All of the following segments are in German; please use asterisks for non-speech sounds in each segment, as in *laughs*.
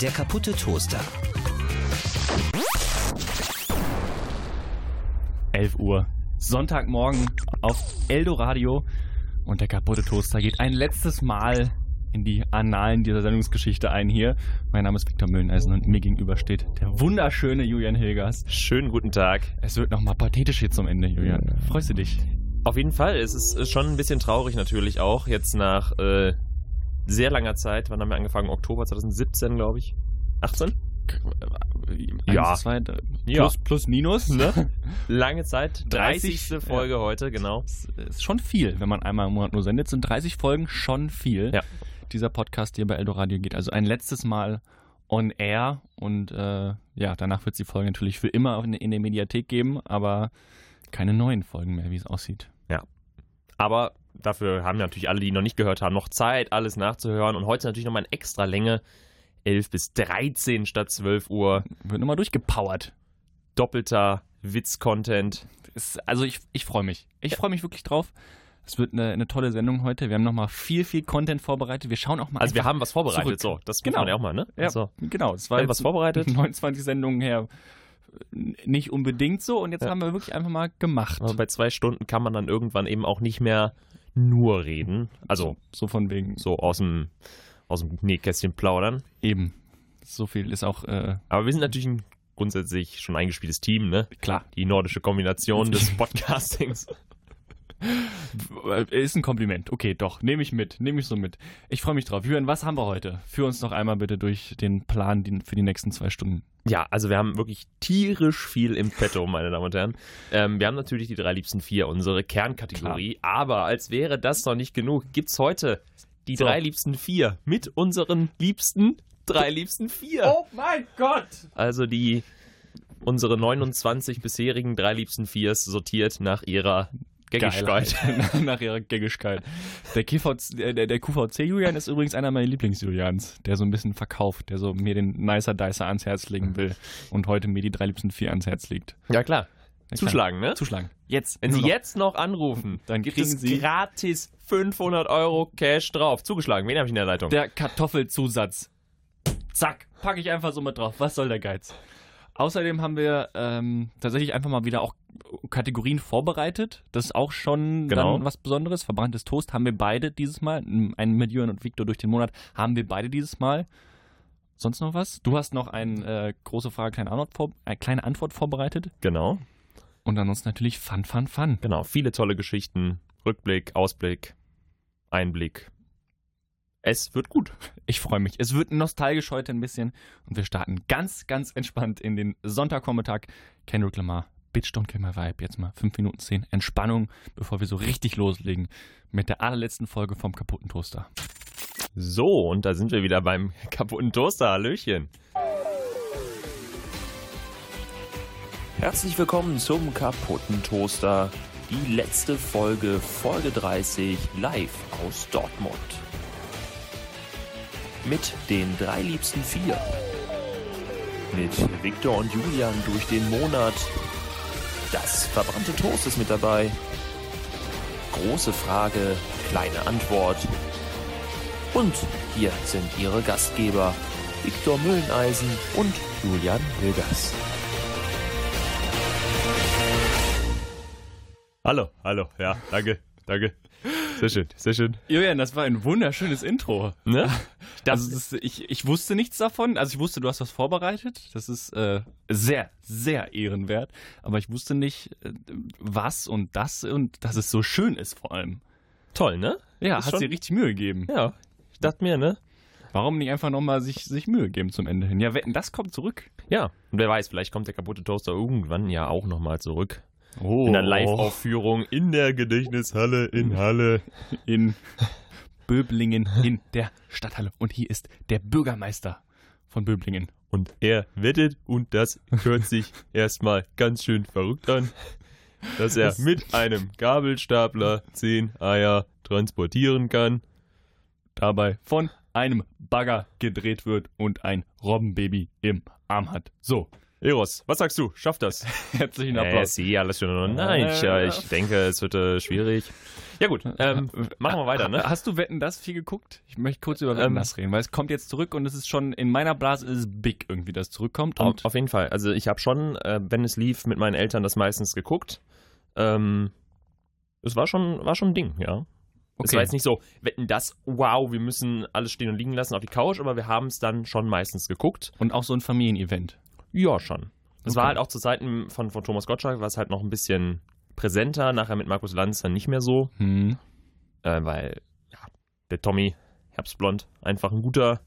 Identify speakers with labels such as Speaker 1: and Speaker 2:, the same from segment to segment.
Speaker 1: Der kaputte Toaster.
Speaker 2: 11 Uhr. Sonntagmorgen auf Eldoradio. Und der kaputte Toaster geht ein letztes Mal in die Annalen dieser Sendungsgeschichte ein hier. Mein Name ist Viktor Möhneisen und mir gegenüber steht der wunderschöne Julian Hilgers.
Speaker 3: Schönen guten Tag.
Speaker 2: Es wird nochmal pathetisch hier zum Ende, Julian. Freust du dich?
Speaker 3: Auf jeden Fall. Es ist schon ein bisschen traurig natürlich auch. Jetzt nach äh, sehr langer Zeit. Wann haben wir angefangen? Oktober 2017, glaube ich. 18? Ja.
Speaker 2: äh, Eins, zwei, drei.
Speaker 3: Ja.
Speaker 2: Plus, plus, minus. *laughs* Ne?
Speaker 3: Lange Zeit. 30.
Speaker 2: 30.
Speaker 3: Folge heute, genau.
Speaker 2: Das ist schon viel, wenn man einmal im Monat nur sendet. Sind 30 Folgen schon viel.
Speaker 3: Ja.
Speaker 2: Dieser Podcast hier bei Eldoradio geht also ein letztes Mal on air. Und äh, ja, danach wird es die Folge natürlich für immer in, in der Mediathek geben, aber keine neuen Folgen mehr, wie es aussieht.
Speaker 3: Aber dafür haben natürlich alle, die noch nicht gehört haben, noch Zeit, alles nachzuhören. Und heute natürlich nochmal in extra Länge. 11 bis 13 statt 12 Uhr.
Speaker 2: Wird nochmal durchgepowert.
Speaker 3: Doppelter Witz-Content.
Speaker 2: Es, also ich, ich freue mich. Ich freue mich wirklich drauf. Es wird eine, eine tolle Sendung heute. Wir haben nochmal viel, viel Content vorbereitet. Wir schauen auch mal.
Speaker 3: Also wir haben was vorbereitet.
Speaker 2: zurück.
Speaker 3: So, das
Speaker 2: Genau.
Speaker 3: genau. man ja auch mal, ne?
Speaker 2: Ja,
Speaker 3: So.
Speaker 2: genau. Es
Speaker 3: Wir
Speaker 2: war
Speaker 3: haben was
Speaker 2: jetzt- *laughs*
Speaker 3: vorbereitet.
Speaker 2: 29 Sendungen her äh, nicht unbedingt so und jetzt haben wir wirklich einfach mal gemacht.
Speaker 3: Aber bei zwei Stunden kann man dann irgendwann eben auch nicht mehr nur reden. Also
Speaker 2: so von wegen
Speaker 3: so aus dem, aus dem Nähkästchen plaudern.
Speaker 2: eben. So viel ist auch äh,
Speaker 3: Aber wir sind natürlich ein grundsätzlich schon eingespieltes Team, ne?
Speaker 2: klar.
Speaker 3: Die nordische Kombination des Podcastings.
Speaker 2: Ist ein Kompliment. Okay, doch. Nehme ich mit. Nehme ich so mit. Ich freue mich drauf. Jürgen, was haben wir heute? Führ uns noch einmal bitte durch den Plan die- für die nächsten zwei Stunden.
Speaker 3: Ja, also wir haben wirklich tierisch viel im Petto, meine Damen und Herren. Ähm, wir haben natürlich die drei liebsten vier, unsere Kernkategorie. Aber als wäre das noch nicht genug, gibt's heute die
Speaker 2: So.
Speaker 3: drei liebsten vier mit unseren liebsten drei liebsten
Speaker 2: Oh,
Speaker 3: vier.
Speaker 2: mein Gott!
Speaker 3: Also die unsere 29 bisherigen drei liebsten Viers sortiert nach ihrer Gängigkeit. *laughs*
Speaker 2: Geilheit. Nach ihrer Gängigkeit. Der, KVC, äh, der, der QVC-Julian ist übrigens einer meiner Lieblings-Julians, der so ein bisschen verkauft, der so mir den Nicer Dicer ans Herz
Speaker 3: Mhm.
Speaker 2: legen will und heute mir die drei liebsten vier ans Herz legt.
Speaker 3: Ja klar.
Speaker 2: Der
Speaker 3: *laughs* Zuschlagen, ne?
Speaker 2: kann- Zuschlagen. Jetzt.
Speaker 3: Wenn
Speaker 2: Nur
Speaker 3: Sie
Speaker 2: noch.
Speaker 3: jetzt noch anrufen,
Speaker 2: Dann
Speaker 3: dann gibt
Speaker 2: kriegen
Speaker 3: es
Speaker 2: Sie-
Speaker 3: gratis 500 Euro Cash drauf. Zugeschlagen. Wen habe ich in der Leitung?
Speaker 2: Der Kartoffelzusatz. Zack, packe ich einfach so mit drauf. Was soll der Geiz? Außerdem haben wir ähm, tatsächlich einfach mal wieder auch Kategorien vorbereitet. Das ist auch schon
Speaker 3: Genau.
Speaker 2: dann was Besonderes. Verbranntes Toast haben wir beide dieses Mal. Einen mit Jürgen und Victor durch den Monat haben wir beide dieses Mal. Sonst noch was? Du hast noch eine äh, große Frage, kleine Antwort, vor, äh, kleine Antwort vorbereitet.
Speaker 3: Genau,
Speaker 2: Und ansonsten natürlich Fun, Fun, Fun.
Speaker 3: genau. Viele tolle Geschichten. Rückblick, Ausblick, Einblick. Es wird gut.
Speaker 2: Ich freue mich. Es wird nostalgisch heute ein bisschen und wir starten ganz, ganz entspannt in den Sonntagvormittag. Kendrick Lamar, Bitch Don't Kill My Vibe. Jetzt mal 5 Minuten 10 Entspannung, bevor wir so richtig loslegen mit der allerletzten Folge vom kaputten Toaster.
Speaker 3: So, und da sind wir wieder beim *laughs* kaputten Toaster. Hallöchen.
Speaker 4: Herzlich willkommen zum kaputten Toaster. Die letzte Folge, Folge 30, live aus Dortmund. Mit den drei liebsten vier. Mit Viktor und Julian durch den Monat. Das verbrannte Toast ist mit dabei. Große Frage, kleine Antwort. Und hier sind ihre Gastgeber, Viktor Mühleneisen und Julian Hilgers.
Speaker 3: Hallo, hallo. Ja, danke, danke. Sehr schön, sehr schön.
Speaker 2: Julian, das war ein wunderschönes Intro.
Speaker 3: Ne?
Speaker 2: Also das, ist- ich, ich wusste nichts davon. Also ich wusste, du hast was vorbereitet. Das ist äh, sehr, sehr ehrenwert. Aber ich wusste nicht, äh, was und das und dass es so schön ist vor allem.
Speaker 3: Toll, ne?
Speaker 2: Ja,
Speaker 3: Ist
Speaker 2: hast
Speaker 3: schon-
Speaker 2: dir richtig Mühe gegeben.
Speaker 3: Ja, ich dachte mir, ne?
Speaker 2: Warum nicht einfach nochmal sich, sich Mühe geben zum Ende hin? Ja, wetten, das kommt zurück.
Speaker 3: Ja, und wer weiß, vielleicht kommt der kaputte Toaster irgendwann ja auch nochmal zurück.
Speaker 2: Oh.
Speaker 3: In der Live-Aufführung in der Gedächtnishalle in Halle.
Speaker 2: in *laughs* Böblingen in der Stadthalle. Und hier ist der Bürgermeister von Böblingen.
Speaker 3: Und er wettet, und das hört sich erstmal ganz schön verrückt an, dass er mit einem Gabelstapler zehn Eier transportieren kann.
Speaker 2: Dabei von einem Bagger gedreht wird und ein Robbenbaby im Arm hat. So,
Speaker 3: Eros, was sagst du? Schafft das?
Speaker 2: Herzlichen
Speaker 3: Äh,
Speaker 2: Applaus.
Speaker 3: sie, alles schön. Nein, ich, ja, ich denke, es wird äh, schwierig. Ja gut, ähm, machen wir weiter, ne?
Speaker 2: Hast du Wetten das viel geguckt? Ich möchte kurz über Wetten
Speaker 3: Ähm.
Speaker 2: das reden, weil es kommt jetzt zurück und es ist schon in meiner Blase ist es big irgendwie, dass es zurückkommt.
Speaker 3: Auf,
Speaker 2: Und
Speaker 3: auf jeden Fall. Also ich habe schon, äh, wenn es lief, mit meinen Eltern das meistens geguckt. Ähm, es war schon, war schon ein Ding, ja. Es war jetzt nicht so, wetten das, wow, wir müssen alles stehen und liegen lassen auf die Couch, aber wir haben es dann schon meistens geguckt.
Speaker 2: und auch so ein Familienevent.
Speaker 3: Ja, schon. Es
Speaker 2: Okay.
Speaker 3: war halt auch zu Zeiten von, von Thomas Gottschalk, war es halt noch ein bisschen präsenter, nachher mit Markus Lanz dann nicht mehr so.
Speaker 2: Hm.
Speaker 3: äh, weil ja, der Tommy Herbstblond einfach ein guter,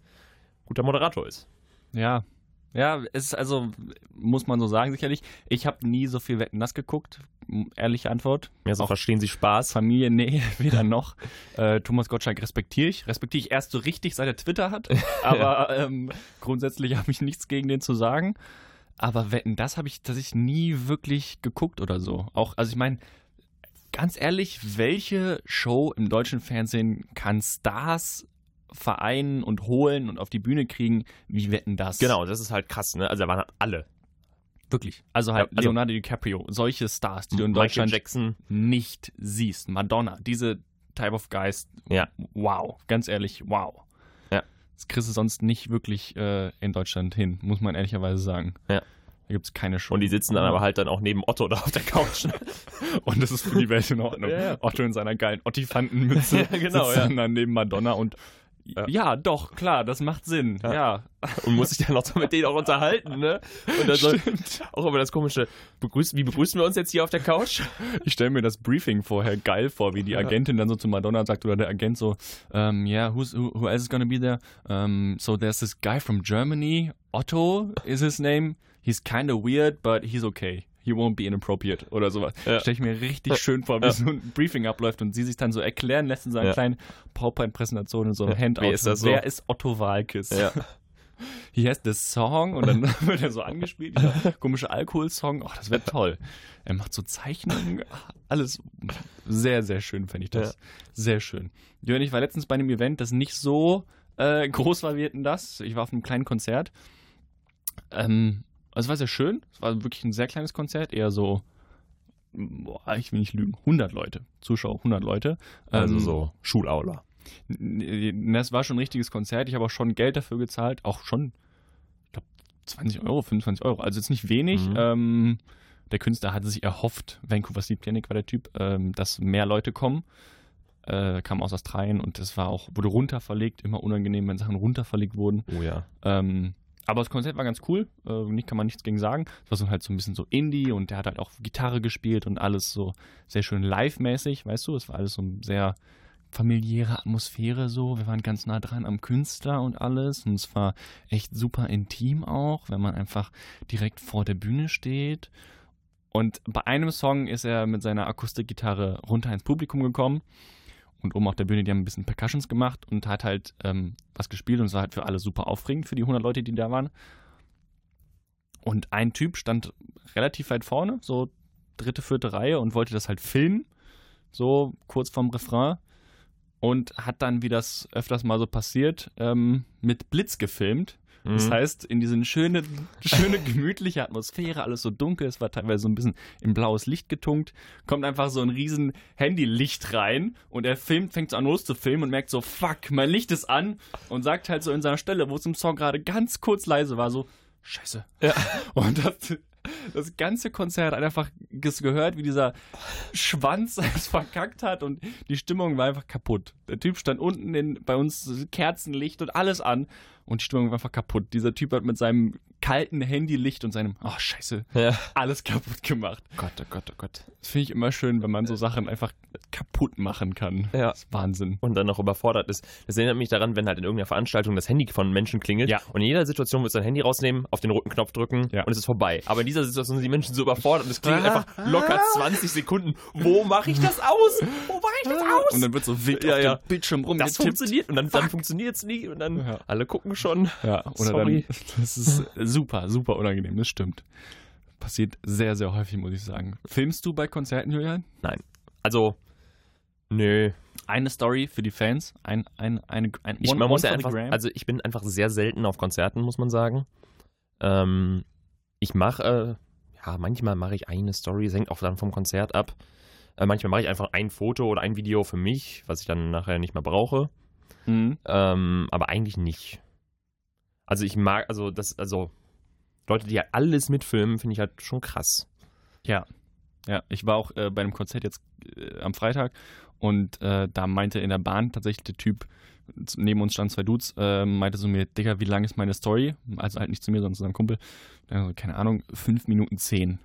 Speaker 3: guter Moderator ist.
Speaker 2: Ja. Ja, es ist also, muss man so sagen, sicherlich. Ich habe nie so viel Wetten das geguckt. M- Ehrliche Antwort.
Speaker 3: Ja, so
Speaker 2: Auch-
Speaker 3: verstehen sie Spaß.
Speaker 2: Familie, nee, *laughs* weder noch. Äh, Thomas Gottschalk respektiere ich. Respektiere ich erst so richtig, seit er Twitter hat. Aber ähm, grundsätzlich habe ich nichts gegen den zu sagen. Aber wetten, das habe ich, dass ich nie wirklich geguckt oder so. Auch, also ich meine, ganz ehrlich, welche Show im deutschen Fernsehen kann Stars vereinen und holen und auf die Bühne kriegen, wie wetten das?
Speaker 3: Genau, das ist halt krass, ne? Also da waren halt alle.
Speaker 2: Wirklich. Also halt
Speaker 3: Ja, also-
Speaker 2: Leonardo DiCaprio, solche Stars, die du in
Speaker 3: Michael
Speaker 2: Deutschland
Speaker 3: Jackson.
Speaker 2: nicht siehst. Madonna, diese Type of Geist.
Speaker 3: Ja.
Speaker 2: Wow. Ganz ehrlich, wow.
Speaker 3: Ja.
Speaker 2: Das kriegst du sonst nicht wirklich äh, in Deutschland hin, muss man ehrlicherweise sagen.
Speaker 3: Ja.
Speaker 2: Da gibt es keine Show.
Speaker 3: Und die sitzen dann aber halt dann auch neben Otto da auf der Couch. ne?
Speaker 2: *laughs* Und das ist für die Welt in Ordnung.
Speaker 3: *laughs* Ja, ja.
Speaker 2: Otto in seiner geilen Ottifantenmütze
Speaker 3: *laughs* Ja, genau,
Speaker 2: sitzt
Speaker 3: ja.
Speaker 2: dann daneben Madonna und ja.
Speaker 3: Ja.
Speaker 2: doch, klar, das macht Sinn. Ja.
Speaker 3: Ja. Und muss sich dann auch so mit denen auch unterhalten, ne? Und dann soll
Speaker 2: Stimmt.
Speaker 3: auch über das komische, begrüßen, wie begrüßen wir uns jetzt hier auf der Couch?
Speaker 2: Ich stelle mir das Briefing vorher geil vor, wie die
Speaker 3: Ja.
Speaker 2: Agentin dann so zu Madonna sagt oder der Agent so, um, yeah, who's, who, who else is gonna be there? Um, so there's this guy from Germany, Otto is his name. He's kinda weird, but he's okay. He won't be inappropriate oder sowas.
Speaker 3: Ja.
Speaker 2: Stelle ich mir richtig schön vor, wie
Speaker 3: Ja.
Speaker 2: so ein Briefing abläuft und sie sich dann so erklären lässt in so einer
Speaker 3: Ja.
Speaker 2: kleinen PowerPoint-Präsentation in so einem
Speaker 3: Ja,
Speaker 2: Handout.
Speaker 3: wer ist das so?
Speaker 2: Wer ist Otto Walkes?
Speaker 3: Ja.
Speaker 2: Hier ist der Song und dann *laughs* wird er so angespielt, dieser komische Alkoholsong. Ach, das wird toll. Er macht so Zeichnungen. Ach, Alles sehr, sehr schön, fände ich das. Sehr schön. Jörn, ich war letztens bei einem Event, das nicht so äh, groß war wie hätten das. Ich war auf einem kleinen Konzert. Ähm, also es war sehr schön. Es war wirklich ein sehr kleines Konzert, eher so, boah, ich will nicht lügen, 100 Leute, Zuschauer, 100 Leute.
Speaker 3: Also
Speaker 2: Ähm,
Speaker 3: so Schulaula.
Speaker 2: N- Das war schon ein richtiges Konzert. Ich habe auch schon Geld dafür gezahlt. Auch schon, ich glaube, 20 Euro, 25 Euro. Also jetzt nicht wenig.
Speaker 3: Mhm.
Speaker 2: Ähm, der Künstler hatte sich erhofft, Vancouver Sleep Clinic war der Typ, ähm, dass mehr Leute kommen. Äh, kam aus Australien und es war auch, wurde runter verlegt, immer unangenehm, wenn Sachen runter verlegt wurden.
Speaker 3: Oh ja.
Speaker 2: Ähm, aber das Konzert war ganz cool, äh, nicht, kann man nichts gegen sagen. Es war so halt so ein bisschen so Indie und der hat halt auch Gitarre gespielt und alles so sehr schön live-mäßig, weißt du? Es war alles so eine sehr familiäre Atmosphäre so. Wir waren ganz nah dran am Künstler und alles und es war echt super intim auch, wenn man einfach direkt vor der Bühne steht. Und bei einem Song ist er mit seiner Akustikgitarre runter ins Publikum gekommen und oben auf der Bühne, die haben ein bisschen Percussions gemacht und hat halt ähm, was gespielt und es war halt für alle super aufregend, für die 100 Leute, die da waren. Und ein Typ stand relativ weit vorne, so dritte, vierte Reihe und wollte das halt filmen, so kurz vorm Refrain und hat dann, wie das öfters mal so passiert, ähm, mit Blitz gefilmt
Speaker 3: Mhm.
Speaker 2: das heißt, in diesen schöne, schöne gemütliche Atmosphäre, alles so dunkel, es war teilweise so ein bisschen in blaues Licht getunkt, kommt einfach so ein riesen Handylicht rein und er filmt, fängt so an loszufilmen und merkt so, fuck, mein Licht ist an und sagt halt so in seiner Stelle, wo es im Song gerade ganz kurz leise war, so, scheiße. *laughs* Und das, das ganze Konzert hat einfach ges- gehört, wie dieser Schwanz *laughs* es verkackt hat und die Stimmung war einfach kaputt. Der Typ stand unten in, bei uns Kerzenlicht und alles an und die Stimmung war einfach kaputt. Dieser Typ hat mit seinem kalten Handylicht und seinem, ach scheiße,
Speaker 3: ja.
Speaker 2: alles kaputt gemacht.
Speaker 3: Gott, oh Gott, oh Gott.
Speaker 2: Das finde ich immer schön, wenn man so Sachen einfach kaputt machen kann.
Speaker 3: Ja.
Speaker 2: Das ist Wahnsinn.
Speaker 3: und dann noch überfordert ist. Das erinnert mich daran, wenn halt in irgendeiner Veranstaltung das Handy von Menschen klingelt
Speaker 2: Ja.
Speaker 3: und in jeder Situation wird sein Handy rausnehmen, auf den roten Knopf drücken
Speaker 2: Ja.
Speaker 3: und es ist vorbei. Aber in dieser Situation sind die Menschen so überfordert und es klingelt einfach locker 20 Sekunden. Wo mache ich das aus? Wo mache ich das aus?
Speaker 2: Und dann wird so wild
Speaker 3: Ja,
Speaker 2: auf
Speaker 3: ja.
Speaker 2: dem Bildschirm
Speaker 3: das
Speaker 2: rumgetippt.
Speaker 3: funktioniert und dann, dann funktioniert es nie und dann
Speaker 2: Ja.
Speaker 3: alle gucken schon.
Speaker 2: Ja, oder
Speaker 3: Sorry.
Speaker 2: dann. *laughs* Das ist super, super unangenehm, das stimmt. Passiert sehr, sehr häufig, muss ich sagen. Filmst du bei Konzerten, Julian?
Speaker 3: Also, nö.
Speaker 2: Eine Story für die Fans, ein, ein, eine, ein
Speaker 3: Ich,
Speaker 2: one-
Speaker 3: man muss
Speaker 2: one
Speaker 3: ja also,
Speaker 2: for the
Speaker 3: einfach,
Speaker 2: gram.
Speaker 3: also ich bin einfach sehr selten auf Konzerten, muss man sagen. Ähm, ich mache, äh, ja, manchmal mache ich eine Story, es hängt auch dann vom Konzert ab. Äh, manchmal mache ich einfach ein Foto oder ein Video für mich, was ich dann nachher nicht mehr brauche.
Speaker 2: Mhm.
Speaker 3: Ähm, aber eigentlich nicht. Also ich mag, also das, also Leute, die halt alles mitfilmen, finde ich halt schon krass.
Speaker 2: Ja. Ja, ich war auch äh, bei einem Konzert jetzt äh, am Freitag und äh, da meinte in der Bahn tatsächlich der Typ, z- neben uns standen zwei Dudes, äh, meinte zu mir, Digga, wie lang ist meine Story? Also halt nicht zu mir, sondern zu seinem Kumpel. Äh, keine Ahnung, fünf Minuten zehn.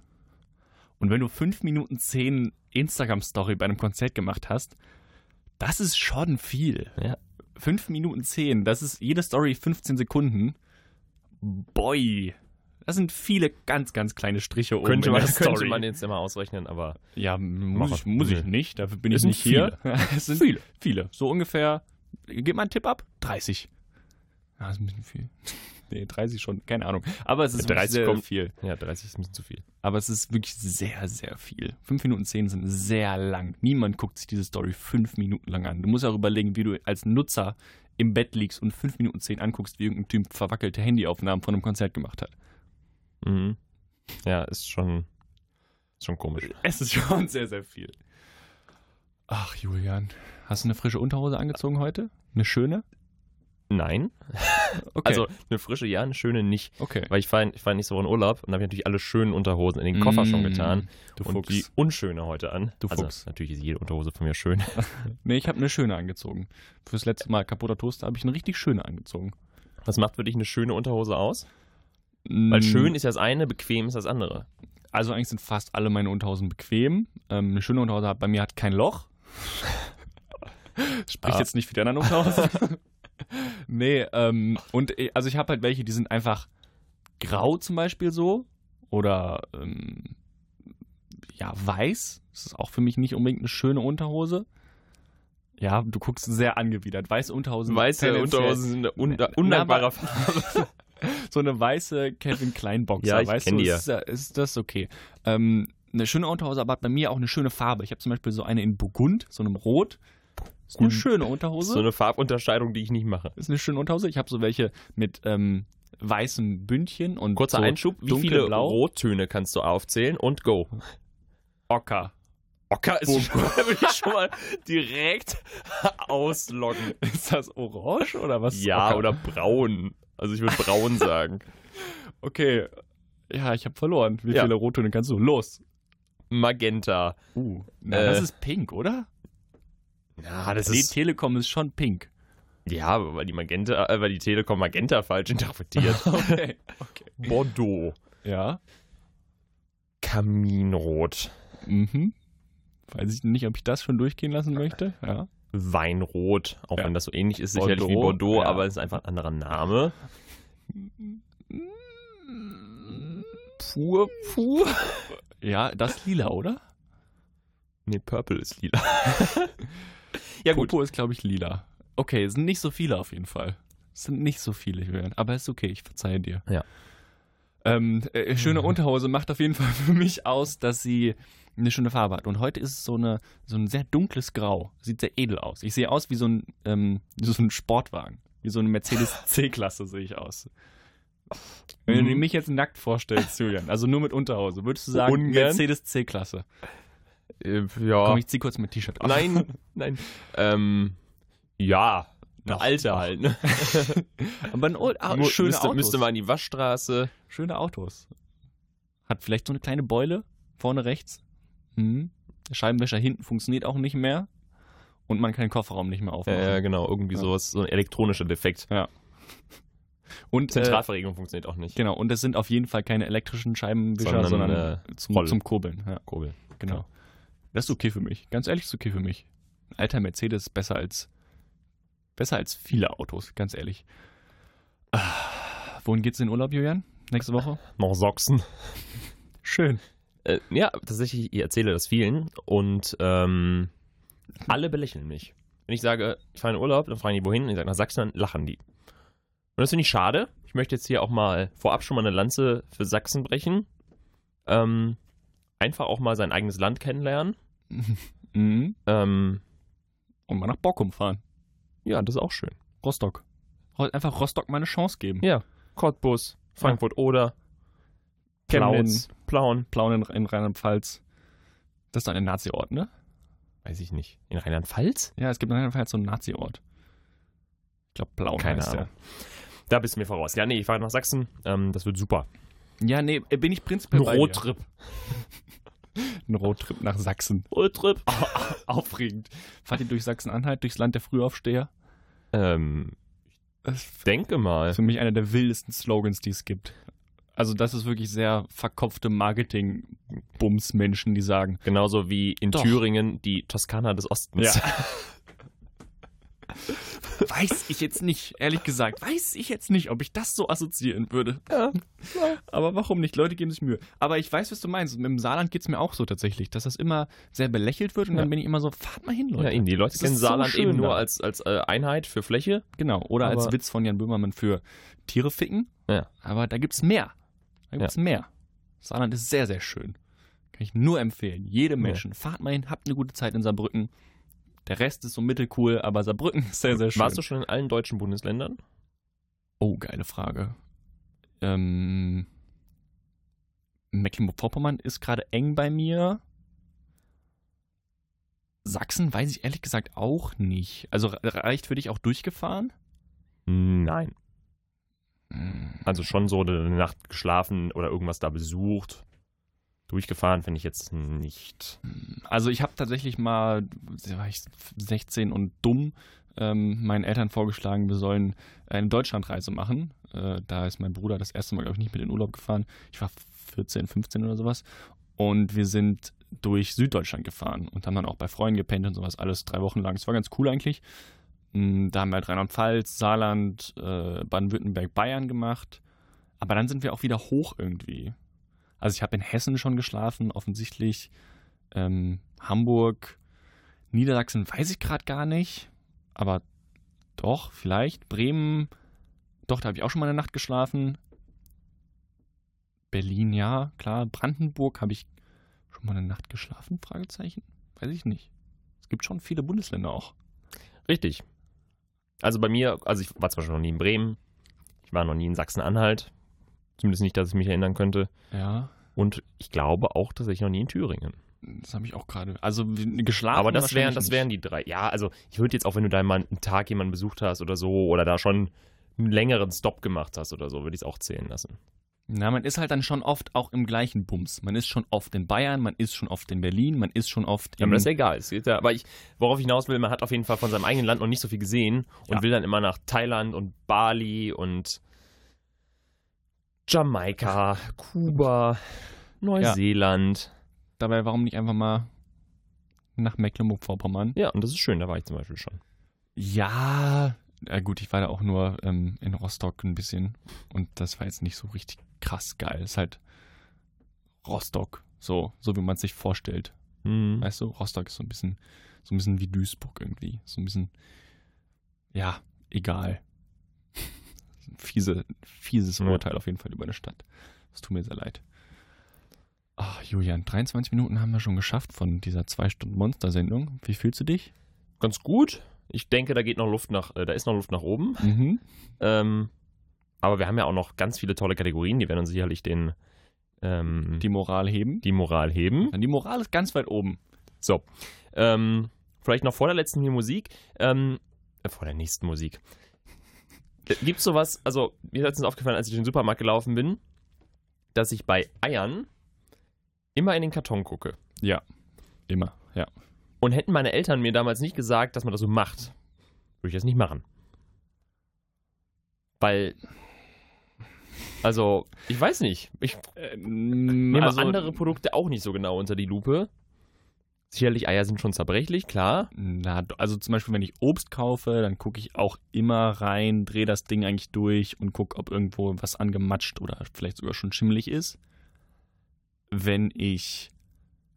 Speaker 2: Und wenn du fünf Minuten zehn Instagram-Story bei einem Konzert gemacht hast, das ist schon viel.
Speaker 3: Ja.
Speaker 2: Fünf Minuten zehn, das ist jede Story 15 Sekunden. Boy. Das sind viele ganz, ganz kleine Striche oben in der Story.
Speaker 3: *laughs* könnte man jetzt immer ausrechnen, aber
Speaker 2: Ja, muss
Speaker 3: Mach
Speaker 2: ich,
Speaker 3: was.
Speaker 2: muss ich
Speaker 3: Nö.
Speaker 2: nicht, dafür bin ich
Speaker 3: Es sind
Speaker 2: nicht hier. es sind viele. *laughs* Viele. So ungefähr, gib mal einen Tipp ab, 30. Ja, ist ein bisschen viel. *laughs* nee, 30 schon, keine Ahnung. Aber es ist
Speaker 3: 30
Speaker 2: sehr
Speaker 3: kommt-
Speaker 2: viel.
Speaker 3: ja, 30 ist ein bisschen zu viel.
Speaker 2: Aber es ist wirklich sehr, sehr viel. 5 Minuten 10 sind sehr lang. Niemand guckt sich diese Story 5 Minuten lang an. Du musst ja auch überlegen, wie du als Nutzer im Bett liegst und 5 Minuten 10 anguckst, wie irgendein Typ verwackelte Handyaufnahmen von einem Konzert gemacht hat.
Speaker 3: Mhm. Ja, ist schon, ist schon komisch.
Speaker 2: Es ist schon sehr, sehr viel. Ach, Julian, hast du eine frische Unterhose angezogen heute? Eine schöne?
Speaker 3: Nein,
Speaker 2: Okay.
Speaker 3: also eine frische ja, eine schöne nicht.
Speaker 2: okay.
Speaker 3: Weil ich fahre ich fahr nächste Woche in Urlaub und habe natürlich alle schönen Unterhosen in den Koffer schon
Speaker 2: Mm,
Speaker 3: getan.
Speaker 2: Du
Speaker 3: und die
Speaker 2: Fuchs.
Speaker 3: unschöne heute an.
Speaker 2: Du
Speaker 3: also,
Speaker 2: Fuchs.
Speaker 3: Natürlich ist jede Unterhose von mir schön. *laughs*
Speaker 2: Nee, ich habe eine schöne angezogen. Fürs letzte Mal kaputter Toaster habe ich eine richtig schöne angezogen.
Speaker 3: Was macht für dich eine schöne Unterhose aus?
Speaker 2: Mm.
Speaker 3: Weil schön ist das eine, bequem ist das andere.
Speaker 2: Also eigentlich sind fast alle meine Unterhosen bequem. Ähm, eine schöne Unterhose hat, bei mir hat kein
Speaker 3: *laughs*
Speaker 2: Loch. Spricht
Speaker 3: Ah.
Speaker 2: jetzt nicht für die anderen Unterhosen.
Speaker 3: *laughs*
Speaker 2: nee, ähm, und äh, also ich habe halt welche, die sind einfach grau zum Beispiel so. Oder ähm, ja, weiß. Das ist auch für mich nicht unbedingt eine schöne Unterhose. Ja, du guckst sehr angewidert. Also, Weiße Unterhosen.
Speaker 3: Weiße
Speaker 2: tendenziell-
Speaker 3: Unterhosen sind eine un
Speaker 2: Na,
Speaker 3: undankbare
Speaker 2: aber- so eine weiße Kevin Klein Boxer,
Speaker 3: Ja, ich
Speaker 2: weißt
Speaker 3: kenn
Speaker 2: du?
Speaker 3: die ja.
Speaker 2: Ist, da- ist das okay? Ähm, eine schöne Unterhose, aber hat bei mir auch eine schöne Farbe. Ich habe zum Beispiel so eine in Burgund, so einem Rot. Ist eine
Speaker 3: Burgund.
Speaker 2: schöne Unterhose.
Speaker 3: *laughs* So eine Farbunterscheidung, die ich nicht mache.
Speaker 2: ist eine schöne Unterhose. Ich habe so welche mit ähm, weißem Bündchen und
Speaker 3: Kurzer
Speaker 2: so
Speaker 3: Einschub, wie viele
Speaker 2: dunkelblau.
Speaker 3: Rottöne kannst du aufzählen und go.
Speaker 2: Ocker. *laughs*
Speaker 3: Ocker
Speaker 2: Boom.
Speaker 3: ist schon, will ich schon mal *laughs* direkt *laughs* ausloggen.
Speaker 2: Ist das orange oder was? ist
Speaker 3: Ja,
Speaker 2: Ocker?
Speaker 3: oder braun. Also ich würde
Speaker 2: *laughs*
Speaker 3: braun sagen.
Speaker 2: Okay. Ja, ich habe verloren. Wie
Speaker 3: Ja.
Speaker 2: viele Rottöne kannst du? Los.
Speaker 3: Magenta.
Speaker 2: Uh, na,
Speaker 3: Äh.
Speaker 2: das ist pink, oder?
Speaker 3: Ja,
Speaker 2: Die Telekom ist schon
Speaker 3: *laughs*
Speaker 2: pink.
Speaker 3: Ja, weil die Magenta, äh, weil die Telekom Magenta falsch interpretiert.
Speaker 2: *laughs* Okay. okay.
Speaker 3: Bordeaux.
Speaker 2: Ja.
Speaker 3: Kaminrot.
Speaker 2: Mhm. Weiß ich nicht, ob ich das schon durchgehen lassen möchte. Ja.
Speaker 3: Weinrot. Auch
Speaker 2: Ja.
Speaker 3: wenn das so ähnlich ist, sicherlich wie
Speaker 2: Bordeaux,
Speaker 3: Bordeaux,
Speaker 2: ja.
Speaker 3: aber es ist einfach ein anderer Name.
Speaker 2: Pur, pur. Ja, das lila, oder?
Speaker 3: Nee, Purple
Speaker 2: *laughs*
Speaker 3: ist lila. ja, gut.
Speaker 2: Purpur ist, glaube ich, lila. Okay, es sind nicht so viele auf jeden Fall. Es sind nicht so viele, Julian. Aber ist okay, ich verzeihe dir.
Speaker 3: Ja.
Speaker 2: Ähm, äh, schöne Unterhose macht auf jeden Fall *laughs* für mich aus, dass sie eine schöne Farbe hat. Und heute ist es so, eine, so ein sehr dunkles Grau. Sieht sehr edel aus. Ich sehe aus wie so ein, ähm, wie so ein Sportwagen. Wie so eine Mercedes
Speaker 3: *laughs*
Speaker 2: C-Klasse sehe ich aus. Wenn du
Speaker 3: Mhm.
Speaker 2: mich jetzt nackt vorstellst, Julian, also nur mit Unterhose, würdest du sagen,
Speaker 3: Ungern.
Speaker 2: Mercedes C-Klasse.
Speaker 3: Äh,
Speaker 2: Komm,
Speaker 3: ja.
Speaker 2: ich zieh kurz mein T-Shirt auf. *laughs*
Speaker 3: Nein, nein. ähm, ja. Eine
Speaker 2: Doch,
Speaker 3: alte
Speaker 2: doch.
Speaker 3: halt, ne?
Speaker 2: aber ein Old, ah,
Speaker 3: Mu-
Speaker 2: schöne
Speaker 3: müsste,
Speaker 2: Autos.
Speaker 3: müsste mal in die Waschstraße.
Speaker 2: Schöne Autos. Hat vielleicht so eine kleine Beule vorne rechts. Mhm. Der Scheibenwischer hinten funktioniert auch nicht mehr. Und man kann den Kofferraum nicht mehr aufmachen.
Speaker 3: Ja, ja, genau, irgendwie
Speaker 2: Ja.
Speaker 3: sowas, so ein elektronischer Defekt.
Speaker 2: und, äh,
Speaker 3: Zentralverriegelung funktioniert auch nicht.
Speaker 2: genau, und es sind auf jeden Fall keine elektrischen Scheibenwischer,
Speaker 3: Sondern,
Speaker 2: sondern,
Speaker 3: äh,
Speaker 2: zum,
Speaker 3: Roll.
Speaker 2: zum Kurbeln. Ja,
Speaker 3: Kurbel.
Speaker 2: genau. Das ist okay für mich. Ganz ehrlich, ist okay für mich. Ein alter Mercedes ist besser als, besser als viele Autos, ganz ehrlich. Ah, wohin geht's in den Urlaub, Julian? Nächste Woche?
Speaker 3: Noch Sachsen.
Speaker 2: Schön.
Speaker 3: Äh, ja, tatsächlich, ich erzähle das vielen und ähm, alle belächeln mich. Wenn ich sage, ich fahre in Urlaub, dann fragen die wohin, und ich sage nach Sachsen, dann lachen die. Und das finde ich schade. Ich möchte jetzt hier auch mal vorab schon mal eine Lanze für Sachsen brechen. Ähm, einfach auch mal sein eigenes Land kennenlernen.
Speaker 2: *laughs* Mhm.
Speaker 3: Ähm,
Speaker 2: Und mal nach Bockum fahren.
Speaker 3: ja, das ist auch schön.
Speaker 2: Rostock. Ro- Einfach Rostock mal eine Chance geben.
Speaker 3: Ja. Cottbus, Frankfurt oder
Speaker 2: Chemnitz,
Speaker 3: Plauen.
Speaker 2: Plauen in, in Rheinland-Pfalz. Das ist doch ein Nazi-Ort, ne?
Speaker 3: Weiß ich nicht. In Rheinland-Pfalz?
Speaker 2: Ja, es gibt in Rheinland-Pfalz so einen Nazi-Ort. Ich glaube, Plauen
Speaker 3: Keine
Speaker 2: heißt
Speaker 3: Ahnung. Da bist du mir voraus. Ja, nee, ich fahre nach Sachsen. Ähm, das wird super.
Speaker 2: der. Ja, nee, bin ich prinzipiell
Speaker 3: Ein
Speaker 2: bei dir.
Speaker 3: Roadtrip.
Speaker 2: Ein Roadtrip nach
Speaker 3: *laughs*
Speaker 2: Sachsen. *laughs*
Speaker 3: Roadtrip.
Speaker 2: Aufregend. Fahrt ihr durch Sachsen-Anhalt, durchs Land der Frühaufsteher?
Speaker 3: Ähm,
Speaker 2: Das ist
Speaker 3: denke mal.
Speaker 2: für mich einer der wildesten Slogans, die es gibt. Also das ist wirklich sehr verkopfte Marketing-Bums-Menschen, die sagen,
Speaker 3: Genauso wie in
Speaker 2: Doch.
Speaker 3: Thüringen die Toskana des Ostens.
Speaker 2: weiß ich jetzt nicht, ehrlich gesagt, weiß ich jetzt nicht, ob ich das so assoziieren würde. *laughs*
Speaker 3: Ja.
Speaker 2: Aber warum nicht? Leute geben sich Mühe. Aber ich weiß, was du meinst. Und Im Saarland geht es mir auch so tatsächlich, dass das immer sehr belächelt wird und
Speaker 3: Ja.
Speaker 2: dann bin ich immer so, fahrt mal hin, Leute.
Speaker 3: *laughs* Ja, eben. Die Leute
Speaker 2: Das
Speaker 3: kennen
Speaker 2: ist so
Speaker 3: Saarland
Speaker 2: schön
Speaker 3: eben nur
Speaker 2: da.
Speaker 3: als, als äh, Einheit für Fläche.
Speaker 2: Genau, oder als
Speaker 3: Aber-
Speaker 2: Witz von Jan Böhmermann für Tiere ficken.
Speaker 3: Ja.
Speaker 2: Aber da gibt's mehr. Da gibt's mehr. Saarland ist sehr, sehr schön. Kann ich nur empfehlen. Jedem
Speaker 3: Ja.
Speaker 2: Menschen. Fahrt mal hin, habt eine gute Zeit in Saarbrücken. Der Rest ist so mittelcool, aber Saarbrücken ist sehr, sehr schön.
Speaker 3: Warst du schon in allen deutschen Bundesländern?
Speaker 2: oh, geile Frage. Ähm, Mecklenburg-Vorpommern ist gerade eng bei mir. Sachsen weiß ich ehrlich gesagt auch nicht. Also re- reicht für dich auch durchgefahren?
Speaker 3: Nein. Also schon so eine Nacht geschlafen oder irgendwas da besucht. Durchgefahren finde ich jetzt nicht.
Speaker 2: Also ich habe tatsächlich mal, da war ich 16 und dumm, ähm, meinen Eltern vorgeschlagen, wir sollen eine Deutschlandreise machen. Äh, da ist mein Bruder das erste Mal, glaube ich, nicht mit in Urlaub gefahren. Ich war 14, 15 oder sowas. Und wir sind durch Süddeutschland gefahren und haben dann auch bei Freunden gepennt und sowas, alles drei Wochen lang. Es war ganz cool eigentlich. Mm, Da haben wir halt Rheinland-Pfalz, Saarland, äh, Baden-Württemberg, Bayern gemacht. Aber dann sind wir auch wieder hoch irgendwie. Also ich habe in Hessen schon geschlafen, offensichtlich ähm, Hamburg, Niedersachsen weiß ich gerade gar nicht, aber doch, vielleicht. Bremen, doch, da habe ich auch schon mal eine Nacht geschlafen. Berlin, ja, klar. Brandenburg habe ich schon mal eine Nacht geschlafen? Fragezeichen? Weiß ich nicht. Es gibt schon viele Bundesländer auch.
Speaker 3: Richtig. Also bei mir, also ich war zum Beispiel noch nie in Bremen. Ich war noch nie in Sachsen-Anhalt. Zumindest nicht, dass ich mich erinnern könnte.
Speaker 2: Ja,
Speaker 3: Und ich glaube auch, dass ich noch nie in Thüringen.
Speaker 2: das habe ich auch gerade. Also w- geschlafen.
Speaker 3: Aber das wären,
Speaker 2: wahrscheinlich
Speaker 3: das
Speaker 2: nicht.
Speaker 3: wären die drei. Ja, also ich würde jetzt auch, wenn du da mal einen Tag jemanden besucht hast oder so, oder da schon einen längeren Stop gemacht hast oder so, würde ich es auch zählen lassen.
Speaker 2: Na, man ist halt dann schon oft auch im gleichen Bums. Man ist schon oft in Bayern, man ist schon oft in Berlin, man ist schon oft
Speaker 3: Ja,
Speaker 2: in.
Speaker 3: aber das ist ja egal. Es geht ja, aber ich, worauf ich hinaus will, man hat auf jeden Fall von seinem eigenen Land noch nicht so viel gesehen und
Speaker 2: Ja.
Speaker 3: will dann immer nach Thailand und Bali und Jamaika, Kuba, Neuseeland.
Speaker 2: Dabei, warum nicht einfach mal nach Mecklenburg-Vorpommern?
Speaker 3: Ja. und das ist schön, da war ich zum Beispiel schon.
Speaker 2: Ja. ja. Gut, ich war da auch nur ähm, in Rostock ein bisschen und das war jetzt nicht so richtig krass geil. Es ist halt Rostock, so, so wie man es sich vorstellt.
Speaker 3: Hm.
Speaker 2: Weißt du, Rostock ist so ein bisschen, so ein bisschen wie Duisburg irgendwie. So ein bisschen, ja, egal. *laughs* Fiese, fieses
Speaker 3: Ja.
Speaker 2: Urteil auf jeden Fall über eine Stadt. Es tut mir sehr leid. Ach, Julian, 23 Minuten haben wir schon geschafft von dieser 2-Stunden-Monster-Sendung. Wie fühlst du dich?
Speaker 3: Ganz gut. Ich denke, da geht noch Luft nach, äh, da ist noch Luft nach oben.
Speaker 2: Mhm.
Speaker 3: Ähm, aber wir haben ja auch noch ganz viele tolle Kategorien, die werden uns sicherlich den, ähm,
Speaker 2: Die
Speaker 3: die,
Speaker 2: Moral heben.
Speaker 3: Moral heben.
Speaker 2: Die Moral ist ganz weit oben.
Speaker 3: So, ähm, vielleicht noch vor der letzten Musik, ähm, äh, vor der nächsten Musik. Äh, Gibt's sowas, also mir ist letztens aufgefallen, als ich in den Supermarkt gelaufen bin, dass ich bei Eiern immer in den Karton gucke.
Speaker 2: Ja, immer, ja.
Speaker 3: Und hätten meine Eltern mir damals nicht gesagt, dass man das so macht, würde ich das nicht machen. Weil, also, ich weiß nicht. Ich nehme
Speaker 2: also,
Speaker 3: andere Produkte auch nicht so genau unter die Lupe. Sicherlich, Eier sind schon zerbrechlich, klar.
Speaker 2: Na, d- also zum Beispiel, wenn ich Obst kaufe, dann gucke ich auch immer rein, drehe das Ding eigentlich durch und gucke, ob irgendwo was angematscht oder vielleicht sogar schon schimmelig ist. Wenn ich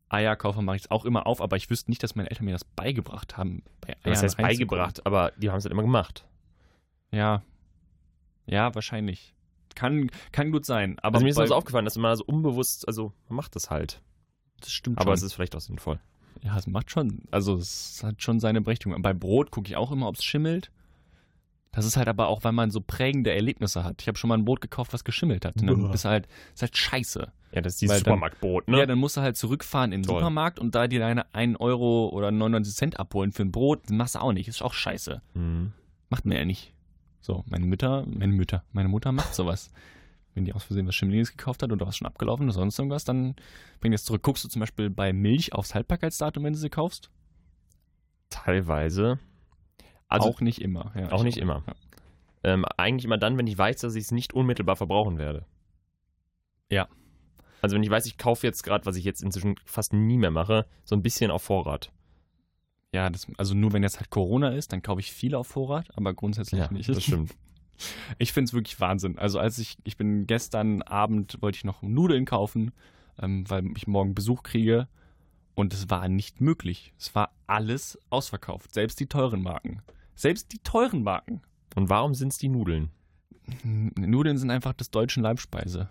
Speaker 2: Eier kaufe, mache ich es auch immer auf, aber ich wüsste nicht, dass meine Eltern mir das beigebracht haben. Bei Eiern
Speaker 3: das heißt
Speaker 2: reinzugucken.
Speaker 3: beigebracht, aber die haben es halt immer gemacht.
Speaker 2: Ja. Ja, wahrscheinlich. Kann, kann gut sein. Aber
Speaker 3: Also mir ist
Speaker 2: bei-
Speaker 3: das aufgefallen, dass man so unbewusst, also man macht das halt.
Speaker 2: das stimmt
Speaker 3: Aber
Speaker 2: schon.
Speaker 3: es ist vielleicht auch sinnvoll.
Speaker 2: Ja, es macht schon, also es hat schon seine Berechtigung. Bei Brot gucke ich auch immer, ob es schimmelt. Das ist halt aber auch, weil man so prägende Erlebnisse hat. Ich habe schon mal ein Boot gekauft, was geschimmelt hat. Und dann
Speaker 3: Uah.
Speaker 2: bist du halt, ist halt scheiße.
Speaker 3: Ja, das ist dieses
Speaker 2: Weil dann-
Speaker 3: Supermarktbrot, ne?
Speaker 2: Ja, dann musst du halt zurückfahren in den
Speaker 3: Toll.
Speaker 2: Supermarkt und da dir deine 1 Euro oder 99 Cent abholen für ein Brot. Das machst du auch nicht. Ist auch scheiße.
Speaker 3: Mhm.
Speaker 2: Macht mir ja nicht. So, meine Mütter, meine Mütter, meine Mutter macht sowas. Wenn die aus Versehen was Schimmeliges gekauft hat oder was schon abgelaufen ist, sonst irgendwas, dann bring das zurück. Guckst du zum Beispiel bei Milch aufs Haltbarkeitsdatum, wenn du sie kaufst?
Speaker 3: Teilweise. Also
Speaker 2: auch nicht immer. Ja,
Speaker 3: Auch
Speaker 2: ich-
Speaker 3: nicht immer.
Speaker 2: Ja.
Speaker 3: Ähm, eigentlich immer dann, wenn ich weiß, dass ich es nicht unmittelbar verbrauchen werde.
Speaker 2: Ja.
Speaker 3: Also wenn ich weiß, ich kaufe jetzt gerade, was ich jetzt inzwischen fast nie mehr mache, so ein bisschen auf Vorrat.
Speaker 2: Ja, das, also nur wenn jetzt halt Corona ist, dann kaufe ich viel auf Vorrat, aber grundsätzlich nicht.
Speaker 3: das stimmt.
Speaker 2: *laughs* Ich finde es wirklich Wahnsinn. Also als ich, ich bin gestern Abend, wollte ich noch Nudeln kaufen, ähm, weil ich morgen Besuch kriege. Und es war nicht möglich. Es war alles ausverkauft. Selbst die teuren Marken. Selbst die teuren Marken.
Speaker 3: Und warum sind es die Nudeln?
Speaker 2: N- Nudeln sind einfach des deutschen Leibspeise.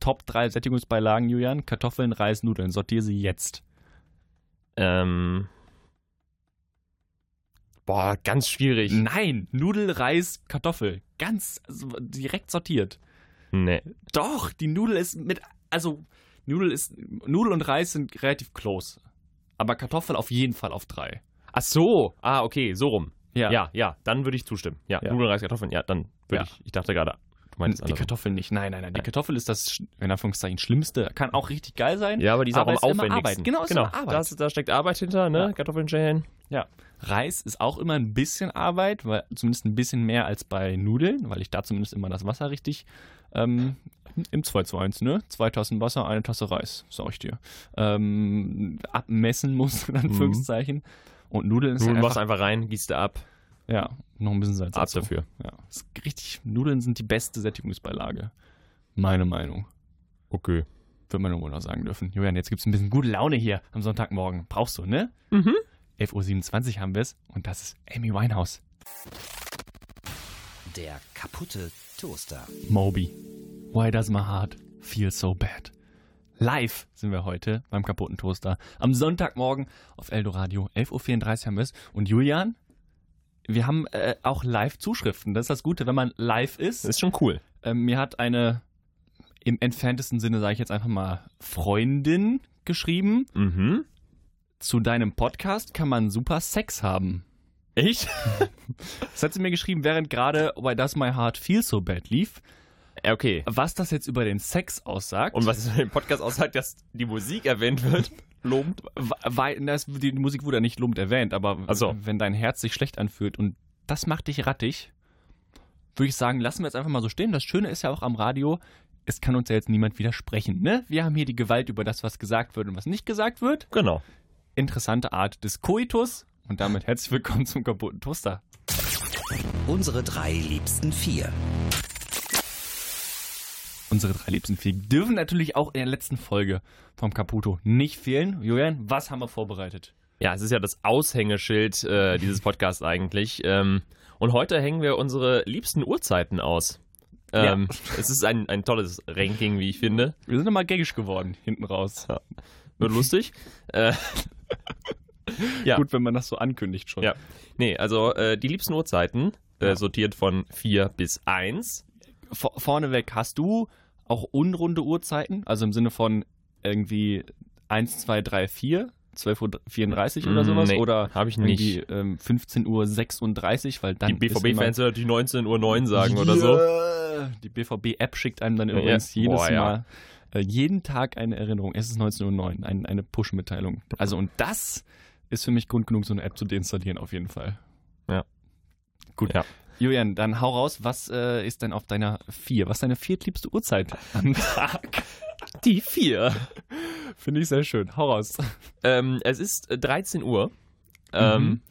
Speaker 2: Top 3 Sättigungsbeilagen, Julian. Kartoffeln, Reis, Nudeln. Sortiere sie jetzt.
Speaker 3: Ähm, boah, ganz schwierig.
Speaker 2: Nein, Nudel, Reis, Kartoffel. Ganz also, direkt sortiert.
Speaker 3: Nee.
Speaker 2: Doch, die Nudel ist mit. Also, Nudel ist. Nudel und Reis sind relativ close. Aber Kartoffel auf jeden Fall auf drei.
Speaker 3: Ach so. Ah, okay, so rum. Ja,
Speaker 2: ja.
Speaker 3: ja, dann würde ich zustimmen. Ja,
Speaker 2: Ja.
Speaker 3: Nudeln, Reis, Kartoffeln. Ja, dann
Speaker 2: Ja.
Speaker 3: würde ich. Ich dachte gerade, du
Speaker 2: Die
Speaker 3: meinst andersrum.
Speaker 2: Kartoffel nicht. Nein, nein, nein. Die
Speaker 3: Nein.
Speaker 2: Kartoffel ist das, sch- in Anführungszeichen, Schlimmste. Kann auch richtig geil sein.
Speaker 3: Ja, aber die ist
Speaker 2: Aber
Speaker 3: auch am
Speaker 2: ist immer
Speaker 3: aufwendigsten.
Speaker 2: Arbeit. Genau, ist
Speaker 3: genau.
Speaker 2: immer Arbeit.
Speaker 3: Das, da steckt Arbeit hinter, ne?
Speaker 2: Ja.
Speaker 3: Kartoffeln schälen.
Speaker 2: Reis ist auch immer ein bisschen Arbeit, weil zumindest ein bisschen mehr als bei Nudeln, weil ich da zumindest immer das Wasser richtig ähm, im 2 zu 1, ne? Zwei Tassen Wasser, eine Tasse Reis, sag ich dir. Ähm, abmessen muss, in Anführungszeichen. Und Nudeln ist
Speaker 3: Mhm. Nudeln
Speaker 2: halt
Speaker 3: machst
Speaker 2: einfach,
Speaker 3: einfach rein, gießt da ab.
Speaker 2: ja, noch ein bisschen Salz
Speaker 3: Ab
Speaker 2: dazu.
Speaker 3: dafür.
Speaker 2: Ja, ist richtig, Nudeln sind die beste Sättigungsbeilage. Meine Meinung.
Speaker 3: Okay.
Speaker 2: Würde man nur wohl auch sagen dürfen. Julian, jetzt gibt's ein bisschen gute Laune hier am Sonntagmorgen. Brauchst du, ne?
Speaker 3: Mhm.
Speaker 2: 11.27 Uhr haben wir's und das ist Amy Winehouse.
Speaker 1: Der kaputte Toaster.
Speaker 2: Moby. Why does my heart feel so bad? Live sind wir heute beim kaputten Toaster. Am Sonntagmorgen auf Eldoradio. 11.34 Uhr haben wir es. Und Julian, wir haben äh, auch Live-Zuschriften. Das ist das Gute, wenn man live ist.
Speaker 3: Das ist schon cool.
Speaker 2: Ähm, mir hat eine im entferntesten Sinne, sage ich jetzt einfach mal, Freundin geschrieben.
Speaker 3: Mhm.
Speaker 2: Zu deinem Podcast kann man super Sex haben.
Speaker 3: Echt?
Speaker 2: Das hat sie mir geschrieben, während gerade Why Does My Heart Feel So Bad lief.
Speaker 3: Ja, okay.
Speaker 2: Was das jetzt über den Sex aussagt.
Speaker 3: Und was es im Podcast aussagt, dass die Musik erwähnt wird, lobend.
Speaker 2: Weil, na, es- die Musik wurde ja nicht lobend erwähnt, aber
Speaker 3: Ach so.
Speaker 2: wenn dein Herz sich schlecht anfühlt und das macht dich rattig, würde ich sagen, lassen wir jetzt einfach mal so stehen. Das Schöne ist ja auch am Radio, es kann uns ja jetzt niemand widersprechen. Ne? Wir haben hier die Gewalt über das, was gesagt wird und was nicht gesagt wird.
Speaker 3: Genau.
Speaker 2: Interessante Art des Koitus. Und damit herzlich willkommen zum kaputten Toaster.
Speaker 1: Unsere drei liebsten vier.
Speaker 2: Unsere drei liebsten vier dürfen natürlich auch in der letzten Folge vom Caputo nicht fehlen. Julian, was haben wir vorbereitet?
Speaker 3: Ja, es ist ja das
Speaker 2: *laughs*
Speaker 3: Aushängeschild äh, dieses Podcasts eigentlich. Ähm, und heute hängen wir unsere liebsten Uhrzeiten aus. Ähm, Es ist ein, ein tolles Ranking, wie ich finde.
Speaker 2: Wir sind nochmal gaggisch geworden, hinten raus.
Speaker 3: Wird lustig. äh, Ja.
Speaker 2: Gut, wenn man das so ankündigt schon.
Speaker 3: Ja. nee, also äh, die liebsten Uhrzeiten, äh, sortiert von 4 bis 1.
Speaker 2: vor, vorneweg, hast du auch unrunde Uhrzeiten? Also im Sinne von irgendwie 1, 2, 3, 4, 12.34 Uhr oder
Speaker 3: Mm,
Speaker 2: sowas?
Speaker 3: nee,
Speaker 2: oder
Speaker 3: Habe ich
Speaker 2: irgendwie
Speaker 3: nicht.
Speaker 2: ähm, 15 Uhr 36, weil dann.
Speaker 3: Die BVB-Fans werden natürlich 19.09 Uhr sagen oder so.
Speaker 2: so. Die BVB-App schickt einem dann
Speaker 3: Ja.
Speaker 2: übrigens jedes
Speaker 3: Boah, ja.
Speaker 2: Mal. äh, Jeden Tag eine Erinnerung. Es ist 19.09 Uhr, ein, eine Push-Mitteilung. Also, und das ist für mich Grund genug, so eine App zu deinstallieren, auf jeden Fall.
Speaker 3: Ja.
Speaker 2: Gut.
Speaker 3: Ja.
Speaker 2: Julian, dann hau raus, was äh, ist denn auf deiner vier? Was ist deine viertliebste Uhrzeit am *laughs* Tag?
Speaker 3: Die 4.
Speaker 2: Finde ich sehr schön. Hau raus.
Speaker 3: Ähm, es ist äh, 13 Uhr. Ähm,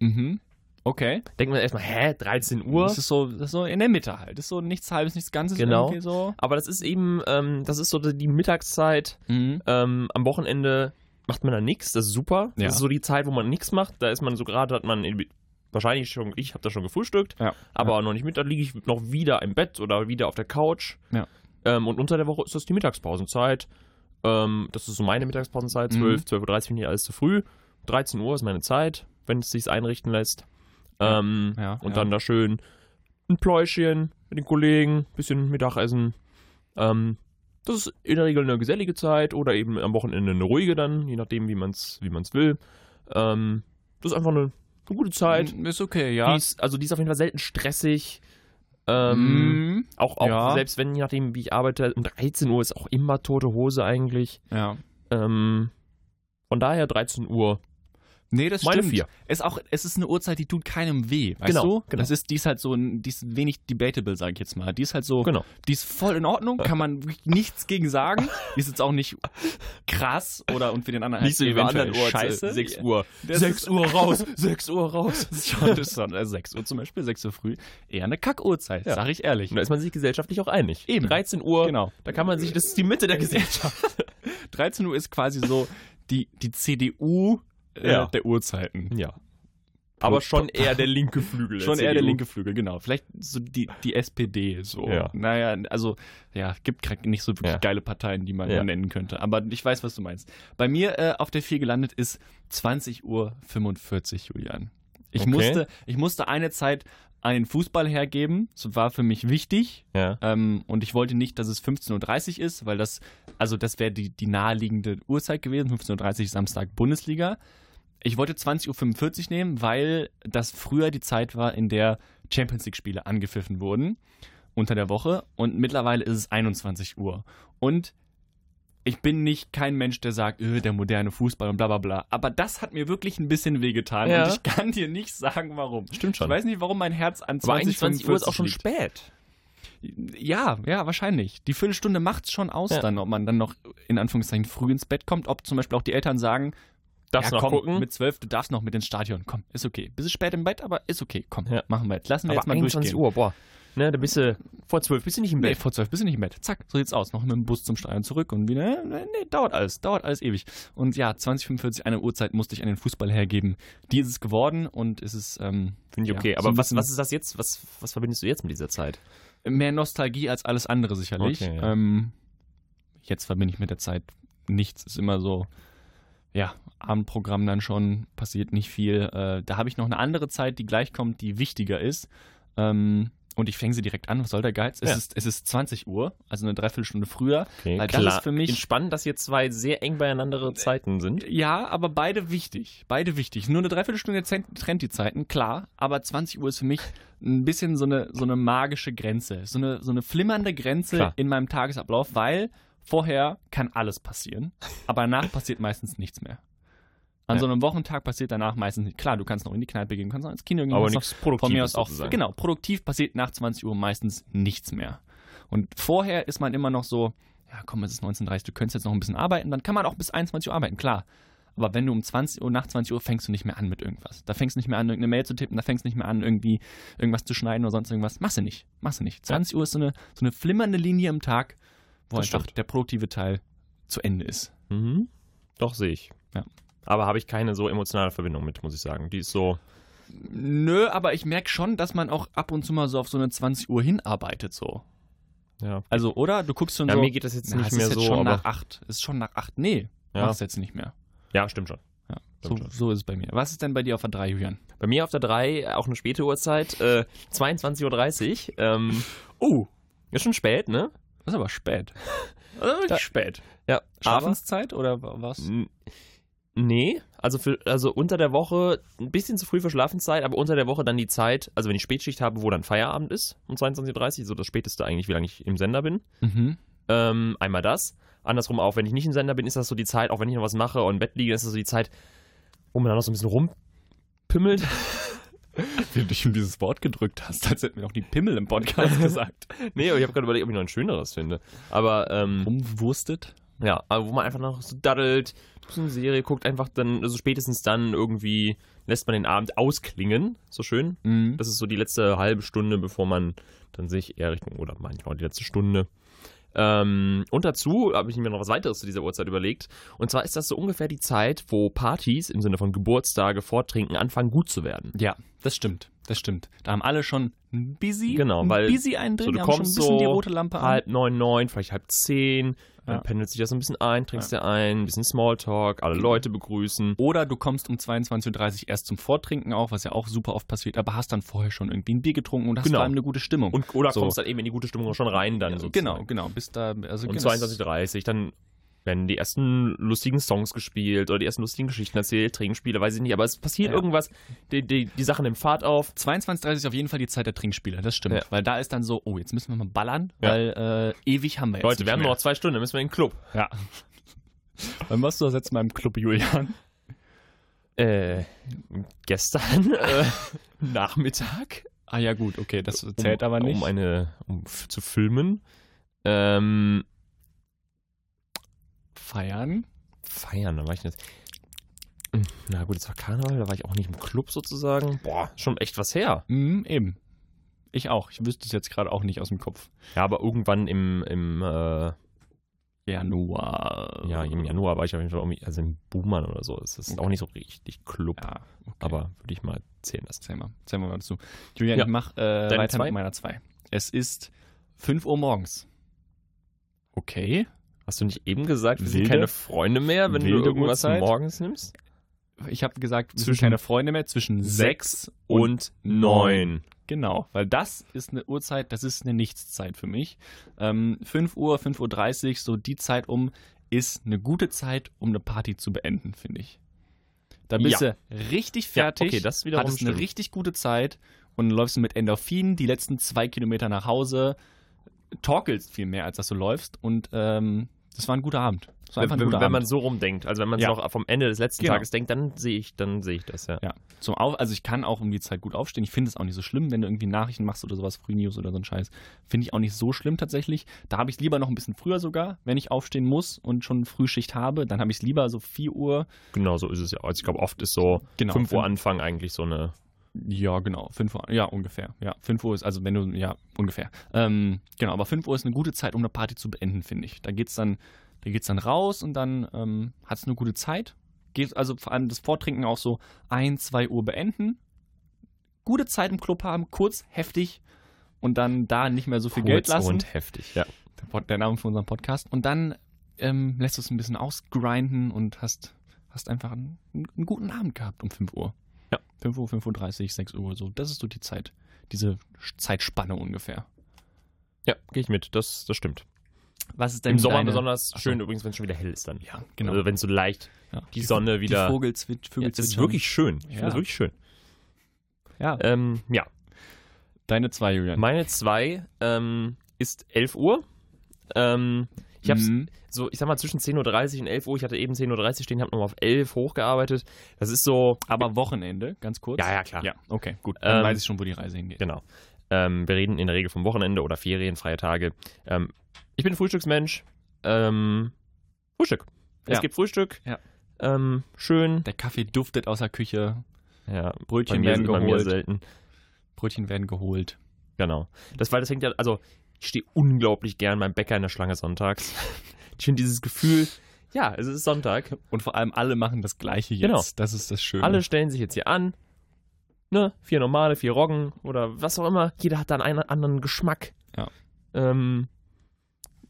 Speaker 2: Mhm. Mhm. Okay.
Speaker 3: Denkt man erstmal, hä, 13 Uhr?
Speaker 2: Das ist, so, das ist so in der Mitte halt. Das ist so nichts halbes, nichts Ganzes
Speaker 3: Genau.
Speaker 2: irgendwie so.
Speaker 3: Aber das ist eben, ähm, das ist so die Mittagszeit.
Speaker 2: Mhm.
Speaker 3: Ähm, am Wochenende macht man da nichts, das ist super.
Speaker 2: Ja.
Speaker 3: Das ist so die Zeit, wo man nichts macht. Da ist man so gerade, hat man irgendwie- wahrscheinlich schon, ich habe da schon gefrühstückt,
Speaker 2: Ja.
Speaker 3: aber noch nicht mit. Da liege ich noch wieder im Bett oder wieder auf der Couch.
Speaker 2: Ja.
Speaker 3: Ähm, und unter der Woche ist das die Mittagspausenzeit. Ähm, das ist so meine Mittagspausenzeit,
Speaker 2: Mhm.
Speaker 3: 12, 12.30 Uhr finde ich alles zu früh. 13 Uhr ist meine Zeit, wenn es sich einrichten lässt. Ähm,
Speaker 2: Ja,
Speaker 3: und
Speaker 2: ja.
Speaker 3: dann da schön ein Pläuschchen mit den Kollegen, bisschen Mittagessen. Ähm, das ist in der Regel eine gesellige Zeit oder eben am Wochenende eine ruhige dann, je nachdem, wie man es wie man's will. Ähm, das ist einfach eine, eine gute Zeit.
Speaker 2: Ist okay,
Speaker 3: Die
Speaker 2: ja.
Speaker 3: halt. ist, also die ist auf jeden Fall selten stressig. Ähm,
Speaker 2: Mhm.
Speaker 3: Auch, auch
Speaker 2: Ja.
Speaker 3: selbst wenn, je nachdem, wie ich arbeite, um 13 Uhr ist auch immer tote Hose eigentlich.
Speaker 2: ja.
Speaker 3: Ähm, von daher 13 Uhr.
Speaker 2: Nee, das
Speaker 3: Meine
Speaker 2: stimmt.
Speaker 3: vier.
Speaker 2: Ist auch, es ist eine Uhrzeit, die tut keinem weh, weißt
Speaker 3: Genau,
Speaker 2: du?
Speaker 3: genau.
Speaker 2: Das ist, die ist halt so, ein- die ist wenig debatable, sag ich jetzt mal. Die ist halt so,
Speaker 3: Genau.
Speaker 2: die ist voll in Ordnung, kann man wirklich nichts gegen sagen. Die ist jetzt auch nicht krass oder und für den anderen
Speaker 3: Nicht so
Speaker 2: halt
Speaker 3: eventuell
Speaker 2: Uhr
Speaker 3: scheiße.
Speaker 2: scheiße.
Speaker 3: 6 *laughs* Uhr.
Speaker 2: Das
Speaker 3: Sechs
Speaker 2: ist-
Speaker 3: Uhr raus, 6 Uhr raus.
Speaker 2: *laughs* Das ist schon, das ist schon
Speaker 3: äh,
Speaker 2: also 6 Uhr zum Beispiel, 6 Uhr früh, eher eine Kackuhrzeit,
Speaker 3: Ja.
Speaker 2: sag ich ehrlich.
Speaker 3: Und da ist man sich gesellschaftlich auch einig.
Speaker 2: Eben.
Speaker 3: 13 Uhr,
Speaker 2: Genau.
Speaker 3: da kann man sich, das ist die Mitte
Speaker 2: *laughs*
Speaker 3: der Gesellschaft.
Speaker 2: 13 Uhr ist quasi so die, die CDU äh,
Speaker 3: Ja.
Speaker 2: der Uhrzeiten.
Speaker 3: Ja. Aber schon eher der linke Flügel.
Speaker 2: Schon eher
Speaker 3: CDU.
Speaker 2: der linke Flügel, genau. Vielleicht so die, die SPD, so.
Speaker 3: Ja.
Speaker 2: Naja, also, ja, gibt grad nicht so wirklich
Speaker 3: Ja.
Speaker 2: geile Parteien, die man
Speaker 3: Ja.
Speaker 2: nennen könnte. Aber ich weiß, was du meinst. Bei mir äh, auf der 4 gelandet ist 20.45 Uhr, Julian. Ich,
Speaker 3: Okay.
Speaker 2: musste, ich musste eine Zeit an den Fußball hergeben. Das war für mich wichtig.
Speaker 3: Ja.
Speaker 2: Ähm, und ich wollte nicht, dass es 15.30 Uhr ist, weil das, also das wäre die, die naheliegende Uhrzeit gewesen, 15.30 Uhr Samstag Bundesliga. Ich wollte 20.45 Uhr nehmen, weil das früher die Zeit war, in der Champions League-Spiele angepfiffen wurden unter der Woche und mittlerweile ist es 21 Uhr. Und ich bin nicht kein Mensch, der sagt, öh, der moderne Fußball und bla bla bla. Aber das hat mir wirklich ein bisschen wehgetan
Speaker 3: Ja.
Speaker 2: und ich kann dir nicht sagen, warum.
Speaker 3: Stimmt schon.
Speaker 2: Ich weiß nicht, warum mein Herz an
Speaker 3: Aber eigentlich
Speaker 2: 20,
Speaker 3: 20 Uhr ist auch schon
Speaker 2: liegt.
Speaker 3: spät.
Speaker 2: Ja, ja, wahrscheinlich. Die Viertelstunde macht's schon aus
Speaker 3: Ja.
Speaker 2: dann, ob man dann noch in Anführungszeichen früh ins Bett kommt, ob zum Beispiel auch die Eltern sagen,
Speaker 3: Darfst
Speaker 2: ja,
Speaker 3: du noch
Speaker 2: komm,
Speaker 3: gucken?
Speaker 2: mit zwölf, du darfst noch mit ins Stadion, komm, ist okay. Bisschen spät im Bett, aber ist okay, komm,
Speaker 3: Ja.
Speaker 2: machen wir jetzt. Lassen wir
Speaker 3: aber
Speaker 2: jetzt mal durchgehen.
Speaker 3: 21 Uhr, boah. Ne, da bist du vor 12 bist du nicht im
Speaker 2: Nee,
Speaker 3: Bett.
Speaker 2: vor zwölf bist du nicht im Bett. Zack, so sieht's aus. Noch mit dem Bus zum Stadion zurück und wieder. Nee, nee, dauert alles, dauert alles ewig. Und ja, 2045, eine Uhrzeit musste ich an den Fußball hergeben. Die ist es geworden und es ist ähm,
Speaker 3: Finde ich
Speaker 2: ja,
Speaker 3: okay.
Speaker 2: so
Speaker 3: Aber
Speaker 2: ein
Speaker 3: was,
Speaker 2: bisschen-
Speaker 3: was ist das jetzt? Was, was verbindest du jetzt mit dieser Zeit?
Speaker 2: mehr Nostalgie als alles andere sicherlich.
Speaker 3: Okay, ja.
Speaker 2: ähm, jetzt verbinde ich mit der Zeit nichts. Ist immer so, ja, Abendprogramm dann schon, passiert nicht viel. Äh, da habe ich noch eine andere Zeit, die gleich kommt, die wichtiger ist. Ähm, und ich fange sie direkt an. Was soll der Geiz? Es,
Speaker 3: Ja.
Speaker 2: ist, es ist 20 Uhr, also eine Dreiviertelstunde früher.
Speaker 3: Okay,
Speaker 2: Weil das ist für mich- Äh,
Speaker 3: Spannend, dass hier zwei sehr eng beieinander Zeiten sind.
Speaker 2: Ja, aber beide wichtig. Beide wichtig. Nur eine Dreiviertelstunde zen- trennt die Zeiten, klar. Aber 20 Uhr ist für mich ein bisschen so eine, so eine magische Grenze. So eine, so eine flimmernde Grenze
Speaker 3: Klar.
Speaker 2: in meinem Tagesablauf, weil vorher kann alles passieren. Aber
Speaker 3: *laughs*
Speaker 2: danach passiert meistens nichts mehr. An
Speaker 3: Ja.
Speaker 2: so einem Wochentag passiert danach meistens nicht. Klar, du kannst noch in die Kneipe gehen, kannst noch ins Kino gehen.
Speaker 3: Aber
Speaker 2: kannst noch-
Speaker 3: nichts Produktives.
Speaker 2: von mir aus auch.
Speaker 3: sozusagen.
Speaker 2: Genau, produktiv passiert nach 20 Uhr meistens nichts mehr. Und vorher ist man immer noch so, ja komm, es ist 19.30 Uhr, du könntest jetzt noch ein bisschen arbeiten, dann kann man auch bis 21 Uhr arbeiten, klar. Aber wenn du um 20 Uhr, nach 20 Uhr fängst du nicht mehr an mit irgendwas. Da fängst du nicht mehr an, irgendeine Mail zu tippen, da fängst du nicht mehr an, irgendwie irgendwas zu schneiden oder sonst irgendwas. Machst du nicht. Machst du nicht. 20 Uhr ist so eine, so eine flimmernde Linie im Tag, wo
Speaker 3: Das
Speaker 2: einfach
Speaker 3: stimmt.
Speaker 2: der produktive Teil zu Ende ist.
Speaker 3: Mhm. Doch, sehe ich.
Speaker 2: genau. Ja.
Speaker 3: Aber habe ich keine so emotionale Verbindung mit, muss ich sagen. Die ist so.
Speaker 2: Nö, aber ich merke schon, dass man auch ab und zu mal so auf so eine 20 Uhr hinarbeitet, so.
Speaker 3: Ja.
Speaker 2: Also, oder? Du guckst schon
Speaker 3: Ja,
Speaker 2: so.
Speaker 3: mir geht das jetzt
Speaker 2: Na,
Speaker 3: nicht
Speaker 2: es
Speaker 3: mehr
Speaker 2: ist jetzt
Speaker 3: so,
Speaker 2: Schon
Speaker 3: aber-
Speaker 2: nach acht. Ist schon nach acht. Nee,
Speaker 3: Ja.
Speaker 2: mach's jetzt nicht mehr.
Speaker 3: ja, stimmt schon.
Speaker 2: Ja. So,
Speaker 3: Stimmt schon.
Speaker 2: so ist es bei mir. Was ist denn bei dir auf der 3, Julian?
Speaker 3: Bei mir auf der 3 auch eine späte Uhrzeit, äh, 22.30 Uhr. *laughs* Ähm,
Speaker 2: Oh,
Speaker 3: ist schon spät, ne?
Speaker 2: *laughs* das ist aber spät. Das ist
Speaker 3: Da-
Speaker 2: spät.
Speaker 3: Ja. Aber,
Speaker 2: Schlafenszeit oder wa- was?
Speaker 3: N- nee, also, für, also unter der Woche ein bisschen zu früh für Schlafenszeit, aber unter der Woche dann die Zeit, also wenn ich Spätschicht habe, wo dann Feierabend ist, um 22.30 Uhr, so das späteste eigentlich, wie lange ich im Sender bin.
Speaker 2: Mhm.
Speaker 3: Ähm, einmal das. Andersrum auch, wenn ich nicht im Sender bin, ist das so die Zeit, auch wenn ich noch was mache und im Bett liege, ist das so die Zeit, wo man dann noch so ein bisschen rumpimmelt. *laughs*
Speaker 2: Wie du dich um dieses Wort gedrückt hast, als hätten wir noch die Pimmel im *laughs* Podcast gesagt.
Speaker 3: nee, ich habe gerade überlegt, ob ich noch ein schöneres finde. Aber ähm,
Speaker 2: Rumwurstet?
Speaker 3: ja, aber wo man einfach noch so daddelt, ein bisschen Serie guckt, einfach dann, also spätestens dann irgendwie lässt man den Abend ausklingen, so schön.
Speaker 2: Mhm.
Speaker 3: Das ist so die letzte halbe Stunde, bevor man dann sich eher Richtung, oder manchmal die letzte Stunde. Ähm, und dazu habe ich mir noch was weiteres zu dieser Uhrzeit überlegt. Und zwar ist das so ungefähr die Zeit, wo Partys im Sinne von Geburtstage, Vortrinken anfangen gut zu werden.
Speaker 2: Ja, Das stimmt, das stimmt. Da haben alle schon ein busy,
Speaker 3: Genau,
Speaker 2: ein
Speaker 3: weil
Speaker 2: busy einen drin,
Speaker 3: so, du
Speaker 2: die haben schon ein
Speaker 3: kommst
Speaker 2: bisschen die
Speaker 3: so
Speaker 2: rote Lampe an.
Speaker 3: halb neun, neun, vielleicht halb zehn.
Speaker 2: Ah. Ja.
Speaker 3: Dann pendelt sich das ein bisschen ein, trinkst dir ein, ein bisschen Smalltalk, alle Leute begrüßen.
Speaker 2: Oder du kommst um 22.30 Uhr erst zum Vortrinken auch, was ja auch super oft passiert, aber hast dann vorher schon irgendwie ein Bier getrunken und hast
Speaker 3: Genau.
Speaker 2: vor allem eine gute Stimmung.
Speaker 3: Und, oder
Speaker 2: So.
Speaker 3: kommst dann eben in die gute Stimmung schon rein dann sozusagen.
Speaker 2: genau, genau. Bis da, also
Speaker 3: Um
Speaker 2: genau,
Speaker 3: 22.30 dann werden die ersten lustigen Songs gespielt oder die ersten lustigen Geschichten erzählt, Trinkspiele, weiß ich nicht, aber es passiert
Speaker 2: Ja.
Speaker 3: irgendwas, die, die, die Sachen nehmen Fahrt auf.
Speaker 2: 22.30 ist auf jeden Fall die Zeit der Trinkspiele, das stimmt.
Speaker 3: Ja.
Speaker 2: Weil da ist dann so, oh, jetzt müssen wir mal ballern,
Speaker 3: Ja.
Speaker 2: weil äh, ewig haben wir jetzt.
Speaker 3: Leute, wir haben nur
Speaker 2: noch
Speaker 3: noch zwei Stunden, dann müssen wir in den Club. *laughs*
Speaker 2: Ja. Wann warst du das letzte Mal im Club, Julian?
Speaker 3: Äh, gestern
Speaker 2: *laughs*
Speaker 3: äh, Nachmittag,
Speaker 2: Ah ja, gut, okay, das
Speaker 3: um,
Speaker 2: zählt aber nicht.
Speaker 3: um eine, um f- zu filmen, ähm,
Speaker 2: Feiern.
Speaker 3: feiern, da war ich jetzt. Na gut, es war Karneval, da war ich auch nicht im Club sozusagen. Boah, schon echt was her.
Speaker 2: Mhm, eben. Ich auch. Ich wüsste es jetzt gerade auch nicht aus dem Kopf.
Speaker 3: Ja, aber irgendwann im, im äh,
Speaker 2: Januar.
Speaker 3: Ja, im Januar war ich auf jeden Fall irgendwie, also im Boomern oder so. Es ist
Speaker 2: Okay.
Speaker 3: auch nicht so richtig Club,
Speaker 2: Ja, okay.
Speaker 3: aber würde ich mal zählen lassen.
Speaker 2: Zähl mal, zähl mal dazu. Julian,
Speaker 3: Ja.
Speaker 2: ich mach äh, weiter
Speaker 3: zwei?
Speaker 2: mit meiner 2. Es ist 5 Uhr morgens. Okay.
Speaker 3: Hast du nicht eben gesagt, wir sind
Speaker 2: Wilde-
Speaker 3: keine Freunde mehr, wenn du
Speaker 2: wilde
Speaker 3: irgendwas
Speaker 2: Uhrzeit?
Speaker 3: morgens nimmst?
Speaker 2: Ich habe gesagt, wir sind
Speaker 3: Zwischen-
Speaker 2: keine Freunde mehr, zwischen 6 und neun. Genau, weil das ist eine Uhrzeit, das ist eine Nichtszeit für mich. Ähm, 5 Uhr, 5.30 Uhr, so die Zeit um, ist eine gute Zeit, um eine Party zu beenden, finde ich. Da bist
Speaker 3: Ja.
Speaker 2: du richtig
Speaker 3: Ja,
Speaker 2: fertig,
Speaker 3: okay, das wiederum
Speaker 2: hattest eine
Speaker 3: stimmt.
Speaker 2: richtig gute Zeit und läufst mit Endorphinen die letzten zwei Kilometer nach Hause, torkelst viel mehr, als dass du läufst und ähm, das war ein guter Abend. Das war einfach ein
Speaker 3: wenn,
Speaker 2: guter
Speaker 3: wenn man
Speaker 2: Abend.
Speaker 3: so rumdenkt, also wenn man
Speaker 2: Ja.
Speaker 3: es noch vom Ende des letzten
Speaker 2: Genau.
Speaker 3: Tages denkt, dann sehe ich, dann sehe ich das, ja.
Speaker 2: Ja, zum Auf, also ich kann auch um die Zeit gut aufstehen. Ich finde es auch nicht so schlimm, wenn du irgendwie Nachrichten machst oder sowas, Frühnews oder so ein Scheiß. Finde ich auch nicht so schlimm tatsächlich. Da habe ich es lieber noch ein bisschen früher sogar, wenn ich aufstehen muss und schon Frühschicht habe, dann habe ich es lieber so 4 Uhr.
Speaker 3: Genau, so ist es ja. Also ich glaube, oft ist so
Speaker 2: Genau.
Speaker 3: 5 Uhr Anfang eigentlich so eine.
Speaker 2: Ja, genau, 5 Uhr, ja, ungefähr. Ja, 5 Uhr ist, also wenn du, ja, ungefähr. Ähm, genau, aber 5 Uhr ist eine gute Zeit, um eine Party zu beenden, finde ich. Da geht's dann, da geht's dann raus und dann ähm, hat es eine gute Zeit. Geht also vor allem das Vortrinken auch so 1, 2 Uhr beenden. Gute Zeit im Club haben, kurz, heftig und dann da nicht mehr so viel Geld
Speaker 3: kurz
Speaker 2: lassen.
Speaker 3: und heftig, ja.
Speaker 2: Der Pod- Der Name von unserem Podcast. Und dann ähm, lässt du es ein bisschen ausgrinden und hast, hast einfach einen, einen guten Abend gehabt um 5 Uhr.
Speaker 3: Ja.
Speaker 2: 5 Uhr, 5.30 Uhr, 6 Uhr, so. Das ist so die Zeit. Diese Sch- Zeitspanne ungefähr.
Speaker 3: Ja, gehe ich mit, das, das stimmt.
Speaker 2: Was ist
Speaker 3: Im Sommer besonders
Speaker 2: Ach so.
Speaker 3: schön übrigens, wenn es schon wieder hell ist dann.
Speaker 2: Ja, genau.
Speaker 3: Also wenn es so leicht
Speaker 2: ja.
Speaker 3: die Sonne wieder.
Speaker 2: Die Vogelzwit
Speaker 3: Ja,
Speaker 2: Vögel
Speaker 3: das ist wirklich schön. Ich finde
Speaker 2: Ja.
Speaker 3: das wirklich schön.
Speaker 2: Ja.
Speaker 3: Ähm, ja,
Speaker 2: Deine zwei, Julian.
Speaker 3: meine zwei ähm, ist 11 Uhr. Ähm, ich habe
Speaker 2: Mhm.
Speaker 3: so, ich sag mal, zwischen 10.30 Uhr und 11 Uhr, ich hatte eben 10.30 Uhr stehen, habe nochmal auf 11 hochgearbeitet. Das ist so,
Speaker 2: Aber Wochenende, ganz kurz.
Speaker 3: ja, ja, klar.
Speaker 2: Ja, okay, gut. Dann
Speaker 3: Ähm,
Speaker 2: weiß ich schon, wo die Reise hingeht.
Speaker 3: Genau. Ähm, wir reden in der Regel vom Wochenende oder Ferien, freie Tage. Ähm, ich bin Frühstücksmensch. Ähm, Frühstück.
Speaker 2: Ja.
Speaker 3: Es gibt Frühstück.
Speaker 2: Ja.
Speaker 3: Ähm, schön.
Speaker 2: Der Kaffee duftet aus der Küche,
Speaker 3: Ja,
Speaker 2: Brötchen werden
Speaker 3: bei mir
Speaker 2: geholt,
Speaker 3: selten.
Speaker 2: Brötchen werden geholt.
Speaker 3: Genau. Das, weil das hängt ja, also ich stehe unglaublich gern beim Bäcker in der Schlange sonntags. *laughs* ich finde dieses Gefühl, ja, es ist Sonntag.
Speaker 2: Und vor allem alle machen das Gleiche jetzt.
Speaker 3: Genau.
Speaker 2: Das ist das Schöne.
Speaker 3: Alle stellen sich jetzt hier an. Ne? Vier normale, vier Roggen oder was auch immer. Jeder hat dann einen anderen Geschmack.
Speaker 2: Ja.
Speaker 3: Ähm,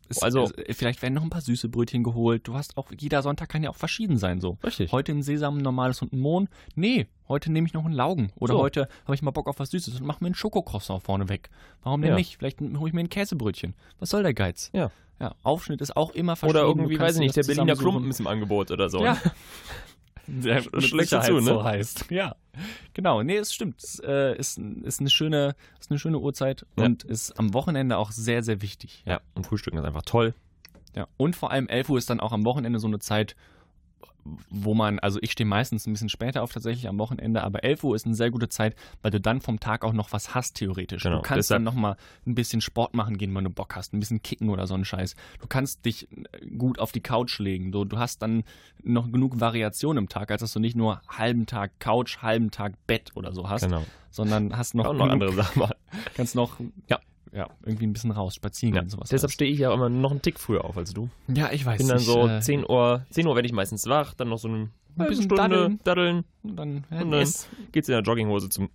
Speaker 2: Es, also,
Speaker 3: Also-
Speaker 2: vielleicht werden noch ein paar süße Brötchen geholt. Du hast auch, jeder Sonntag kann ja auch verschieden sein so.
Speaker 3: richtig.
Speaker 2: Heute ein Sesam, ein normales und ein Mohn. Nee, heute nehme ich noch einen Laugen. Oder
Speaker 3: So.
Speaker 2: heute habe ich mal Bock auf was Süßes und mache mir einen Schokocroissant vorne weg. Warum denn
Speaker 3: Ja.
Speaker 2: nicht? Vielleicht hole ich mir ein Käsebrötchen. Was soll der Geiz?
Speaker 3: Ja.
Speaker 2: Ja, Aufschnitt ist auch immer verschieden.
Speaker 3: Oder
Speaker 2: Du
Speaker 3: irgendwie,
Speaker 2: kannst
Speaker 3: weiß ich
Speaker 2: dir
Speaker 3: nicht, der
Speaker 2: das
Speaker 3: Berliner
Speaker 2: zusammensuchen.
Speaker 3: Klumpen ist im Angebot oder so. ne?
Speaker 2: *laughs* Ja. Der mit
Speaker 3: schlägst du
Speaker 2: Sicherheit
Speaker 3: zu, ne?
Speaker 2: so heißt. Ja, genau. Nee, es stimmt. Es äh, ist, ein- ist, eine schöne, ist eine schöne Uhrzeit
Speaker 3: Ja.
Speaker 2: und ist am Wochenende auch sehr, sehr wichtig.
Speaker 3: Ja, und Frühstücken ist einfach toll.
Speaker 2: Ja, und vor allem 11 Uhr ist dann auch am Wochenende so eine Zeit, wo man, also ich stehe meistens ein bisschen später auf tatsächlich am Wochenende, aber 11 Uhr ist eine sehr gute Zeit, weil du dann vom Tag auch noch was hast theoretisch.
Speaker 3: Genau,
Speaker 2: du kannst
Speaker 3: deshalb-
Speaker 2: dann nochmal ein bisschen Sport machen gehen, wenn du Bock hast, ein bisschen kicken oder so einen Scheiß. Du kannst dich äh, gut auf die Couch legen. Du, du hast dann noch genug Variation im Tag, als dass du nicht nur halben Tag Couch, halben Tag Bett oder so hast,
Speaker 3: Genau.
Speaker 2: sondern hast noch,
Speaker 3: Auch noch
Speaker 2: genug-
Speaker 3: andere Sachen.
Speaker 2: *laughs* kannst noch
Speaker 3: Ja.
Speaker 2: ja, irgendwie ein bisschen raus, spazieren
Speaker 3: Ja.
Speaker 2: gehen und sowas.
Speaker 3: Deshalb
Speaker 2: alles.
Speaker 3: stehe ich ja immer noch einen Tick früher auf als du.
Speaker 2: ja, ich weiß
Speaker 3: bin dann
Speaker 2: ich,
Speaker 3: so
Speaker 2: äh,
Speaker 3: 10 Uhr, 10 Uhr werde ich meistens wach, dann noch so eine halbe
Speaker 2: bisschen
Speaker 3: Stunde daddeln,
Speaker 2: daddeln. Und dann, ja,
Speaker 3: und dann
Speaker 2: es-
Speaker 3: geht's in der Jogginghose zum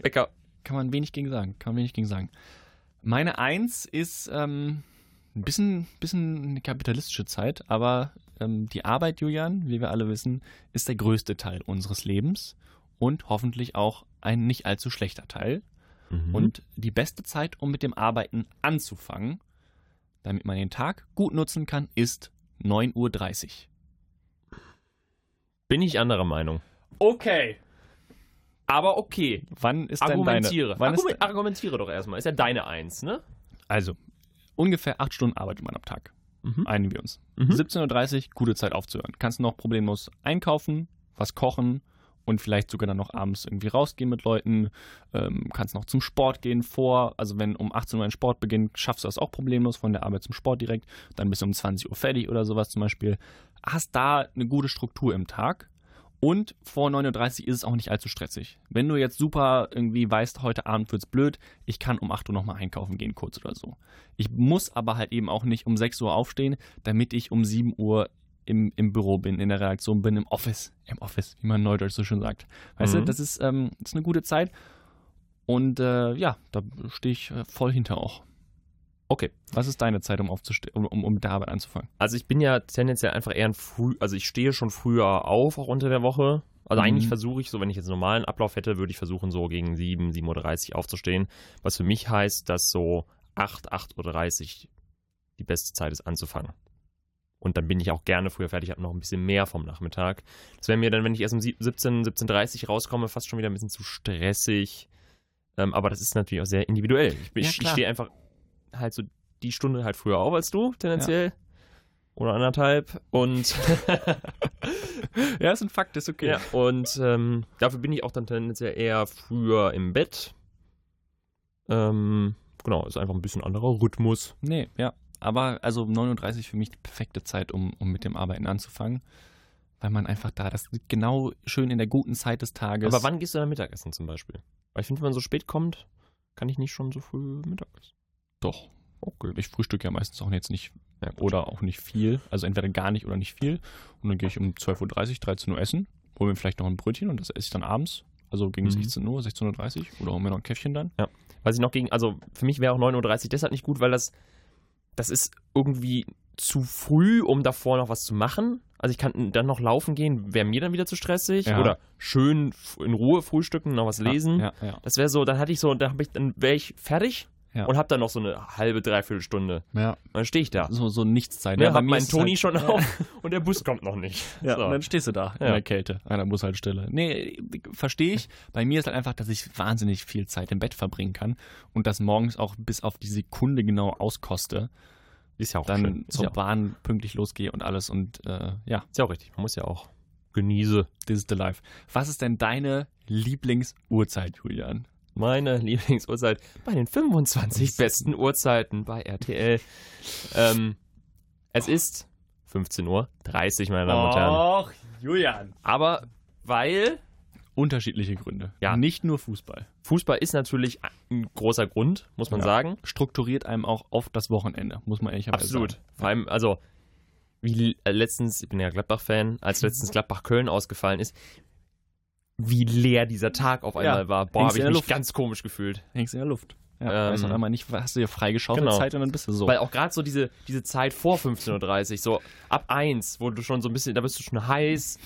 Speaker 3: Bäcker.
Speaker 2: Kann man wenig gegen sagen. Kann man wenig gegen sagen. Meine Eins ist ähm, ein bisschen, bisschen eine kapitalistische Zeit, aber ähm, die Arbeit, Julian, wie wir alle wissen, ist der größte Teil unseres Lebens und hoffentlich auch ein nicht allzu schlechter Teil. Und die beste Zeit, um mit dem Arbeiten anzufangen, damit man den Tag gut nutzen kann, ist 9.30
Speaker 3: bin ich anderer Meinung.
Speaker 2: Okay.
Speaker 3: Aber okay.
Speaker 2: Wann ist denn deine...
Speaker 3: Argumentiere.
Speaker 2: Wann ist,
Speaker 3: Argumen- argumentiere doch erstmal. Ist ja deine Eins, ne?
Speaker 2: also, ungefähr acht Stunden arbeitet man am Tag.
Speaker 3: Mhm.
Speaker 2: Einigen wir uns.
Speaker 3: Mhm.
Speaker 2: 17.30 Uhr, gute Zeit aufzuhören. Kannst noch problemlos einkaufen, was kochen und vielleicht sogar dann noch abends irgendwie rausgehen mit Leuten. Ähm, kannst noch zum Sport gehen vor. Also wenn um 18 Uhr ein Sport beginnt, schaffst du das auch problemlos von der Arbeit zum Sport direkt. Dann bist du um 20 Uhr fertig oder sowas zum Beispiel. Hast da eine gute Struktur im Tag. Und vor 9.30 Uhr ist es auch nicht allzu stressig. Wenn du jetzt super irgendwie weißt, heute Abend wird's blöd, ich kann um 8 Uhr nochmal einkaufen gehen, kurz oder so. Ich muss aber halt eben auch nicht um 6 Uhr aufstehen, damit ich um 7 Uhr im, im Büro bin, in der Redaktion bin, im Office, im Office, wie man neudeutsch so schön sagt. Weißt
Speaker 3: Mhm.
Speaker 2: du, das ist, ähm, das ist eine gute Zeit. Und äh, ja, da stehe ich äh, voll hinter auch. Okay, was ist deine Zeit, um aufzustehen, um, um, um mit der Arbeit anzufangen?
Speaker 3: Also ich bin ja tendenziell einfach eher ein früh, also ich stehe schon früher auf, auch unter der Woche. Also
Speaker 2: Mhm.
Speaker 3: eigentlich versuche ich so, wenn ich jetzt einen normalen Ablauf hätte, würde ich versuchen, so gegen 7, 7.30 Uhr aufzustehen. Was für mich heißt, dass so 8, 8.30 Uhr die beste Zeit ist, anzufangen. Und dann bin ich auch gerne früher fertig, habe noch ein bisschen mehr vom Nachmittag. Das wäre mir dann, wenn ich erst um sieb- 17, 17.30 Uhr rauskomme, fast schon wieder ein bisschen zu stressig. Ähm, aber das ist natürlich auch sehr individuell. Ich, bin-
Speaker 2: Ja,
Speaker 3: ich
Speaker 2: klar.
Speaker 3: stehe einfach halt so die Stunde halt früher auf als du, tendenziell. Oder anderthalb. Und, *laughs*
Speaker 2: Ja, ist ein Fakt, ist *laughs* okay.
Speaker 3: ja, und ähm, dafür bin ich auch dann tendenziell eher früher im Bett. Ähm, genau, ist einfach ein bisschen anderer Rhythmus.
Speaker 2: Nee, ja. Aber also 39 für mich die perfekte Zeit, um, um mit dem Arbeiten anzufangen. Weil man einfach da, das liegt genau schön in der guten Zeit des Tages.
Speaker 3: Aber wann gehst du dann Mittagessen zum Beispiel? Weil ich finde, wenn man so spät kommt, kann ich nicht schon so früh Mittagessen.
Speaker 2: Doch. Okay. Ich frühstücke ja meistens auch jetzt nicht
Speaker 3: Ja, gut.
Speaker 2: oder auch nicht viel. Also entweder gar nicht oder nicht viel. Und dann gehe ich um 12.30 Uhr, 13 Uhr essen, hole mir vielleicht noch ein Brötchen und das esse ich dann abends. Also gegen
Speaker 3: Mhm.
Speaker 2: 16 Uhr, 16.30 Uhr oder hole mir noch ein Käffchen dann.
Speaker 3: Weiß ich noch gegen, also für mich wäre auch 9.30 Uhr deshalb nicht gut, weil das, das ist irgendwie zu früh, um davor noch was zu machen. Also ich kann dann noch laufen gehen, wäre mir dann wieder zu stressig.
Speaker 2: Ja.
Speaker 3: Oder schön f- in Ruhe frühstücken, noch was lesen.
Speaker 2: Ja, ja.
Speaker 3: Das wäre so, dann hatte ich so, dann, hab ich- dann wäre ich fertig
Speaker 2: Ja.
Speaker 3: und habe dann noch so eine halbe, dreiviertel Stunde.
Speaker 2: ja.
Speaker 3: Dann stehe ich da.
Speaker 2: So, so Nichtszeit.
Speaker 3: Ne,
Speaker 2: bei
Speaker 3: hab
Speaker 2: mir
Speaker 3: meinen
Speaker 2: ist es halt- *laughs*
Speaker 3: Toni schon auf und der Bus kommt noch nicht.
Speaker 2: Ja,
Speaker 3: So.
Speaker 2: und dann stehst du da in
Speaker 3: Ja.
Speaker 2: der Kälte an der Bushaltestelle. Nee, verstehe ich. Bei mir ist halt einfach, dass ich wahnsinnig viel Zeit im Bett verbringen kann und das morgens auch bis auf die Sekunde genau auskoste,
Speaker 3: ist ja auch
Speaker 2: dann
Speaker 3: schön. Ist
Speaker 2: zur
Speaker 3: ja, auch-
Speaker 2: Bahn pünktlich losgehe und alles und äh, ja,
Speaker 3: ist ja auch richtig. Man muss ja auch genieße.
Speaker 2: this is the life. Was ist denn deine Lieblingsuhrzeit, Julian?
Speaker 3: Meine *laughs* Lieblingsuhrzeit bei den 25 besten Uhrzeiten bei RTL. ähm, es ist 15.30 Uhr, meine Damen und Herren.
Speaker 2: Oh. Julian.
Speaker 3: Aber weil
Speaker 2: Unterschiedliche Gründe.
Speaker 3: Ja.
Speaker 2: Nicht nur Fußball.
Speaker 3: Fußball ist natürlich ein großer Grund, muss man
Speaker 2: Ja.
Speaker 3: sagen.
Speaker 2: Strukturiert einem auch oft das Wochenende, muss man ehrlicherweise
Speaker 3: Absolut.
Speaker 2: sagen.
Speaker 3: Vor allem, also, wie äh, letztens, ich bin ja Gladbach-Fan, als
Speaker 2: Mhm.
Speaker 3: letztens Gladbach-Köln ausgefallen ist, wie leer dieser Tag auf einmal war. Boah,
Speaker 2: hängst in
Speaker 3: habe ich
Speaker 2: der
Speaker 3: mich
Speaker 2: Luft.
Speaker 3: ganz komisch gefühlt.
Speaker 2: Hängst in der Luft. Ja,
Speaker 3: Ähm,
Speaker 2: weißt dann einmal nicht, hast du dir freigeschaut
Speaker 3: genau.
Speaker 2: Zeit und dann bist du so.
Speaker 3: Weil auch gerade so diese, diese Zeit vor 15.30 Uhr, so ab 1, wo du schon so ein bisschen, da bist du schon heiß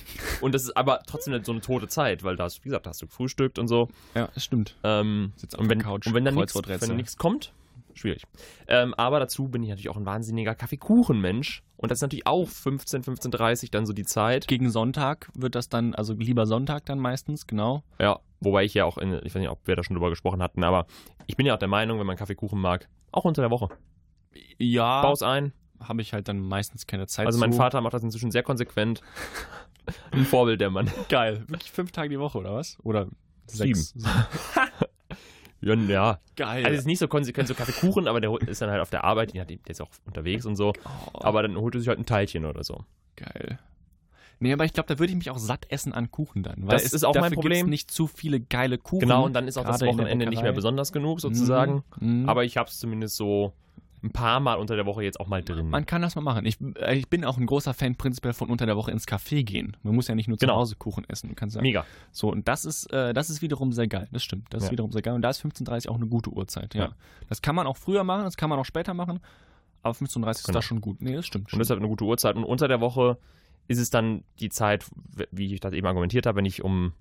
Speaker 3: und das ist aber trotzdem nicht so eine tote Zeit, weil da hast, wie gesagt, da hast du gefrühstückt und so.
Speaker 2: ja, stimmt.
Speaker 3: Ähm,
Speaker 2: Sitzt auf
Speaker 3: und, wenn,
Speaker 2: der Couch,
Speaker 3: und wenn dann
Speaker 2: Kreuzworträtsel.
Speaker 3: nichts kommt, schwierig. Ähm, aber dazu bin ich natürlich auch ein wahnsinniger Kaffeekuchenmensch. Und das ist natürlich auch 15, 15.30 dann so die Zeit.
Speaker 2: Gegen Sonntag wird das dann, also lieber Sonntag dann meistens, genau.
Speaker 3: Ja, wobei ich ja auch, in, ich weiß nicht, ob wir da schon drüber gesprochen hatten, aber ich bin ja auch der Meinung, wenn man Kaffeekuchen mag, auch unter der Woche.
Speaker 2: Ja, Ah,
Speaker 3: Baus ein.
Speaker 2: habe ich halt dann meistens keine Zeit.
Speaker 3: Also mein
Speaker 2: zu.
Speaker 3: Vater macht das inzwischen
Speaker 2: *laughs*
Speaker 3: sehr konsequent. Ein Vorbild, der Mann.
Speaker 2: Geil. Wirklich fünf Tage die Woche, oder was? Oder
Speaker 3: Sieben.
Speaker 2: sechs.
Speaker 3: Ja, ja.
Speaker 2: Geil.
Speaker 3: Also es ist nicht so konsequent so Kaffeekuchen, aber der holt- ist dann halt auf der Arbeit, der ist auch unterwegs und
Speaker 2: Genau.
Speaker 3: so. Aber dann holt er sich halt ein Teilchen oder so.
Speaker 2: Oh, geil. Nee, aber ich glaube, da würde ich mich auch satt essen an Kuchen dann. Weil
Speaker 3: Das
Speaker 2: es,
Speaker 3: ist auch mein
Speaker 2: dafür gibt's
Speaker 3: Problem.
Speaker 2: nicht zu viele geile Kuchen.
Speaker 3: Genau, und dann ist auch das
Speaker 2: Mhm. gerade in der
Speaker 3: Wochenende nicht
Speaker 2: Bäckerei.
Speaker 3: mehr besonders genug sozusagen.
Speaker 2: Mhm.
Speaker 3: Aber ich habe es zumindest so ein paar Mal unter der Woche jetzt auch mal drin.
Speaker 2: Man kann das mal machen. Ich, äh, ich bin auch ein großer Fan prinzipiell von unter der Woche ins Café gehen. Man muss ja nicht nur zu
Speaker 3: Genau.
Speaker 2: Hause Kuchen essen. Du kannst ja
Speaker 3: Mega.
Speaker 2: So, und das ist, äh, das ist wiederum sehr geil. Das stimmt. Das ist
Speaker 3: Ja.
Speaker 2: wiederum sehr geil. Und da ist 15.30 auch eine gute Uhrzeit, ja.
Speaker 3: Ja.
Speaker 2: Das kann man auch früher machen, das kann man auch später machen. Aber 15.30 ist
Speaker 3: Genau.
Speaker 2: da schon gut. Nee, das stimmt.
Speaker 3: Und
Speaker 2: stimmt.
Speaker 3: deshalb eine gute Uhrzeit. Und unter der Woche ist es dann die Zeit, wie ich das eben argumentiert habe, wenn ich um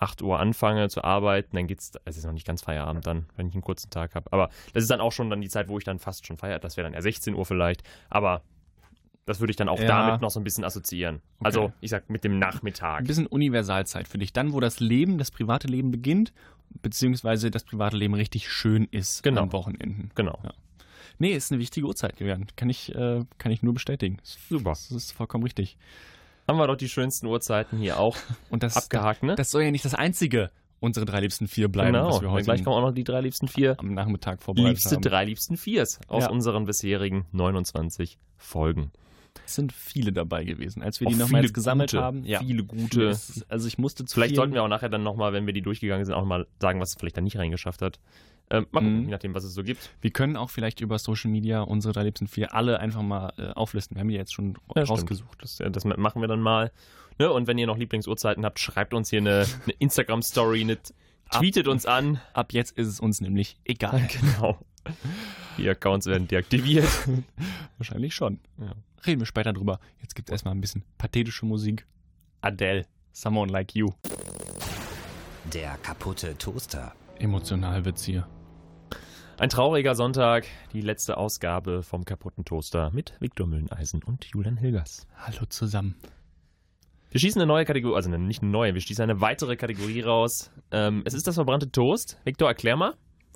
Speaker 3: 8 Uhr anfange zu arbeiten, dann geht's, also es ist noch nicht ganz Feierabend dann, wenn ich einen kurzen Tag habe. Aber das ist dann auch schon dann die Zeit, wo ich dann fast schon feiert. Das wäre dann eher 16 Uhr vielleicht. Aber das würde ich dann auch
Speaker 2: Ja.
Speaker 3: damit noch so ein bisschen assoziieren.
Speaker 2: Okay.
Speaker 3: Also ich sag mit dem Nachmittag.
Speaker 2: Ein bisschen Universalzeit für dich. Dann, wo das Leben, das private Leben beginnt, beziehungsweise das private Leben richtig schön ist
Speaker 3: Genau.
Speaker 2: am Wochenenden.
Speaker 3: Genau.
Speaker 2: Ja. Nee, ist eine wichtige Uhrzeit geworden. Kann ich, äh, kann ich nur bestätigen.
Speaker 3: Super.
Speaker 2: Das ist vollkommen richtig.
Speaker 3: Haben wir doch die schönsten Uhrzeiten hier auch
Speaker 2: Und *laughs* das,
Speaker 3: abgehakt, ne? Genau.
Speaker 2: das soll ja nicht das einzige unsere drei liebsten vier bleiben, was wir
Speaker 3: Dann
Speaker 2: heute
Speaker 3: gleich kommen auch noch die drei liebsten vier.
Speaker 2: am Nachmittag vorbereitet
Speaker 3: liebste
Speaker 2: haben.
Speaker 3: drei liebsten Viers aus
Speaker 2: Ja.
Speaker 3: unseren bisherigen 29 Folgen.
Speaker 2: Es sind viele dabei gewesen, als wir
Speaker 3: Auch
Speaker 2: die
Speaker 3: viele
Speaker 2: nochmal jetzt gesammelt
Speaker 3: gute,
Speaker 2: haben.
Speaker 3: viele gute.
Speaker 2: Es- Also ich musste zu
Speaker 3: Vielleicht sollten
Speaker 2: vielen,
Speaker 3: wir auch nachher dann nochmal, wenn wir die durchgegangen sind, auch mal sagen, was es vielleicht da nicht reingeschafft hat. Ähm, mal gucken,
Speaker 2: Mhm.
Speaker 3: je nachdem, was es so gibt.
Speaker 2: wir können auch vielleicht über Social Media unsere drei liebsten vier alle einfach mal äh, auflisten. Wir haben die jetzt schon rausgesucht.
Speaker 3: rausgesucht. Das, äh, das machen wir dann mal. Ne? Und wenn ihr noch Lieblingsuhrzeiten habt, schreibt uns hier eine, eine Instagram-Story, eine- tweetet uns an.
Speaker 2: Ab jetzt ist es uns nämlich egal.
Speaker 3: Genau. Die Accounts werden deaktiviert.
Speaker 2: *laughs* Wahrscheinlich schon.
Speaker 3: Ja.
Speaker 2: Reden wir später drüber. Jetzt gibt es erstmal ein bisschen pathetische Musik. Adele, Someone Like You.
Speaker 1: Der kaputte Toaster.
Speaker 2: Emotional wird's hier.
Speaker 3: Ein trauriger Sonntag, die letzte Ausgabe vom kaputten Toaster mit Viktor Mühleneisen und Julian Hilgers.
Speaker 2: Hallo zusammen.
Speaker 3: Wir schießen eine neue Kategorie, also eine- nicht eine neue, wir schießen eine weitere Kategorie raus. Ähm, es ist das verbrannte Toast. Viktor, erklär mal.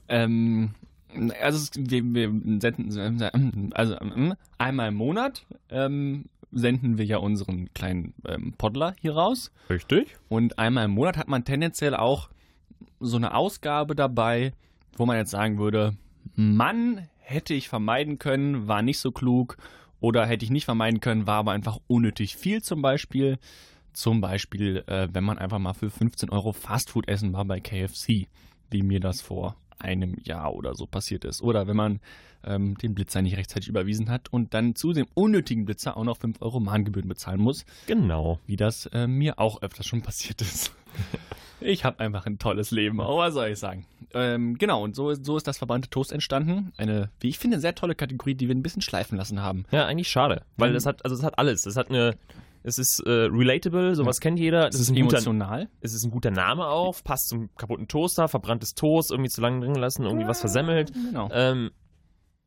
Speaker 2: Ähm, also es, wir, wir senden, also ähm, einmal im Monat ähm, senden wir ja unseren kleinen ähm, Poddler hier raus.
Speaker 3: Richtig.
Speaker 2: Und einmal im Monat hat man tendenziell auch so eine Ausgabe dabei, wo man jetzt sagen würde, Mann, hätte ich vermeiden können, war nicht so klug. Oder hätte ich nicht vermeiden können, war aber einfach unnötig viel zum Beispiel. Zum Beispiel, äh, wenn man einfach mal für 15 Euro Fastfood essen war bei KFC, wie mir das vor einem Jahr oder so passiert ist. Oder wenn man ähm, den Blitzer nicht rechtzeitig überwiesen hat und dann zu dem unnötigen Blitzer auch noch 5 Euro Mahngebühren bezahlen muss
Speaker 3: Genau.
Speaker 2: wie das äh, mir auch öfters schon passiert
Speaker 3: *laughs*
Speaker 2: ist. Ich habe einfach ein tolles Leben, aber was soll ich sagen? Ähm, genau, und so, ist- so ist das verbrannte Toast entstanden. Eine, wie ich finde, sehr tolle Kategorie, die wir ein bisschen schleifen lassen haben.
Speaker 3: Ja, eigentlich schade, weil
Speaker 2: Mhm.
Speaker 3: das hat, also es hat alles. Es hat eine, es ist äh, relatable, sowas kennt jeder. Es ein guter,
Speaker 2: emotional.
Speaker 3: es ist ein guter Name auch, passt zum kaputten Toaster, verbranntes Toast, irgendwie zu lange drin lassen, irgendwie was versemmelt.
Speaker 2: Genau.
Speaker 3: Ähm,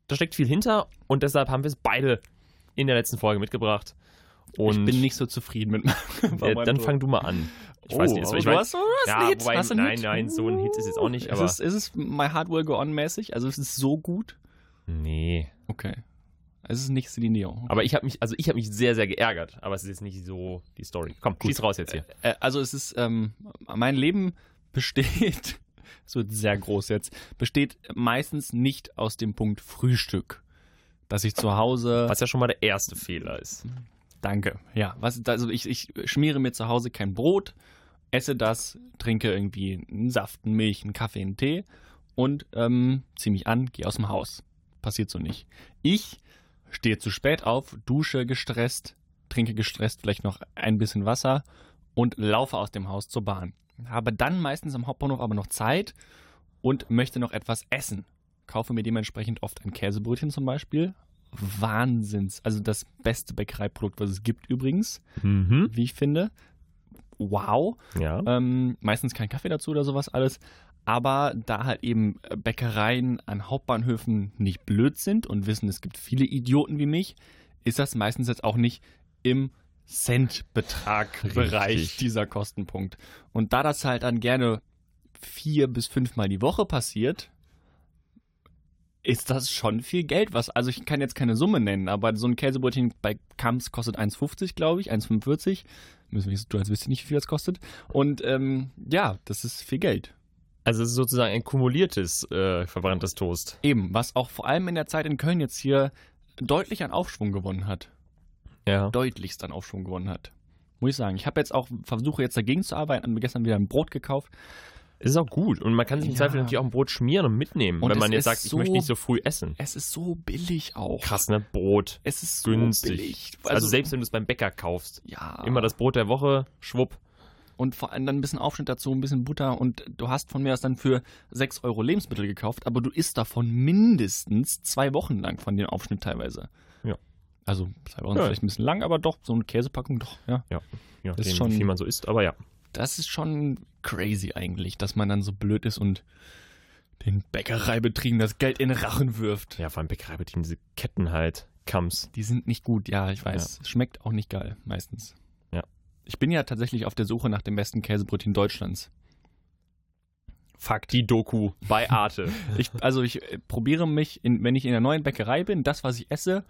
Speaker 3: da steckt viel hinter und deshalb haben wir es beide in der letzten Folge mitgebracht. Und
Speaker 2: ich bin nicht so zufrieden mit meinem
Speaker 3: äh, dann fang du mal an. Ich weiß nicht, also
Speaker 2: aber
Speaker 3: ich
Speaker 2: du
Speaker 3: weiß,
Speaker 2: hast, du hast
Speaker 3: ja,
Speaker 2: einen Hit.
Speaker 3: wobei,
Speaker 2: hast du einen
Speaker 3: nein,
Speaker 2: Hit?
Speaker 3: nein, so ein Hit ist jetzt auch nicht, aber
Speaker 2: Ist es, ist es My Hard Will Go On mäßig? Also es ist so gut?
Speaker 3: nee.
Speaker 2: Okay. Es ist nicht Celine Dion.
Speaker 3: Aber ich habe mich, also ich habe mich sehr, sehr geärgert. Aber es ist jetzt nicht so die Story. Komm, schieß raus jetzt hier.
Speaker 2: Äh, also es ist, ähm, mein Leben besteht, *laughs* es wird sehr groß jetzt, besteht meistens nicht aus dem Punkt Frühstück. Dass ich zu Hause.
Speaker 3: Was ja schon mal der erste Fehler ist.
Speaker 2: Danke. Ja, was, also ich, ich schmiere mir zu Hause kein Brot, esse das, trinke irgendwie einen Saft, einen Milch, einen Kaffee, einen Tee und ähm, ziehe mich an, gehe aus dem Haus. Passiert so nicht. Ich stehe zu spät auf, dusche gestresst, trinke gestresst vielleicht noch ein bisschen Wasser und laufe aus dem Haus zur Bahn. Habe dann meistens am Hauptbahnhof aber noch Zeit und möchte noch etwas essen. Kaufe mir dementsprechend oft ein Käsebrötchen zum Beispiel. Wahnsinns. Also das beste Bäckereiprodukt, was es gibt übrigens,
Speaker 3: Mhm.
Speaker 2: wie ich finde. Wow.
Speaker 3: Ja.
Speaker 2: Ähm, meistens kein Kaffee dazu oder sowas alles. Aber da halt eben Bäckereien an Hauptbahnhöfen nicht blöd sind und wissen, es gibt viele Idioten wie mich, ist das meistens jetzt auch nicht im Centbetrag-Bereich
Speaker 3: Richtig.
Speaker 2: dieser Kostenpunkt. Und da das halt dann gerne vier bis fünfmal die Woche passiert, ist das schon viel Geld, was, also ich kann jetzt keine Summe nennen, aber so ein Käsebrötchen bei Kamps kostet 1,50, glaube ich, 1,45. Müssen wir jetzt, du als wisst nicht, wie viel das kostet. Und ähm, ja, das ist viel Geld.
Speaker 3: Also es ist sozusagen ein kumuliertes äh, verbranntes Toast.
Speaker 2: Eben, was auch vor allem in der Zeit in Köln jetzt hier deutlich an Aufschwung gewonnen hat.
Speaker 3: Ja.
Speaker 2: deutlichst an Aufschwung gewonnen hat. Muss ich sagen. Ich habe jetzt auch versuche jetzt dagegen zu arbeiten, habe mir gestern wieder ein Brot gekauft,
Speaker 3: Es ist auch gut und man kann sich im
Speaker 2: Ja.
Speaker 3: Zweifel natürlich auch ein Brot schmieren und mitnehmen,
Speaker 2: Und
Speaker 3: wenn
Speaker 2: es
Speaker 3: man jetzt
Speaker 2: ist
Speaker 3: sagt, ich
Speaker 2: so-
Speaker 3: möchte nicht so früh essen.
Speaker 2: Es ist so billig auch.
Speaker 3: Krass, ne? Brot.
Speaker 2: Es ist so billig.
Speaker 3: Günstig. Also, selbst wenn du es beim Bäcker kaufst.
Speaker 2: ja.
Speaker 3: Immer das Brot der Woche, schwupp.
Speaker 2: Und vor allem dann ein bisschen Aufschnitt dazu, ein bisschen Butter. Und du hast von mir aus dann für 6 Euro Lebensmittel gekauft, aber du isst davon mindestens zwei Wochen lang von dem Aufschnitt teilweise.
Speaker 3: Ja.
Speaker 2: Also zwei Wochen
Speaker 3: Ja.
Speaker 2: ist vielleicht ein bisschen lang, aber doch, so eine Käsepackung doch, ja.
Speaker 3: Ja,
Speaker 2: Das ist
Speaker 3: dem,
Speaker 2: schon-
Speaker 3: wie viel man so isst, aber ja.
Speaker 2: Das ist schon crazy eigentlich, dass man dann so blöd ist und den Bäckereibetrieben das Geld in den Rachen wirft.
Speaker 3: Ja, vor allem Bäckereibetrieben, diese Ketten halt, Kamps.
Speaker 2: Die sind nicht gut, ja, ich weiß. Schmeckt auch nicht geil, meistens.
Speaker 3: Ja.
Speaker 2: Ich bin ja tatsächlich auf der Suche nach dem besten Käsebrötchen Deutschlands. Fakt.
Speaker 3: Die Doku bei
Speaker 2: *laughs*
Speaker 3: Arte.
Speaker 2: Ich, also ich äh, probiere mich, in, wenn ich in der neuen Bäckerei bin, das, was ich esse,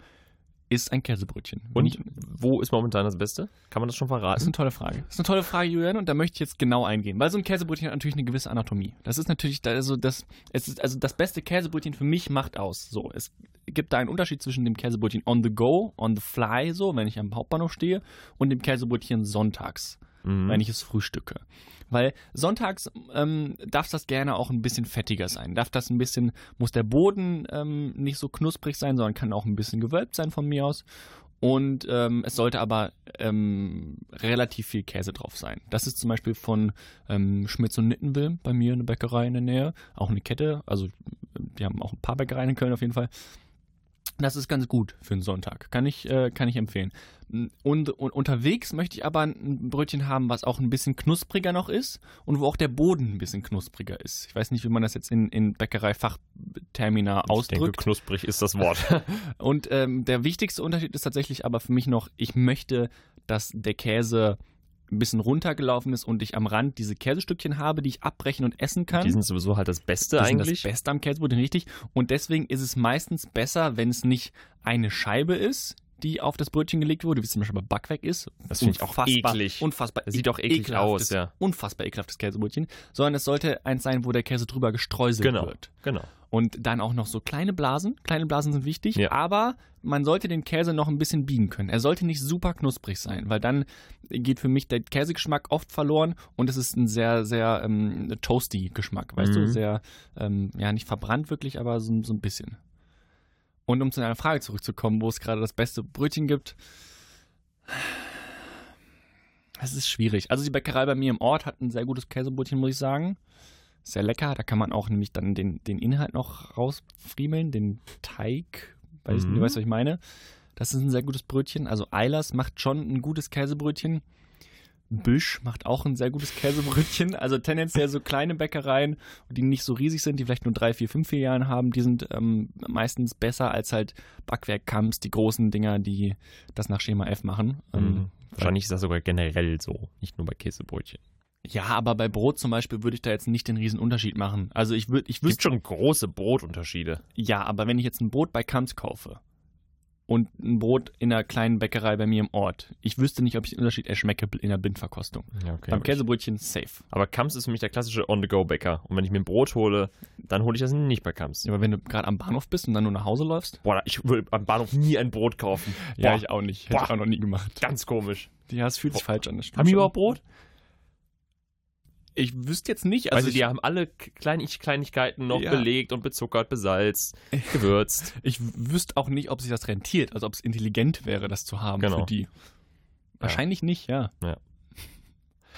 Speaker 2: ist ein Käsebrötchen. Wenn
Speaker 3: und
Speaker 2: ich,
Speaker 3: wo ist momentan das Beste? Kann man das schon
Speaker 2: das
Speaker 3: verraten?
Speaker 2: ist eine tolle Frage. Das ist eine tolle Frage, Julian, und da möchte ich jetzt genau eingehen, weil so ein Käsebrötchen hat natürlich eine gewisse Anatomie. Das ist natürlich, da- also das, es ist, also das beste Käsebrötchen für mich macht aus. So, es gibt da einen Unterschied zwischen dem Käsebrötchen on the go, on the fly, so, wenn ich am Hauptbahnhof stehe, und dem Käsebrötchen sonntags. *laughs*
Speaker 3: Mhm.
Speaker 2: wenn ich es frühstücke. Weil sonntags ähm, darf das gerne auch ein bisschen fettiger sein. Darf das ein bisschen, muss der Boden ähm, nicht so knusprig sein, sondern kann auch ein bisschen gewölbt sein von mir aus. Und ähm, es sollte aber ähm, relativ viel Käse drauf sein. Das ist zum Beispiel von ähm, Schmitz und Nittenwil bei mir eine Bäckerei in der Nähe. Auch eine Kette. Also äh, die haben auch ein paar Bäckereien in Köln auf jeden Fall. Das ist ganz gut für einen Sonntag. Kann ich, äh, kann ich empfehlen. Hm, Und, und unterwegs möchte ich aber ein Brötchen haben, was auch ein bisschen knuspriger noch ist und wo auch der Boden ein bisschen knuspriger ist. Ich weiß nicht, wie man das jetzt in, in Bäckerei-Fachtermina
Speaker 3: ich denke,
Speaker 2: ausdrückt.
Speaker 3: knusprig ist das Wort.
Speaker 2: *laughs* Und ähm, der wichtigste Unterschied ist tatsächlich aber für mich noch, ich möchte, dass der Käse ein bisschen runtergelaufen ist und ich am Rand diese Käsestückchen habe, die ich abbrechen und essen kann.
Speaker 3: Die sind sowieso halt das Beste
Speaker 2: Die sind
Speaker 3: eigentlich.
Speaker 2: Das Beste am Käsebrötchen, richtig. Und deswegen ist es meistens besser, wenn es nicht eine Scheibe ist, die auf das Brötchen gelegt wurde, wie es zum Beispiel bei Backwerk ist.
Speaker 3: Das finde ich auch
Speaker 2: Unfassbar-
Speaker 3: eklig.
Speaker 2: Unfassbar
Speaker 3: Das sieht auch eklig
Speaker 2: ekelhaftes-
Speaker 3: aus, ja.
Speaker 2: Unfassbar ekelhaftes Käsebrötchen. Sondern es sollte eins sein, wo der Käse drüber gestreuselt
Speaker 3: genau,
Speaker 2: wird.
Speaker 3: genau.
Speaker 2: Und dann auch noch so kleine Blasen. Kleine Blasen sind wichtig,
Speaker 3: Ja.
Speaker 2: aber man sollte den Käse noch ein bisschen biegen können. Er sollte nicht super knusprig sein, weil dann geht für mich der Käsegeschmack oft verloren und es ist ein sehr, sehr ähm, toasty Geschmack, weißt du?
Speaker 3: Mhm.
Speaker 2: Sehr, ähm, ja, nicht verbrannt wirklich, aber so, so ein bisschen. Und um zu deiner Frage zurückzukommen, wo es gerade das beste Brötchen gibt, es ist schwierig. Also die Bäckerei bei mir im Ort hat ein sehr gutes Käsebrötchen, muss ich sagen. Sehr lecker. Da kann man auch nämlich dann den, den Inhalt noch rausfriemeln, den Teig. Weiß,
Speaker 3: Mhm.
Speaker 2: Du weißt, was ich meine. Das ist ein sehr gutes Brötchen. Also Eilers macht schon ein gutes Käsebrötchen. Büsch macht auch ein sehr gutes Käsebrötchen. Also tendenziell so kleine Bäckereien, die nicht so riesig sind, die vielleicht nur drei, vier, fünf Filialen haben, die sind ähm, meistens besser als halt Backwerkkamps, die großen Dinger, die das nach Schema F machen. Ähm,
Speaker 3: Mhm. Wahrscheinlich ist das sogar generell so, nicht nur bei Käsebrötchen.
Speaker 2: ja, aber bei Brot zum Beispiel würde ich da jetzt nicht den riesen Unterschied machen. Also ich würde, ich
Speaker 3: Es gibt
Speaker 2: wüsste,
Speaker 3: schon große Brotunterschiede.
Speaker 2: ja, aber wenn ich jetzt ein Brot bei Kamps kaufe und ein Brot in einer kleinen Bäckerei bei mir im Ort, ich wüsste nicht, ob ich den Unterschied erschmecke in der Blindverkostung.
Speaker 3: Ja, okay.
Speaker 2: Beim Käsebrötchen safe.
Speaker 3: Aber Kamps ist für mich der klassische On-the-Go-Bäcker. Und wenn ich mir ein Brot hole, dann hole ich das nicht bei Kamps.
Speaker 2: Ja, aber wenn du gerade am Bahnhof bist und dann nur nach Hause läufst?
Speaker 3: Boah, ich würde am Bahnhof nie ein Brot kaufen. Boah,
Speaker 2: auch nicht.
Speaker 3: Boah.
Speaker 2: auch noch nie gemacht.
Speaker 3: ganz komisch.
Speaker 2: Ja, es fühlt sich falsch an. das stimmt
Speaker 3: Haben die
Speaker 2: schon.
Speaker 3: überhaupt Brot?
Speaker 2: Ich wüsste jetzt nicht. Also
Speaker 3: Also weißt du,
Speaker 2: ich,
Speaker 3: die haben alle K- Klein Kleinigkeiten noch
Speaker 2: Ja.
Speaker 3: belegt und bezuckert, *laughs* besalzt, gewürzt.
Speaker 2: ich wüsste auch nicht, ob sich das rentiert. Also ob es intelligent wäre, das zu haben
Speaker 3: Genau.
Speaker 2: für die. Wahrscheinlich nicht, ja.
Speaker 3: ja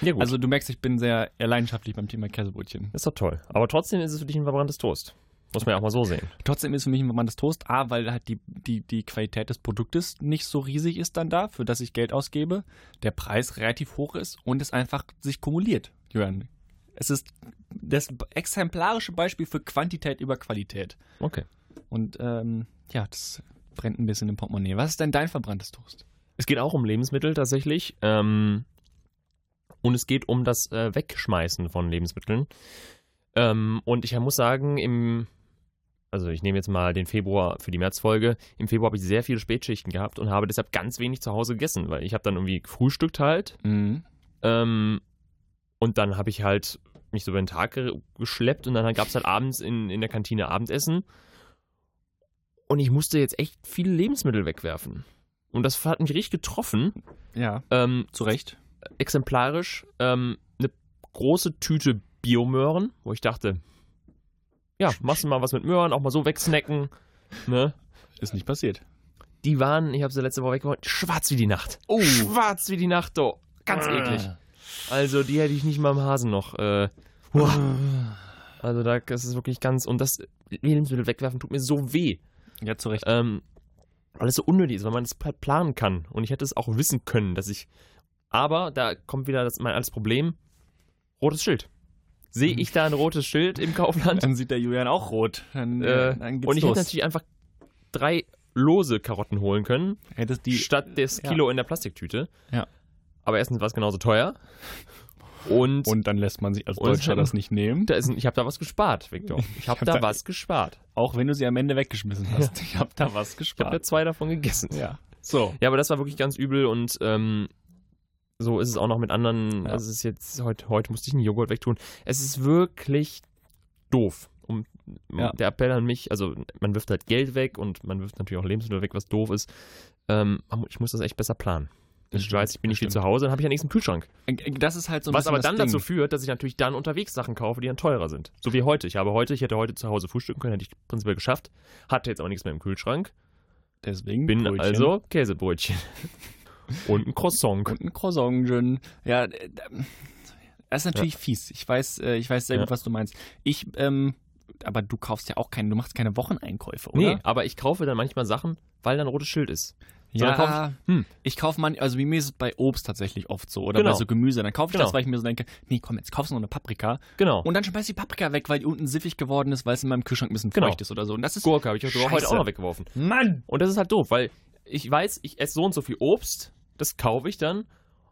Speaker 3: gut, also,
Speaker 2: Also du merkst, ich bin sehr leidenschaftlich beim Thema Käsebrötchen.
Speaker 3: ist doch toll. Aber trotzdem ist es für dich ein verbranntes Toast. Muss man ja auch mal so sehen.
Speaker 2: Trotzdem ist für mich ein verbranntes Toast, A, weil halt die, die, die Qualität des Produktes nicht so riesig ist dann da, für das ich Geld ausgebe, der Preis relativ hoch ist und es einfach sich kumuliert, Jörn. Es ist das exemplarische Beispiel für Quantität über Qualität.
Speaker 3: Okay.
Speaker 2: Und ähm, ja, das brennt ein bisschen im Portemonnaie. Was ist denn dein verbranntes Toast?
Speaker 3: Es geht auch um Lebensmittel tatsächlich. Ähm, und es geht um das äh, Wegschmeißen von Lebensmitteln. Ähm, und ich muss sagen, im, also ich nehme jetzt mal den Februar für die Märzfolge. Im Februar habe ich sehr viele Spätschichten gehabt und habe deshalb ganz wenig zu Hause gegessen, weil ich habe dann irgendwie gefrühstückt halt. Ähm, und dann habe ich halt mich so über den Tag ge- geschleppt und dann gab es halt abends in, in der Kantine Abendessen. Und ich musste jetzt echt viele Lebensmittel wegwerfen. Und das hat mich richtig getroffen.
Speaker 2: Ja,
Speaker 3: Ähm,
Speaker 2: zu Recht.
Speaker 3: exemplarisch ähm, eine große Tüte Biomöhren, wo ich dachte, ja, machst du mal was mit Möhren, auch mal so wegsnacken. Ne?
Speaker 2: Ist nicht passiert.
Speaker 3: Die waren, ich habe sie letzte Woche weggeholt, schwarz wie die Nacht.
Speaker 2: Oh.
Speaker 3: Schwarz wie die Nacht, oh. Ganz
Speaker 2: Ah.
Speaker 3: eklig. Also die hätte ich nicht mal im Hasen noch. Äh, also da ist es wirklich ganz. Und das Lebensmittel wegwerfen tut mir so weh.
Speaker 2: Ja, zu Recht.
Speaker 3: Ähm, weil es so unnötig ist, weil man es pla- planen kann. Und ich hätte es auch wissen können, dass ich. Aber da kommt wieder das, mein altes Problem: rotes Schild. Sehe
Speaker 2: Mhm.
Speaker 3: ich da ein rotes Schild im
Speaker 2: *laughs*
Speaker 3: Kaufland?
Speaker 2: Dann sieht der Julian auch rot. Dann,
Speaker 3: äh,
Speaker 2: äh, dann geht's
Speaker 3: und ich
Speaker 2: los.
Speaker 3: hätte natürlich einfach drei lose Karotten holen können,
Speaker 2: Hättest
Speaker 3: die,
Speaker 2: die
Speaker 3: statt des
Speaker 2: ja.
Speaker 3: Kilo in der Plastiktüte.
Speaker 2: Ja.
Speaker 3: Aber erstens war es genauso teuer. Und,
Speaker 2: und dann lässt man sich als
Speaker 3: Und-
Speaker 2: Deutscher *laughs* das nicht nehmen.
Speaker 3: da ist, ein- ich habe da was gespart,
Speaker 2: *laughs*
Speaker 3: Viktor. Ich habe
Speaker 2: hab
Speaker 3: da
Speaker 2: da-
Speaker 3: was gespart.
Speaker 2: Auch wenn du sie am Ende weggeschmissen hast. Ich habe *laughs* da was
Speaker 3: Ich habe da
Speaker 2: gespart.
Speaker 3: zwei davon gegessen.
Speaker 2: Ja. So.
Speaker 3: Ja, aber das war wirklich ganz übel und ähm, so ist es auch noch mit anderen.
Speaker 2: Ja.
Speaker 3: Also es ist jetzt, heute, heute musste ich einen Joghurt wegtun. Es ist wirklich doof. Um,
Speaker 2: Ja.
Speaker 3: Der Appell an mich, also man wirft halt Geld weg und man wirft natürlich auch Lebensmittel weg, was doof ist. Ähm, man mu- ich muss das echt besser planen.
Speaker 2: Das
Speaker 3: ich
Speaker 2: stimmt,
Speaker 3: weiß, ich bin
Speaker 2: das
Speaker 3: nicht viel
Speaker 2: stimmt.
Speaker 3: zu Hause, dann habe ich ja nichts im Kühlschrank.
Speaker 2: Das ist halt so ein
Speaker 3: Was
Speaker 2: bisschen
Speaker 3: aber dann
Speaker 2: das Ding.
Speaker 3: dazu führt, dass ich natürlich dann unterwegs Sachen kaufe, die dann teurer sind. So wie heute. Ich habe heute, ich hätte heute zu Hause frühstücken können, hätte ich prinzipiell geschafft, hatte jetzt aber nichts mehr im Kühlschrank.
Speaker 2: Deswegen
Speaker 3: Bin
Speaker 2: Brötchen.
Speaker 3: also Käsebrötchen. *laughs* Und ein Croissant.
Speaker 2: Und ein Croissant. Ja, äh, das ist natürlich fies. Ich weiß, äh, ich weiß sehr
Speaker 3: Ja.
Speaker 2: gut, was du meinst. Ich, ähm, aber du kaufst ja auch keine, du machst keine Wocheneinkäufe,
Speaker 3: Nee,
Speaker 2: oder?
Speaker 3: aber ich kaufe dann manchmal Sachen, weil da ein rotes Schild ist. So, dann kauf
Speaker 2: Ja,
Speaker 3: hm.
Speaker 2: ich kaufe man, also bei mir ist es bei Obst tatsächlich oft so oder
Speaker 3: Genau.
Speaker 2: bei so Gemüse. Dann kaufe ich
Speaker 3: Genau.
Speaker 2: das, weil ich mir so denke, nee, komm, jetzt kaufst du noch eine Paprika
Speaker 3: ich, genau.
Speaker 2: und dann schmeiß ich die Paprika weg, weil die unten siffig geworden ist, weil es in meinem Kühlschrank ein bisschen
Speaker 3: Genau.
Speaker 2: feucht ist oder so. Und das ist
Speaker 3: Gurke habe ich heute- heute
Speaker 2: Scheiße.
Speaker 3: auch noch weggeworfen.
Speaker 2: Mann.
Speaker 3: Und das ist halt doof, weil ich weiß, ich esse so und so viel Obst, das kaufe ich dann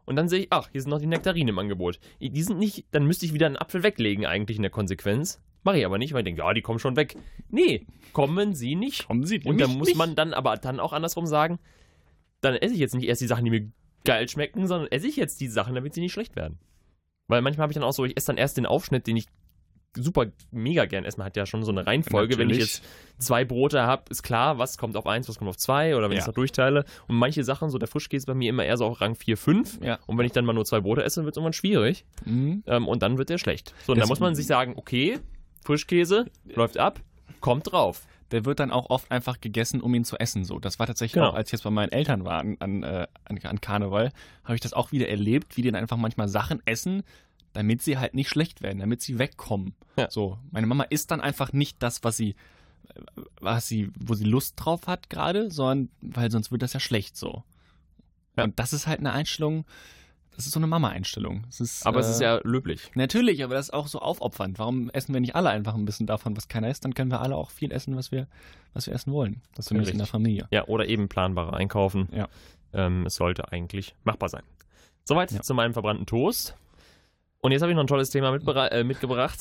Speaker 3: und dann sehe ich, ach, hier sind noch die Nektarinen im Angebot. Die sind nicht, dann müsste ich wieder einen Apfel weglegen eigentlich in der Konsequenz. Mache ich aber nicht, weil ich denke, ja, die kommen schon weg. Nee, kommen sie nicht.
Speaker 2: Kommen Sie
Speaker 3: Und dann muss man dann aber dann auch andersrum sagen, dann esse ich jetzt nicht erst die Sachen, die mir geil schmecken, sondern esse ich jetzt die Sachen, damit sie nicht schlecht werden. Weil manchmal habe ich dann auch so, ich esse dann erst den Aufschnitt, den ich super mega gern esse. Man hat ja schon so eine Reihenfolge, wenn ich
Speaker 2: Natürlich.
Speaker 3: jetzt zwei Brote habe, ist klar, was kommt auf eins, was kommt auf zwei oder wenn ich
Speaker 2: Ja.
Speaker 3: es noch durchteile. Und manche Sachen, so der Frischkäse ist bei mir immer eher so auf Rang 4, 5.
Speaker 2: Ja.
Speaker 3: Und wenn ich dann mal nur zwei Brote esse, wird es irgendwann schwierig.
Speaker 2: Mhm.
Speaker 3: Ähm, und dann wird der schlecht. So, und da
Speaker 2: Das-
Speaker 3: muss man sich sagen, okay, Frischkäse läuft ab, kommt drauf.
Speaker 2: Der wird dann auch oft einfach gegessen, um ihn zu essen. So, das war tatsächlich
Speaker 3: Genau.
Speaker 2: auch, als ich jetzt bei meinen Eltern war an, an, äh, an, an Karneval, habe ich das auch wieder erlebt, wie die dann einfach manchmal Sachen essen, damit sie halt nicht schlecht werden, damit sie wegkommen.
Speaker 3: Ja.
Speaker 2: So, meine Mama isst dann einfach nicht das, was sie, äh, was sie, wo sie Lust drauf hat gerade, sondern weil sonst wird das ja schlecht so.
Speaker 3: Ja.
Speaker 2: Und das ist halt eine Einstellung. Das ist so eine Mama-Einstellung. Es ist,
Speaker 3: Aber es ist
Speaker 2: äh,
Speaker 3: ja löblich.
Speaker 2: Natürlich, aber das ist auch so aufopfernd. Warum essen wir nicht alle einfach ein bisschen davon, was keiner isst? Dann können wir alle auch viel essen, was wir, was wir essen wollen. Das zumindest in der
Speaker 3: richtig.
Speaker 2: Familie.
Speaker 3: Ja, oder eben planbare Einkaufen.
Speaker 2: Ja.
Speaker 3: Ähm, es sollte eigentlich machbar sein. Soweit
Speaker 2: Ja.
Speaker 3: zu meinem verbrannten Toast. Und jetzt habe ich noch ein tolles Thema mitbere- äh, mitgebracht.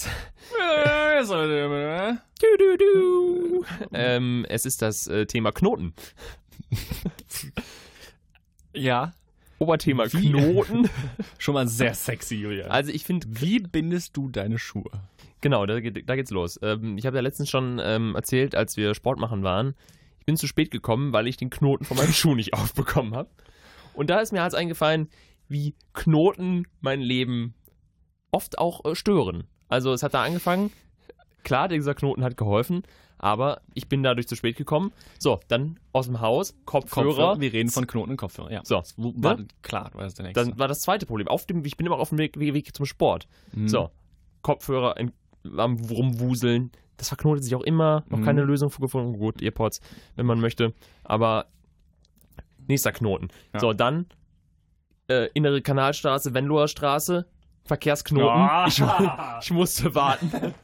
Speaker 3: Du, du, du. ähm, es ist das äh, Thema Knoten.
Speaker 2: Ja,
Speaker 3: Oberthema
Speaker 2: Wie?
Speaker 3: Knoten.
Speaker 2: schon mal sehr sexy, Julia.
Speaker 3: *laughs* Also ich finde,
Speaker 2: Wie bindest du deine Schuhe?
Speaker 3: genau, da, geht- da geht's los. Ähm, ich habe ja letztens schon ähm, erzählt, als wir Sport machen waren, ich bin zu spät gekommen, weil ich den Knoten von meinem *laughs* Schuh nicht aufbekommen habe. Und da ist mir halt eingefallen, wie Knoten mein Leben oft auch äh, stören. Also es hat da angefangen, klar, dieser Knoten hat geholfen, aber ich bin dadurch zu spät gekommen. So, dann aus dem Haus, Kopfhörer.
Speaker 2: wir reden von Knoten und Kopfhörer. Ja.
Speaker 3: So, ne?
Speaker 2: War, Klar, war das der nächste.
Speaker 3: dann war das zweite Problem. Auf dem, ich bin immer auf dem Weg, Weg, Weg zum Sport.
Speaker 2: Mhm.
Speaker 3: So, Kopfhörer in, am Rumwuseln. Das verknotet sich auch immer. Noch
Speaker 2: Mhm.
Speaker 3: keine Lösung für gefunden. Gut, Earpods, wenn man möchte. Aber nächster Knoten.
Speaker 2: Ja.
Speaker 3: So, dann äh, innere Kanalstraße, Venloer Straße, Verkehrsknoten.
Speaker 2: Ah.
Speaker 3: Ich, ich musste warten.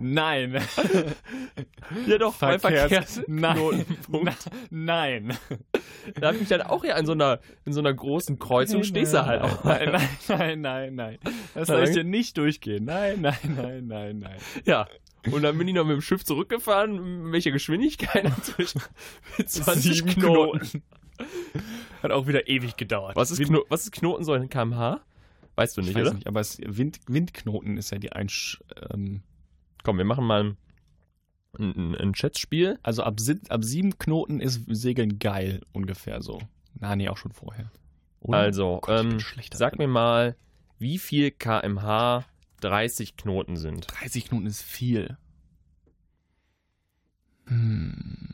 Speaker 2: Nein.
Speaker 3: ja doch, bei
Speaker 2: Verkehrs-
Speaker 3: Verkehrsknoten.
Speaker 2: Nein. Nein.
Speaker 3: Da habe ich dann auch ja in so einer, in so einer großen Kreuzung stehst du halt auch.
Speaker 2: Nein, nein, nein, nein, nein. Das
Speaker 3: Na,
Speaker 2: soll ich
Speaker 3: dann-
Speaker 2: dir nicht durchgehen. Nein, nein, nein, nein, nein.
Speaker 3: Ja. Und dann bin ich noch mit dem Schiff zurückgefahren, mit welcher Geschwindigkeit? *laughs* Natürlich mit 20
Speaker 2: Sieben
Speaker 3: Knoten.
Speaker 2: *laughs* Hat auch wieder ewig gedauert.
Speaker 3: Was ist, Kno was ist Knoten so in kmh? Weißt du nicht,
Speaker 2: Ich weiß
Speaker 3: oder?
Speaker 2: nicht, aber es, Wind, Windknoten ist ja die Einsch... Ähm,
Speaker 3: Komm, wir machen mal ein, ein, ein Chatspiel.
Speaker 2: also ab, si- ab sieben Knoten ist Segeln geil ungefähr so. Na, nee, auch schon vorher. Oder?
Speaker 3: Also,
Speaker 2: Oh, Gott, ich bin
Speaker 3: ähm,
Speaker 2: schlecht da
Speaker 3: sag
Speaker 2: drin.
Speaker 3: mir mal, wie viel kmh 30 Knoten sind.
Speaker 2: 30 Knoten ist viel. Hm,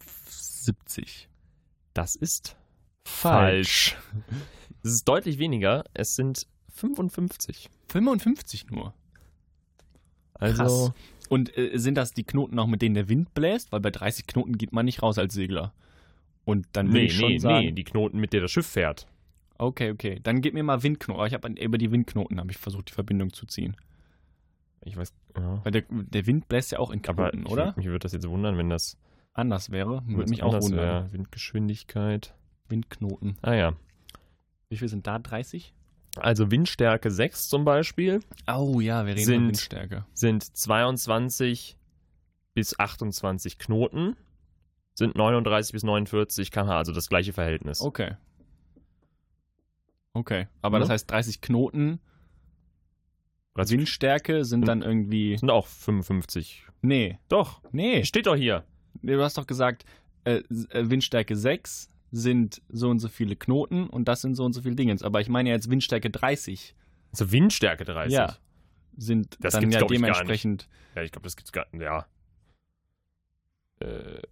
Speaker 2: 170.
Speaker 3: Das ist falsch. Es ist deutlich weniger. Es sind 55.
Speaker 2: 55 nur.
Speaker 3: Also,
Speaker 2: Und äh, sind das die Knoten auch, mit denen der Wind bläst? Weil bei 30 Knoten geht man nicht raus als Segler. Und dann will
Speaker 3: nee,
Speaker 2: ich schon
Speaker 3: nee,
Speaker 2: sagen,
Speaker 3: nee, die Knoten, mit der das Schiff fährt.
Speaker 2: okay, okay, dann gib mir mal Windknoten. Aber ich habe über die Windknoten habe ich versucht, die Verbindung zu ziehen.
Speaker 3: Ich weiß, ja.
Speaker 2: Weil der, der Wind bläst ja auch in
Speaker 3: aber
Speaker 2: Knoten,
Speaker 3: ich-
Speaker 2: oder?
Speaker 3: mich würde das jetzt wundern, wenn das
Speaker 2: Anders wäre, würde
Speaker 3: wenn's
Speaker 2: mich auch
Speaker 3: anders
Speaker 2: wundern.
Speaker 3: wäre. Windgeschwindigkeit.
Speaker 2: Windknoten.
Speaker 3: Ah ja.
Speaker 2: Wie viel sind da? 30?
Speaker 3: Also Windstärke 6 zum Beispiel
Speaker 2: Oh ja, wir reden
Speaker 3: Sind-
Speaker 2: von Windstärke.
Speaker 3: sind 22 bis 28 Knoten, sind 39 bis 49 km/h, also das gleiche Verhältnis.
Speaker 2: Okay. Okay, aber das
Speaker 3: Ne?
Speaker 2: heißt 30 Knoten,
Speaker 3: Das
Speaker 2: Windstärke
Speaker 3: Hm.
Speaker 2: sind dann irgendwie...
Speaker 3: sind auch 55.
Speaker 2: Nee,
Speaker 3: Doch,
Speaker 2: nee.
Speaker 3: steht doch hier.
Speaker 2: Nee, Du hast doch gesagt, äh, S- äh, Windstärke 6 sind so und so viele Knoten und das sind so und so viele Dingens. Aber ich meine ja jetzt Windstärke 30
Speaker 3: Also Windstärke 30.
Speaker 2: Ja. sind
Speaker 3: Das
Speaker 2: dann
Speaker 3: gibt's,
Speaker 2: ja
Speaker 3: glaub ich, gar nicht.
Speaker 2: dementsprechend.
Speaker 3: Ja, ich glaube, das gibt's gar nicht. Ja. Äh,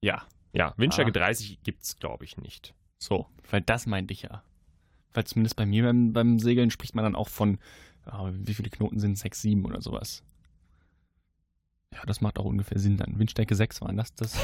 Speaker 2: Ja,
Speaker 3: ja, Windstärke
Speaker 2: Ah.
Speaker 3: 30 gibt's, glaube ich, nicht.
Speaker 2: so. Weil das meinte ich ja. Weil zumindest bei mir beim, beim Segeln spricht man dann auch von, ah, wie viele Knoten sind 6, 7 oder sowas. Ja, das macht auch ungefähr Sinn dann. Windstärke 6 waren das.
Speaker 3: *laughs*
Speaker 2: das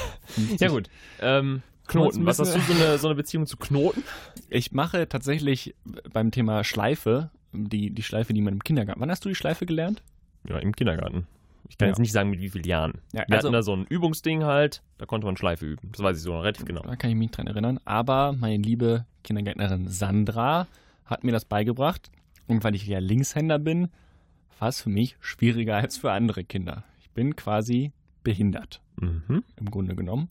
Speaker 3: Ja, gut. Ähm, Knoten. Was hast du so eine, so eine Beziehung zu Knoten?
Speaker 2: Ich mache tatsächlich beim Thema Schleife, die, die Schleife, die man im Kindergarten. Wann hast du die Schleife gelernt?
Speaker 3: Ja, im Kindergarten. Ich kann
Speaker 2: Ja.
Speaker 3: jetzt nicht sagen, mit wie vielen Jahren.
Speaker 2: Ja,
Speaker 3: Wir
Speaker 2: also-
Speaker 3: hatten da so ein Übungsding halt, da konnte man Schleife üben. Das weiß ich so noch relativ genau.
Speaker 2: Da kann ich mich dran erinnern. Aber meine liebe Kindergärtnerin Sandra hat mir das beigebracht. Und weil ich ja Linkshänder bin, war es für mich schwieriger als für andere Kinder. Ich bin quasi behindert,
Speaker 3: Mhm.
Speaker 2: im Grunde genommen.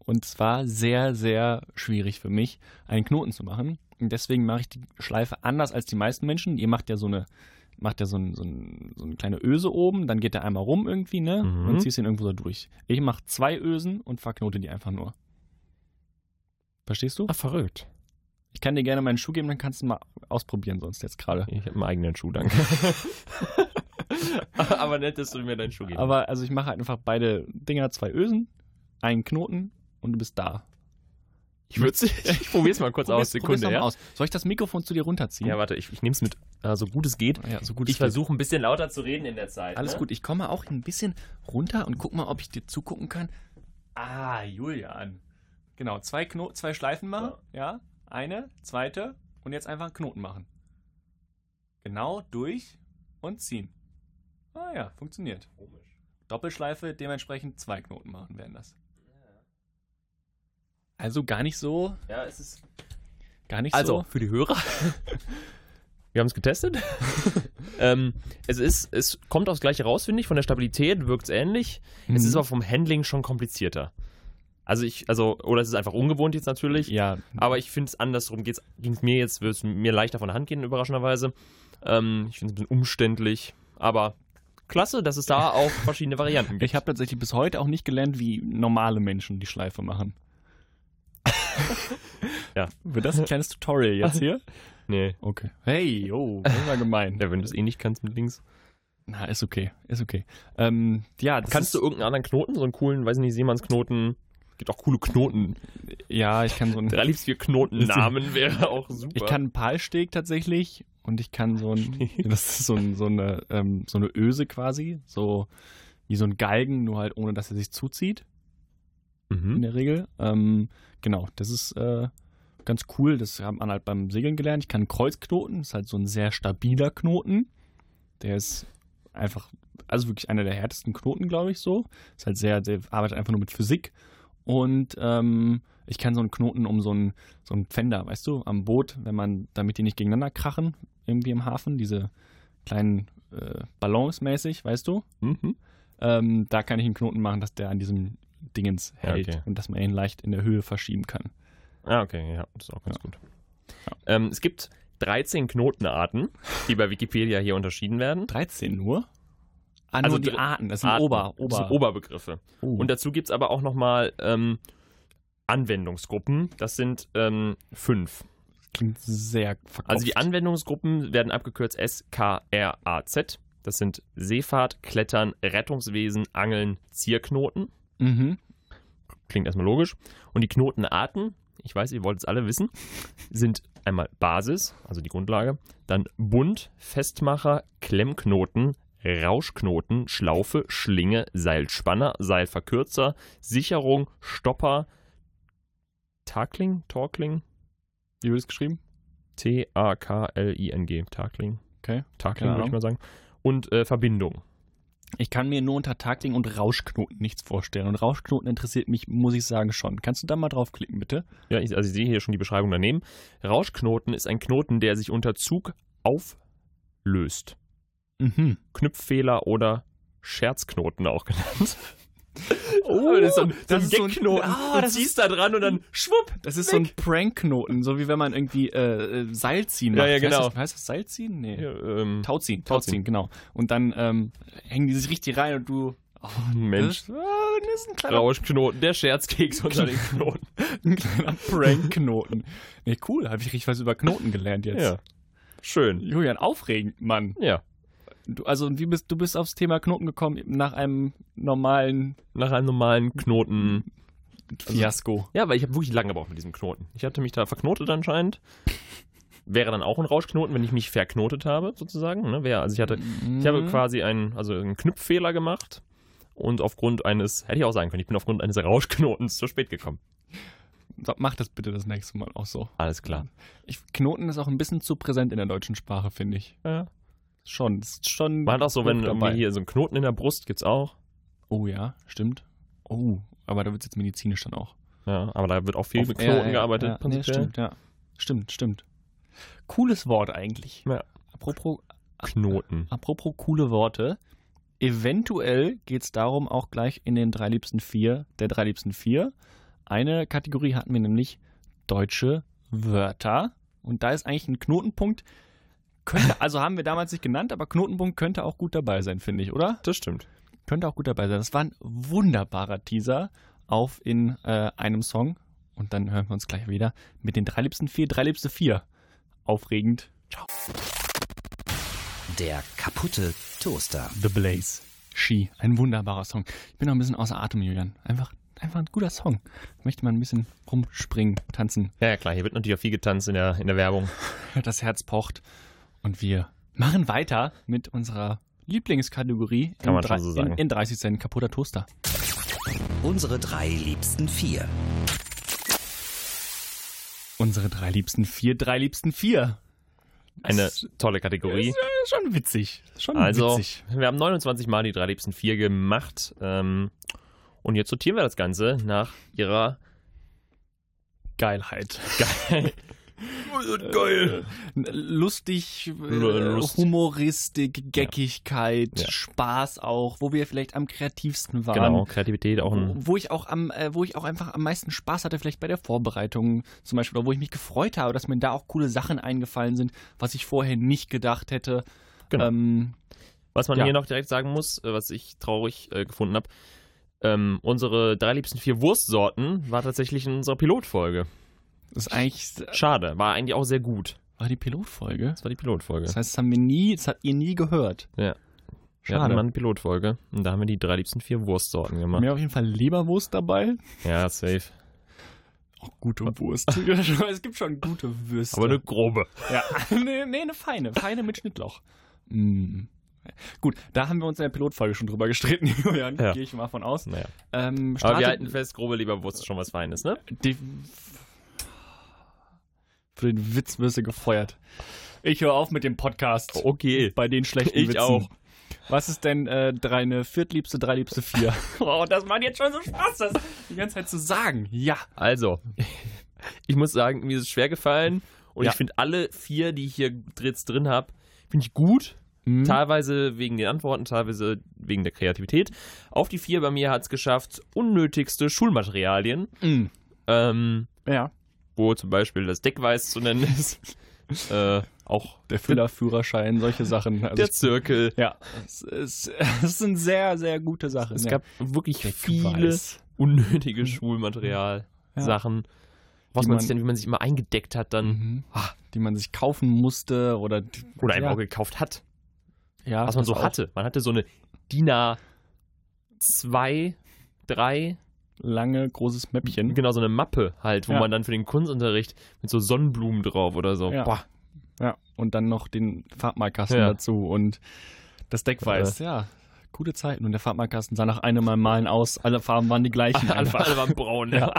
Speaker 2: Und es war sehr, sehr schwierig für mich, einen Knoten zu machen. Und deswegen mache ich die Schleife anders als die meisten Menschen. Ihr macht ja so eine, macht ja so, ein, so, ein, so eine kleine Öse oben, dann geht der einmal rum irgendwie, ne?
Speaker 3: Mhm.
Speaker 2: Und ziehst ihn irgendwo so durch. Ich mache zwei Ösen und verknote die einfach nur. Verstehst du?
Speaker 3: Ah, verrückt.
Speaker 2: Ich kann dir gerne meinen Schuh geben, dann kannst du mal ausprobieren sonst jetzt gerade.
Speaker 3: Ich habe meinen eigenen Schuh, danke. *laughs* Aber nett, dass du mir deinen Schuh gibst.
Speaker 2: Aber also ich mache halt einfach beide Dinger, zwei Ösen, einen Knoten und du bist da.
Speaker 3: ich, würd's- *laughs* ich probiere es mal kurz
Speaker 2: Probier's- probier's
Speaker 3: aus. Sekunde,
Speaker 2: noch mal
Speaker 3: ja.
Speaker 2: aus. Soll ich das Mikrofon zu dir runterziehen?
Speaker 3: Ja, warte, ich, ich nehme es mit, äh, so gut es geht.
Speaker 2: Ja, so gut
Speaker 3: Ich
Speaker 2: es geht.
Speaker 3: versuche ein bisschen lauter zu reden in der Zeit.
Speaker 2: Alles
Speaker 3: ne?
Speaker 2: gut, ich komme auch ein bisschen runter und guck mal, ob ich dir zugucken kann. Ah, Julian. Genau, zwei, Kno zwei Schleifen machen, ja. Eine, zweite und jetzt einfach einen Knoten machen. Genau, durch und ziehen. Ah ja, funktioniert. Doppelschleife, dementsprechend zwei Knoten machen werden das. Also gar nicht so,
Speaker 3: Ja, es ist
Speaker 2: gar nicht
Speaker 3: Also,
Speaker 2: so.
Speaker 3: für die Hörer. *laughs* Wir haben es *laughs* getestet. ähm, es, ist, es kommt aufs Gleiche raus, finde ich. Von der Stabilität wirkt es ähnlich. Es
Speaker 2: Mhm.
Speaker 3: ist aber vom Handling schon komplizierter. Also ich, also, oder es ist einfach ungewohnt jetzt natürlich.
Speaker 2: Ja,
Speaker 3: Aber ich finde es andersrum. Ging es mir jetzt, würde es mir leichter von der Hand gehen, überraschenderweise. Ähm, ich finde es ein bisschen umständlich. Aber klasse, dass es *laughs* da auch verschiedene Varianten gibt.
Speaker 2: ich habe tatsächlich bis heute auch nicht gelernt, wie normale Menschen die Schleife *laughs* machen.
Speaker 3: Ja.
Speaker 2: Wird das ein kleines Tutorial jetzt hier?
Speaker 3: Nee.
Speaker 2: *laughs* Okay. Hey, yo, das war gemein.
Speaker 3: Ja, wenn du es eh nicht kannst mit links.
Speaker 2: Na, ist okay, ist okay. Ähm, ja, das
Speaker 3: kannst du
Speaker 2: ist,
Speaker 3: irgendeinen anderen Knoten, so einen coolen, weiß nicht, Seemannsknoten? Gibt auch coole Knoten.
Speaker 2: Ja, ich kann so ein.
Speaker 3: Drei liebst vier *laughs* Knotennamen wäre auch super.
Speaker 2: Ich kann einen Palsteg tatsächlich und ich kann so *laughs* ein. Das ist so, ein, so, eine, ähm, so eine Öse quasi. So wie so ein Galgen, nur halt ohne, dass er sich zuzieht. in
Speaker 3: Mhm.
Speaker 2: der Regel. Ähm, genau, das ist äh, ganz cool. Das haben wir halt beim Segeln gelernt. Ich kann einen Kreuzknoten, das ist halt so ein sehr stabiler Knoten. Der ist einfach, also wirklich einer der härtesten Knoten, glaube ich, so. Ist halt sehr, der arbeitet einfach nur mit Physik. Und ähm, ich kann so einen Knoten um so einen, so einen Pfänder, weißt du, am Boot, wenn man, damit die nicht gegeneinander krachen, irgendwie im Hafen, diese kleinen äh, Ballons mäßig, weißt du?
Speaker 3: Mhm.
Speaker 2: Ähm, da kann ich einen Knoten machen, dass der an diesem Dingens
Speaker 3: Ja,
Speaker 2: hält
Speaker 3: okay.
Speaker 2: und dass man ihn leicht in der Höhe verschieben kann.
Speaker 3: Ah, okay, ja, das ist auch ganz gut. Ähm, es gibt 13 Knotenarten, die bei Wikipedia hier unterschieden werden.
Speaker 2: 13 nur? Ah,
Speaker 3: Also
Speaker 2: nur die
Speaker 3: dr-
Speaker 2: Arten, das sind
Speaker 3: Arten.
Speaker 2: Ober,
Speaker 3: Das
Speaker 2: Ober.
Speaker 3: sind Oberbegriffe.
Speaker 2: Oh.
Speaker 3: Und dazu gibt es aber auch nochmal ähm, Anwendungsgruppen. Das sind ähm, fünf.
Speaker 2: klingt sehr verkopft.
Speaker 3: Also die Anwendungsgruppen werden abgekürzt SKRAZ. Das sind Seefahrt, Klettern, Rettungswesen, Angeln, Zierknoten.
Speaker 2: Mhm.
Speaker 3: Klingt erstmal logisch. Und die Knotenarten, ich weiß, ihr wollt es alle wissen, sind einmal Basis, also die Grundlage, dann Bund, Festmacher, Klemmknoten, Rauschknoten, Schlaufe, Schlinge, Seilspanner, Seilverkürzer, Sicherung, Stopper, Takling, Torkling,
Speaker 2: Wie wird es geschrieben?
Speaker 3: T-A-K-L-I-N-G, Takling.
Speaker 2: Okay.
Speaker 3: Takling
Speaker 2: Keine
Speaker 3: würde ich mal sagen. Und äh, Verbindung.
Speaker 2: Ich kann mir nur unter Takling und Rauschknoten nichts vorstellen. Und Rauschknoten interessiert mich, muss ich sagen, schon. Kannst du da mal draufklicken, bitte?
Speaker 3: Ja, ich, also ich sehe hier schon die Beschreibung daneben. Rauschknoten ist ein Knoten, der sich unter Zug auflöst.
Speaker 2: Mhm.
Speaker 3: Knüpffehler oder Scherzknoten
Speaker 2: *laughs*
Speaker 3: auch genannt.
Speaker 2: Oh,
Speaker 3: das ist so ein, so ein
Speaker 2: das ist so ein-
Speaker 3: Geckknoten.
Speaker 2: Ah,
Speaker 3: du
Speaker 2: das
Speaker 3: ziehst da dran
Speaker 2: *laughs*
Speaker 3: und dann schwupp.
Speaker 2: Das ist so ein Prankknoten, so wie wenn man irgendwie äh, äh, Seilziehen
Speaker 3: Ja,
Speaker 2: macht.
Speaker 3: ja, genau.
Speaker 2: Heißt das, heißt das Seilziehen? Nee.
Speaker 3: Ja,
Speaker 2: Tauziehen,
Speaker 3: ähm, Tauziehen.
Speaker 2: Tauziehen, genau. Und dann ähm, hängen die sich richtig rein und du. Oh,
Speaker 3: Mensch.
Speaker 2: Das, ist- ah, das ist ein kleiner,
Speaker 3: Rauschknoten, der Scherzkeks unter den Knoten.
Speaker 2: ein kleiner Prankknoten. Nee, cool, habe ich richtig was über Knoten gelernt jetzt.
Speaker 3: Ja. Schön.
Speaker 2: Julian, aufregend, Mann.
Speaker 3: Ja.
Speaker 2: Du, also, wie bist, du bist aufs Thema Knoten gekommen nach einem normalen
Speaker 3: Nach einem normalen Knoten. Also
Speaker 2: Fiasko.
Speaker 3: Ja, weil ich habe wirklich lange gebraucht mit diesem Knoten. Ich hatte mich da verknotet anscheinend. Wäre dann auch ein Rauschknoten, wenn ich mich verknotet habe, sozusagen. Ne? Wäre, also ich hatte, ich habe quasi einen, also einen Knüpffehler gemacht und aufgrund eines, hätte ich auch sagen können, ich bin aufgrund eines Rauschknotens zu spät gekommen.
Speaker 2: Mach das bitte das nächste Mal auch so.
Speaker 3: Alles klar.
Speaker 2: Ich, Knoten ist auch ein bisschen zu präsent in der deutschen Sprache, finde ich.
Speaker 3: Ja.
Speaker 2: Schon. Ist schon
Speaker 3: Man hat auch so, wenn
Speaker 2: gut
Speaker 3: irgendwie hier so einen Knoten in der Brust gibt's auch.
Speaker 2: Oh ja, stimmt. Oh, aber da wird es jetzt medizinisch dann auch.
Speaker 3: Ja, aber da wird auch viel
Speaker 2: Auf-
Speaker 3: mit
Speaker 2: ja,
Speaker 3: Knoten
Speaker 2: ja,
Speaker 3: gearbeitet.
Speaker 2: Ja, nee,
Speaker 3: prinzipiell.
Speaker 2: stimmt, ja. Stimmt, stimmt. Cooles Wort eigentlich.
Speaker 3: Ja.
Speaker 2: Apropos,
Speaker 3: Knoten.
Speaker 2: apropos coole Worte. Eventuell geht es darum auch gleich in den drei liebsten vier, der drei liebsten vier. Eine Kategorie hatten wir nämlich deutsche Wörter. Und da ist eigentlich ein Knotenpunkt. Könnte, also haben wir damals nicht genannt, aber Knotenpunkt könnte auch gut dabei sein, finde ich, oder?
Speaker 3: Das stimmt.
Speaker 2: könnte auch gut dabei sein. Das war ein wunderbarer Teaser auf in äh, einem Song. Und dann hören wir uns gleich wieder mit den drei liebsten vier, drei liebste vier. Aufregend.
Speaker 1: Der kaputte Toaster.
Speaker 2: The Blaze. She. Ein wunderbarer Song. Ich bin noch ein bisschen außer Atem, Julian. Einfach, einfach ein guter Song. Möchte man ein bisschen rumspringen, tanzen.
Speaker 3: Ja, ja, klar, hier wird natürlich auch viel getanzt in der, in der Werbung.
Speaker 2: Das Herz pocht. Und wir machen weiter mit unserer Lieblingskategorie
Speaker 3: Kann man
Speaker 2: in,
Speaker 3: schon
Speaker 2: drei-
Speaker 3: so sagen.
Speaker 2: in, in 30 Cent kaputter Toaster.
Speaker 1: Unsere drei liebsten vier.
Speaker 2: Unsere drei liebsten vier, drei liebsten vier.
Speaker 3: Eine
Speaker 2: Das-
Speaker 3: tolle Kategorie.
Speaker 2: Ist, äh, schon witzig. Schon
Speaker 3: Also,
Speaker 2: witzig.
Speaker 3: wir haben 29 Mal die drei liebsten vier gemacht. Ähm, und jetzt sortieren wir das Ganze nach ihrer
Speaker 2: Geilheit.
Speaker 3: Geil. Oh, Geil.
Speaker 2: Lustig, äh,
Speaker 3: Lust.
Speaker 2: Humoristik, Geckigkeit,
Speaker 3: Ja.
Speaker 2: Spaß auch, wo wir vielleicht am kreativsten waren.
Speaker 3: Genau, Kreativität auch ein.
Speaker 2: Wo ich auch am, äh, wo ich auch einfach am meisten Spaß hatte, vielleicht bei der Vorbereitung zum Beispiel, oder wo ich mich gefreut habe, dass mir da auch coole Sachen eingefallen sind, was ich vorher nicht gedacht hätte.
Speaker 3: Genau.
Speaker 2: Ähm,
Speaker 3: Was man
Speaker 2: Ja.
Speaker 3: hier noch direkt sagen muss, äh, was ich traurig äh, gefunden habe. Ähm, unsere drei liebsten vier Wurstsorten war tatsächlich in unserer Pilotfolge.
Speaker 2: das ist eigentlich,
Speaker 3: Schade, war eigentlich auch sehr gut.
Speaker 2: war die Pilotfolge.
Speaker 3: Das war die Pilotfolge.
Speaker 2: Das heißt, das haben wir nie, das habt ihr nie gehört.
Speaker 3: Ja. Wir hatten
Speaker 2: Schade.
Speaker 3: mal eine Pilotfolge und da haben wir die drei liebsten vier Wurstsorten gemacht.
Speaker 2: Mir auf jeden Fall Leberwurst dabei.
Speaker 3: Ja, safe.
Speaker 2: Auch gute Wurst. *laughs* es gibt schon gute Würste.
Speaker 3: Aber eine grobe.
Speaker 2: ja. *laughs* nee, nee, eine feine. Feine mit Schnittlauch. Mm. Gut, da haben wir uns in der Pilotfolge schon drüber gestritten, *laughs* Julian.
Speaker 3: Ja.
Speaker 2: Gehe ich mal von aus.
Speaker 3: Naja.
Speaker 2: Ähm,
Speaker 3: Aber wir
Speaker 2: startet-
Speaker 3: halten fest, grobe Leberwurst ist schon was Feines, ne?
Speaker 2: die, für den Witz wirst du gefeuert. Oh, Ich höre auf mit dem Podcast.
Speaker 3: Okay.
Speaker 2: Bei den schlechten
Speaker 3: Ich
Speaker 2: Witzen.
Speaker 3: auch.
Speaker 2: Was ist denn äh, deine viertliebste, dreiliebste, *laughs* vier? oh, das macht jetzt schon so Spaß, das die ganze Zeit zu sagen. Ja.
Speaker 3: Also, *laughs* ich muss sagen, mir ist es schwer gefallen und
Speaker 2: Ja.
Speaker 3: ich finde alle vier, die ich hier jetzt drin habe, finde ich gut.
Speaker 2: Mhm.
Speaker 3: Teilweise wegen den Antworten, teilweise wegen der Kreativität. Auf die vier bei mir hat es geschafft, unnötigste Schulmaterialien,
Speaker 2: Mhm.
Speaker 3: ähm,
Speaker 2: Ja.
Speaker 3: wo zum Beispiel das Deckweiß zu nennen *laughs* ist, äh, auch
Speaker 2: Der Füllerführerschein, solche Sachen. Also
Speaker 3: der Zirkel.
Speaker 2: ja, es, es, es sind sehr, sehr gute Sachen.
Speaker 3: Es
Speaker 2: ja.
Speaker 3: gab wirklich
Speaker 2: Deckweiß.
Speaker 3: viele unnötige Schulmaterial-Sachen. Was
Speaker 2: Mhm. die
Speaker 3: man
Speaker 2: man-
Speaker 3: sich denn, wie man sich immer eingedeckt hat dann
Speaker 2: Mhm. Ah, die man sich kaufen musste oder die-
Speaker 3: oder einfach
Speaker 2: ja,
Speaker 3: auch gekauft hat.
Speaker 2: ja,
Speaker 3: Was man
Speaker 2: das
Speaker 3: so
Speaker 2: auch.
Speaker 3: hatte. Man hatte so eine DIN A2, 3,
Speaker 2: Lange großes Mäppchen.
Speaker 3: genau so eine Mappe halt, wo
Speaker 2: Mhm. Ja.
Speaker 3: man dann für den Kunstunterricht mit so Sonnenblumen drauf oder so.
Speaker 2: Ja.
Speaker 3: oh, Boah,
Speaker 2: Ja, und dann noch den Farbmalkasten
Speaker 3: Ja. Äh.
Speaker 2: dazu und das Deckweiß. ja, gute Zeiten. Und der Farbmalkasten sah nach einem Mal Malen aus. Alle Farben waren die gleichen.
Speaker 3: *laughs* alle,
Speaker 2: einfach.
Speaker 3: alle waren braun.
Speaker 2: *laughs* Ja.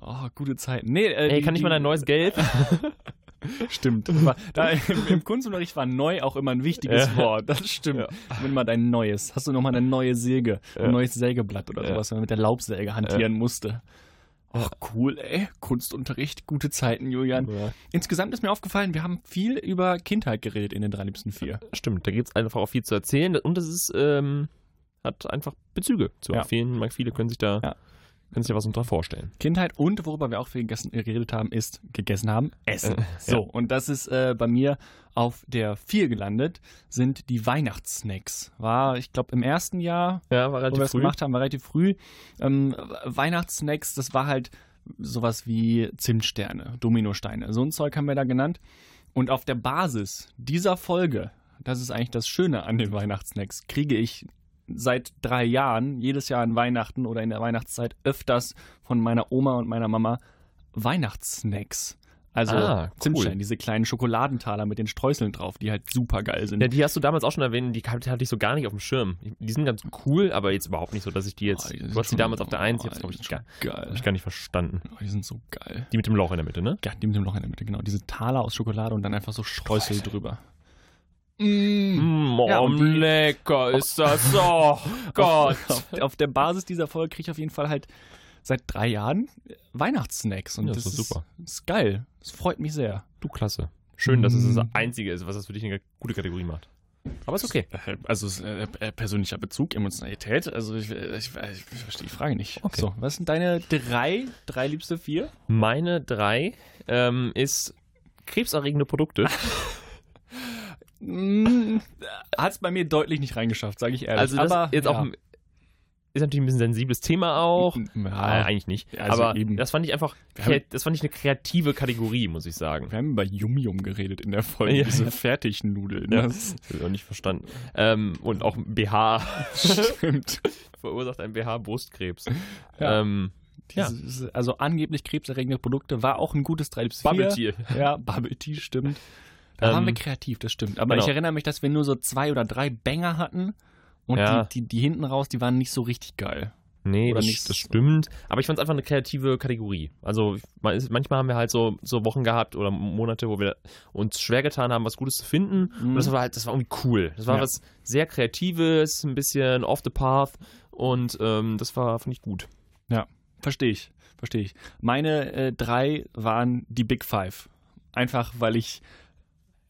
Speaker 2: Oh, gute Zeiten. Nee, äh,
Speaker 3: *laughs* Ey,
Speaker 2: die-
Speaker 3: kann ich mal
Speaker 2: die-
Speaker 3: ein neues Gelb?
Speaker 2: Stimmt. *laughs* War- Da, im, Im Kunstunterricht war neu auch immer ein wichtiges
Speaker 3: Ja.
Speaker 2: Wort. Das stimmt. Wenn man ein neues, hast du nochmal eine neue Säge,
Speaker 3: Ja.
Speaker 2: ein neues Sägeblatt oder
Speaker 3: Ja.
Speaker 2: sowas, wenn man mit der Laubsäge hantieren musste. Ach, cool, ey. Kunstunterricht, gute Zeiten, Julian. Insgesamt ist mir aufgefallen, wir haben viel über Kindheit geredet in den drei liebsten vier.
Speaker 3: *laughs* Stimmt, da gibt es einfach auch viel zu erzählen und das ist, ähm, hat einfach Bezüge zu
Speaker 2: Ja.
Speaker 3: vielen. Viele können sich da
Speaker 2: Ja.
Speaker 3: können sich da was unter vorstellen.
Speaker 2: Kindheit und worüber wir auch viel gegessen, geredet haben, ist gegessen haben, Essen.
Speaker 3: Äh,
Speaker 2: So, und das ist äh, bei mir auf der vier gelandet, sind die Weihnachtssnacks. War, ich glaube, im ersten Jahr
Speaker 3: Ja, war
Speaker 2: wo wir das gemacht haben, war relativ früh. Ähm, Weihnachtssnacks, das war halt sowas wie Zimtsterne, Dominosteine. So ein Zeug haben wir da genannt. Und auf der Basis dieser Folge, das ist eigentlich das Schöne an den Weihnachtssnacks, kriege ich seit drei Jahren, jedes Jahr an Weihnachten oder in der Weihnachtszeit, öfters von meiner Oma und meiner Mama Weihnachtssnacks. Also
Speaker 3: Ah, cool.
Speaker 2: Zimtsterne, diese kleinen Schokoladentaler mit den Streuseln drauf, die halt super geil sind.
Speaker 3: Ja, die hast du damals auch schon erwähnt, die hatte hatte ich so gar nicht auf dem Schirm. Die sind ganz cool, aber jetzt überhaupt nicht so, dass ich die jetzt.
Speaker 2: Oh, die sind
Speaker 3: du hast die
Speaker 2: schon-
Speaker 3: damals auf der Eins, ich
Speaker 2: oh,
Speaker 3: hab's, glaube
Speaker 2: die
Speaker 3: ich,
Speaker 2: sind
Speaker 3: gar,
Speaker 2: schon geil.
Speaker 3: hab ich gar nicht verstanden.
Speaker 2: Oh, die sind so geil.
Speaker 3: Die mit dem Loch in der Mitte, ne?
Speaker 2: Ja, die mit dem Loch in der Mitte, genau. Diese Taler aus Schokolade und dann einfach so Streusel drüber.
Speaker 3: Mm,
Speaker 2: Ja,
Speaker 3: oh,
Speaker 2: und die-
Speaker 3: lecker ist *laughs* das. Oh Gott.
Speaker 2: Auf, auf der Basis dieser Folge kriege ich auf jeden Fall halt seit drei Jahren Weihnachtssnacks. Und
Speaker 3: Ja,
Speaker 2: das,
Speaker 3: das ist
Speaker 2: ist
Speaker 3: super.
Speaker 2: Ist geil. Das freut mich sehr.
Speaker 3: Du klasse. Schön, dass es das
Speaker 2: Mm.
Speaker 3: Einzige ist, was das für dich eine gute Kategorie macht. Aber ist okay.
Speaker 2: Also persönlicher Bezug, Emotionalität. Also ich, verstehe die Frage nicht. Okay.
Speaker 3: So,
Speaker 2: So, was sind deine drei, drei liebste vier?
Speaker 3: Meine drei ähm, ist krebserregende Produkte.
Speaker 2: Hat es Mm, bei mir deutlich nicht reingeschafft, sage ich ehrlich.
Speaker 3: Also das
Speaker 2: Aber,
Speaker 3: jetzt
Speaker 2: ja.
Speaker 3: auch ist natürlich ein bisschen sensibles Thema auch. Äh,
Speaker 2: Ja,
Speaker 3: eigentlich nicht.
Speaker 2: Ja, also
Speaker 3: aber
Speaker 2: eben.
Speaker 3: das fand ich einfach,
Speaker 2: Wir haben-
Speaker 3: kreat- das fand ich eine kreative Kategorie, muss ich sagen.
Speaker 2: wir haben über Yum-Yum geredet in der Folge.
Speaker 3: Ja,
Speaker 2: diese Fertignudeln.
Speaker 3: Ja.
Speaker 2: Das *laughs*
Speaker 3: Das hab ich auch nicht verstanden. Ähm, und auch BH
Speaker 2: stimmt.
Speaker 3: *laughs* verursacht ein BH Brustkrebs.
Speaker 2: *laughs* Ja.
Speaker 3: Ähm, Ja.
Speaker 2: Dieses, also angeblich krebserregende Produkte war auch ein gutes 3 bis 4.
Speaker 3: Bubble Tea.
Speaker 2: Ja, Bubble Tea stimmt. Da
Speaker 3: Ähm,
Speaker 2: waren wir kreativ, das stimmt. Aber
Speaker 3: genau.
Speaker 2: ich erinnere mich, dass wir nur so zwei oder drei Banger hatten und
Speaker 3: Ja.
Speaker 2: die, die, die hinten raus, die waren nicht so richtig geil.
Speaker 3: Nee,
Speaker 2: Oder
Speaker 3: das,
Speaker 2: nicht.
Speaker 3: das stimmt. Aber ich fand es einfach eine kreative Kategorie. Also ich- man ist, manchmal haben wir halt so, so Wochen gehabt oder Monate, wo wir uns schwer getan haben, was Gutes zu finden. Und
Speaker 2: Mhm.
Speaker 3: das war halt, das war irgendwie cool. Das war
Speaker 2: Ja.
Speaker 3: was sehr Kreatives, ein bisschen off the path. Und ähm, das war, fand ich gut.
Speaker 2: Verstehe ich, verstehe ich. Meine äh, drei waren die Big Five. Einfach, weil ich